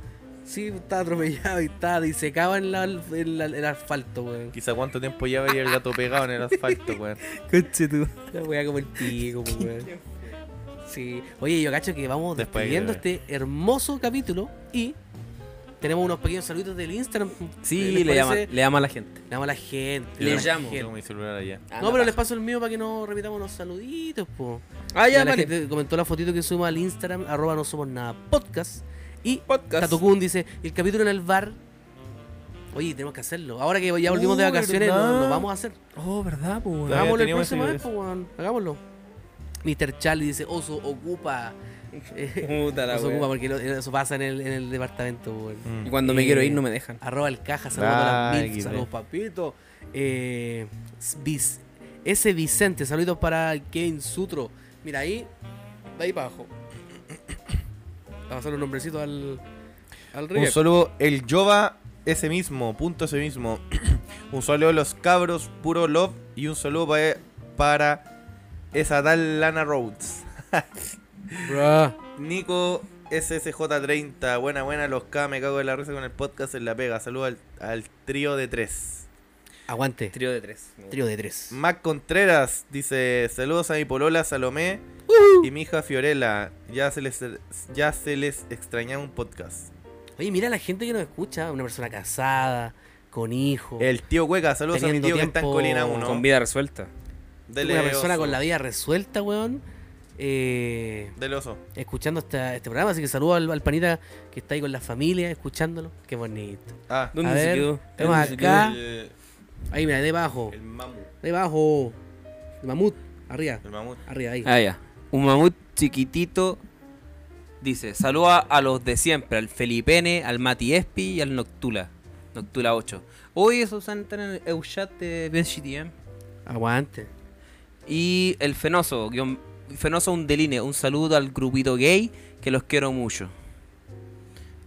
Sí, estaba atropellado y estaba disecado en, la, en la- el asfalto, weón. Quizá cuánto tiempo ya veía el gato pegado en el asfalto, weón. Conche tu- La weá como el pico, po, weón. Sí. Oye, yo cacho que vamos Después despidiendo de- este hermoso capítulo y tenemos unos pequeños saludos del Instagram. Eh, Sí, ¿Les le llama, parece? le llama a la gente. Le llamo a la gente. Le a la llamo. gente. Tengo mi celular allá. No, pero les paso el mío para que no repitamos los saluditos, po. Ah, Ya ya, la vale. gente comentó la fotito que subimos al Instagram, arroba no somos nada podcast. Y Podcast. Tatocún dice, el capítulo en el bar. Oye, tenemos que hacerlo. Ahora que ya volvimos de Uh, vacaciones, lo, ¿verdad? lo vamos a hacer. Oh, ¿verdad, po, weón? Todavía Hagámoslo el teníamos próximo ese- mes, po, weón. Hagámoslo. Mr. Charlie dice, oso ocupa. Eh, Puta la oso wea. ocupa porque lo- eso pasa en el, en el departamento, po, weón. Mm. Y cuando me Eh, quiero ir no me dejan. Arroba el caja, saludos a Ay, las mil, Guille. saludos papito. Eh, s- Vic- ese Vicente, saludos para el Kevin Sutro. Mira ahí, de ahí para abajo. Vamos a hacer un nombrecito al, al Un reggae. saludo, el Jova, ese mismo, punto ese mismo. un saludo a los cabros, puro love. Y un saludo pa- para esa tal Lana Rhodes. Nico SSJ30, buena, buena, los K, me cago en la risa con el podcast en la pega. Saludo al, al trío de tres. Aguante, Mm. Trío de tres. trío de tres. Mac Contreras dice: Saludos a mi polola Salomé Uh-huh. y mi hija Fiorella. Ya se les, ya se les extrañaba un podcast. Oye, mira la gente que nos escucha, una persona casada, con hijos. El tío Hueca, saludos a mi Oh. Teniendo tío que está en tiempo Colina 1. Con vida resuelta. Dele una persona oso. con la vida resuelta, weón. Eh, Del oso. escuchando esta- este programa, así que saludo al, al panita que está ahí con la familia, escuchándolo. Qué bonito. Ah. ¿Dónde A se ver, quedó? tenemos ¿Dónde se acá. quedó? El, Ahí, mira, debajo. el mamu. Debajo. El mamut. Arriba. El mamut. Arriba, ahí. Ah, ya. Un mamut chiquitito dice: Saluda a los de siempre, al Felipene, al Mati Espi y al Noctula. Noctula 8. Hoy esos están en el Euchat de BestGTM. Aguante. Y el Fenoso, guión- Fenoso Undeline, un saludo al grupito gay, que los quiero mucho.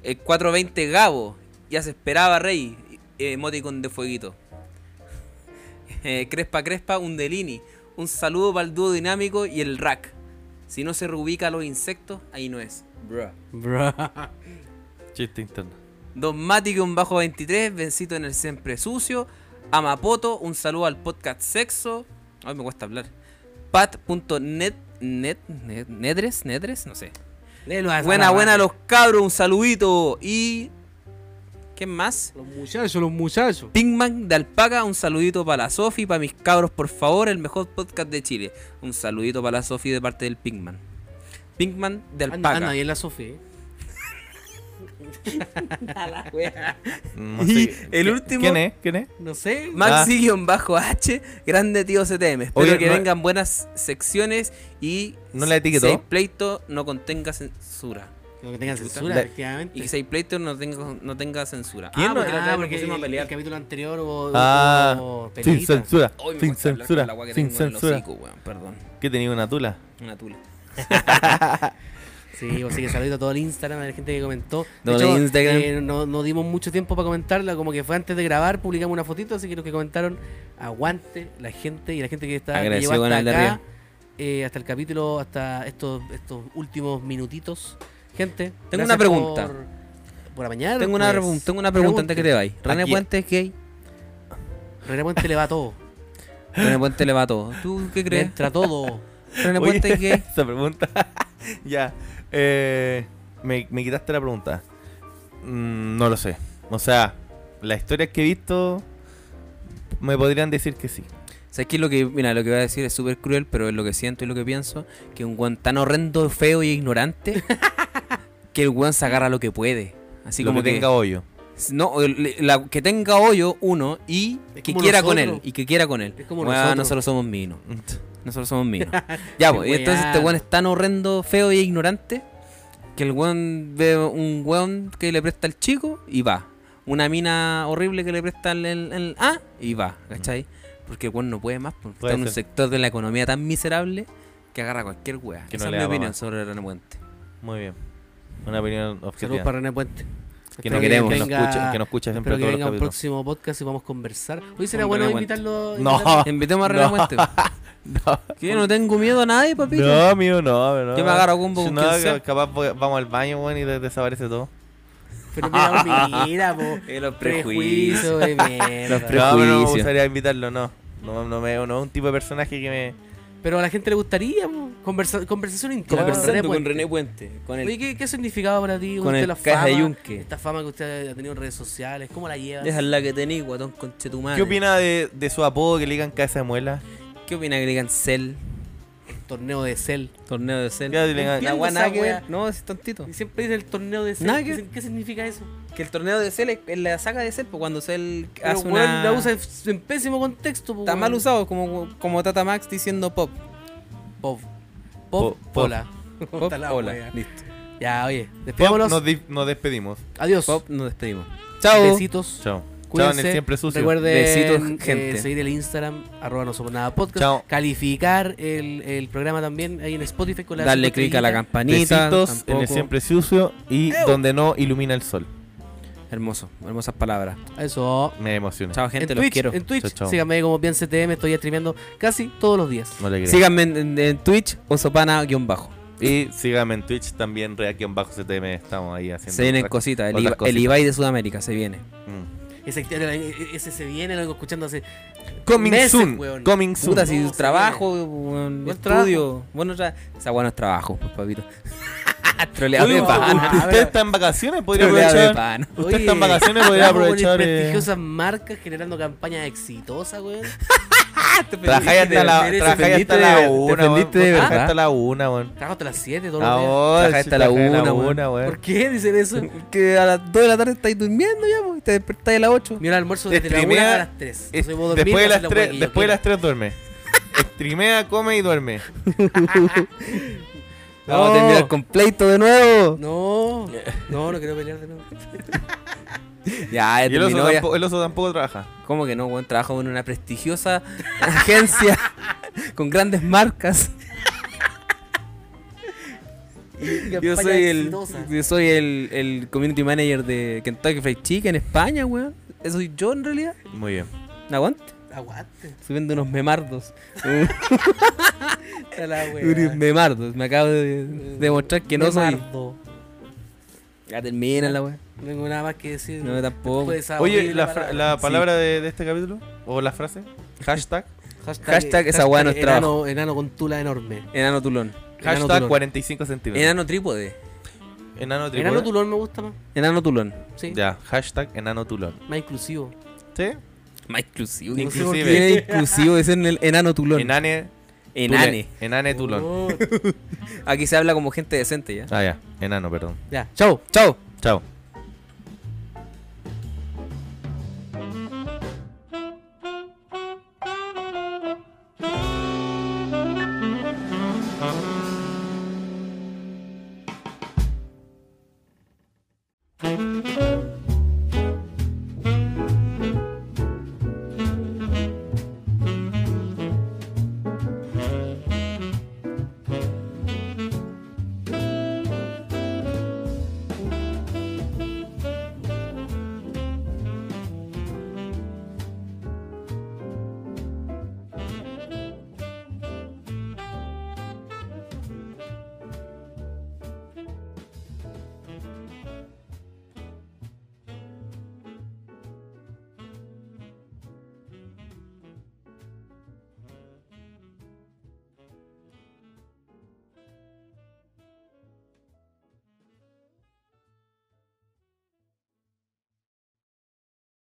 El 420 Gabo, ya se esperaba Rey, eh, emoticon de fueguito. Eh, Crespa Crespa Undelini, un saludo para el dúo dinámico y el rack. Si no se reubica a los insectos, ahí no es. Chiste interno. Don Mati, que un bajo 23, Bencito en el siempre sucio. Amapoto, un saludo al podcast Sexo. Ay, me cuesta hablar. Pat.net. Net, net, nedres, nedres, no sé. Léelo a Ah, esa Buena, la buena madre. los cabros, un saludito. Y. ¿Quién más? Los muchachos, los muchachos. Pinkman de Alpaca, un saludito para la Sofi, para mis cabros, por favor, el mejor podcast de Chile. Un saludito para la Sofi de parte del Pinkman. Pinkman de Anda, Alpaca. anda bien la Sofía. eh. No Y sé- el Mm, ¿qui- último- ¿Quién es? ¿Quién es? No sé. Maxi-H, grande tío CTM. Espero Oye, que no- vengan buenas secciones y ¿No la etiquetó? seis pleito no contenga censura. Lo que tengan censura, La- efectivamente. Y que seis pleito no tenga, no tenga censura. ¿Quién ah, no- porque la otra Ah, vez nos porque pusimos a el, el pelear. capítulo anterior hubo, Ah, hubo sin peleita. censura, Hoy Oh, me sin cuesta hablar con censura, la agua que sin tengo en el censura. hocico, weón, perdón, ¿Qué tenía una tula? una tula. Sí, así que saludo a todo el Instagram, a la gente que comentó. De Todo el hecho, Instagram. eh, no, no dimos mucho tiempo para comentarla, como que fue antes de grabar, publicamos una fotito, así que los que comentaron, aguante la gente y la gente que está que Agradecido llegó con hasta el de acá, arriba. eh, hasta el capítulo, hasta estos, estos últimos minutitos. Gente, Tengo gracias una pregunta. Por, por amañar, Tengo una, pues. pregun- tengo una pregunta antes que te vayas. René Aquí- Puente es gay. René Puente le va a todo. René Puente le va a todo. ¿Tú qué Le crees? entra todo. René Oye, Puente es gay. Esa pregunta. ya. eh, me, me quitaste la pregunta. Mm, no lo sé. O sea, las historias que he visto me podrían decir que sí. ¿Sabes qué es lo que, mira, lo que voy a decir es súper cruel, pero es lo que siento y lo que pienso, que un weón tan horrendo, feo y ignorante, que el weón se agarra lo que puede. Así Lo como que que, tenga hoyo. no, el- la- que tenga hoyo uno y Es que como quiera con él nosotros. y que quiera con él. Es como Weón, nosotros. nosotros somos minos. Nosotros somos minos. ya, pues, y entonces este Weón. weón es tan horrendo, feo y ignorante que el weón ve un weón que le presta el chico y va. Una mina horrible que le presta el, el, el- ah y va, ¿cachai? Porque el weón no puede más, porque Mm. Puede está en un ser. sector de la economía tan miserable que agarra cualquier weá. Que Esa no es le mi da pa' opinión más. sobre René Puente. Muy bien. Una opinión Saludos objetiva. para René Puente. Que Espero no queremos, que, nos venga- escuche, que nos escuche siempre Espero que todos venga un los capítulos. próximo podcast y vamos a conversar. Hoy será Con bueno René Puente. invitarlo. No. Invitemos a René No. Puente. No. Que yo no tengo miedo a nadie, papito. No, mío, no, no. Yo me agarro a combo Si con no, quien ca- sea. capaz voy- vamos al baño, weón, y de- desaparece todo. Pero mira, mira, po. Y Eh, los prejuicios. Prejuicio de mierda. Los pre- No, pero no me Prejuicio. gustaría invitarlo, no. No, no, me, no es un tipo de personaje que me... Pero a la gente le gustaría, po. Conversa- conversación íntima. con René Conversando con Puente. René Puente. Con Oye, el, ¿qué, qué significado para ti? Con usted el la caja fama, de yunque. Esta fama que usted ha tenido en redes sociales, ¿cómo la lleva? esa es la que tenés, guatón conchetumare. ¿Qué opina de, de su apodo que le digan cabeza de muela? ¿Qué opina que le digan Cell? Torneo de Cell. Torneo de Cell. Ya, le digan- La Entiendo guá, esa nada que wea. ver. No, es tontito. Y siempre dice el torneo de Cell. Nada ¿Qué, que- sin- qué significa eso? Que el torneo de Cell es es la saga de Cell, pues cuando Cell Pero, hace weón, una... la usa en, en pésimo contexto, po, Está weón. mal usado, como, como Tata Max diciendo pop. Pop. Pop, Pop, pop. hola. Pop, Está la hola. wea. Listo. Ya, oye, Pop, despidámonos. nos, di- nos despedimos. Adiós. Pop, nos despedimos. Chao. Besitos. Chao. Chao en Cuídense. el siempre sucio. Recuerden Besitos, eh, gente. seguir el Instagram, arroba no somos nada podcast. Chao. Calificar el, el programa también ahí en Spotify con la Darle cinco clic a la estrellitas. campanita. Besitos en tampoco. el siempre sucio y donde no ilumina el sol. Hermoso, hermosas palabras. Eso. Me emociona. Chao, gente, en los Twitch, quiero. En Twitch, Chao, chao. síganme como bien CTM, estoy streameando casi todos los días. No le creo. Síganme en, en- en Twitch, osopana-bajo. Y síganme en Twitch también, Reaction Bajo CTM. Estamos ahí haciendo. Se vienen otras- cositas. El, otras Iba- el cositas. Ibai de Sudamérica se viene. Mm. Ese, ese se viene, lo vengo escuchando hace. Coming meses, soon. weón. Coming soon. Puta, No, si se trabajo, un Buen estudio, bueno, tra esa bueno es trabajo, pues, papito. Troleado Oye, de pana. pana. usted está en vacaciones, podría Troleado de aprovechar. pana. Usted está en vacaciones, podría trabajo con aprovechar. eh, prestigiosas marcas generando campañas exitosas, weón. Trabajáis hasta la, Te trabajáis ofendiste hasta la de- una, te weón. ofendiste de Trabajáis verdad. hasta la una, weón. Trabajo hasta las 7 todos los días. Ahora, Trabajáis sí, hasta la trabajáis una, weón. weón. ¿Por qué dicen eso? Que a las 2 de la tarde estáis durmiendo ya, pues, y te despertáis a las 8. Mi hora de almuerzo desde la 1 Streamea- a las 3. Es- Eh, después de las tres, después de las tres duerme. Streamea, come y duerme. Vamos a terminar con pleito de nuevo. No, no, no quiero pelear de nuevo. Ya, ya Y el oso, terminó ya. tampoco, el oso tampoco trabaja. ¿Cómo que no, weón? Trabajo en una prestigiosa agencia con grandes marcas. Yo soy el, yo soy el, el community manager de Kentucky Fried Chicken en España, weón. Eso soy yo en realidad. Muy bien. Aguante. Aguante. Subiendo unos memardos. Está la Unos wea. memardos. Me acabo de demostrar que no soy. Memardo. Ya termina la weón. No tengo nada más que decir. No, tampoco. Después de esa Oye, horrible la, fra- palabra. la palabra de, de este capítulo, o la frase, hashtag, Hashtag esa weá no es enano, trabajo. enano con tula enorme. Enano tulón. Enano Hashtag tulón. 45 centímetros. Enano trípode. Enano tribuna. Enano tulón me gusta más. Enano tulón. Sí, Ya, hashtag enano tulón. más inclusivo. ¿Sí? Más inclusivo. No sé por Inclusive. Tiene inclusivo es en el enano tulón. Enane. Enane. tulón. Enane tulón. Oh, Aquí se habla como gente decente ya. Ah, ya. Enano, perdón. ya. Chao, chao. Chao.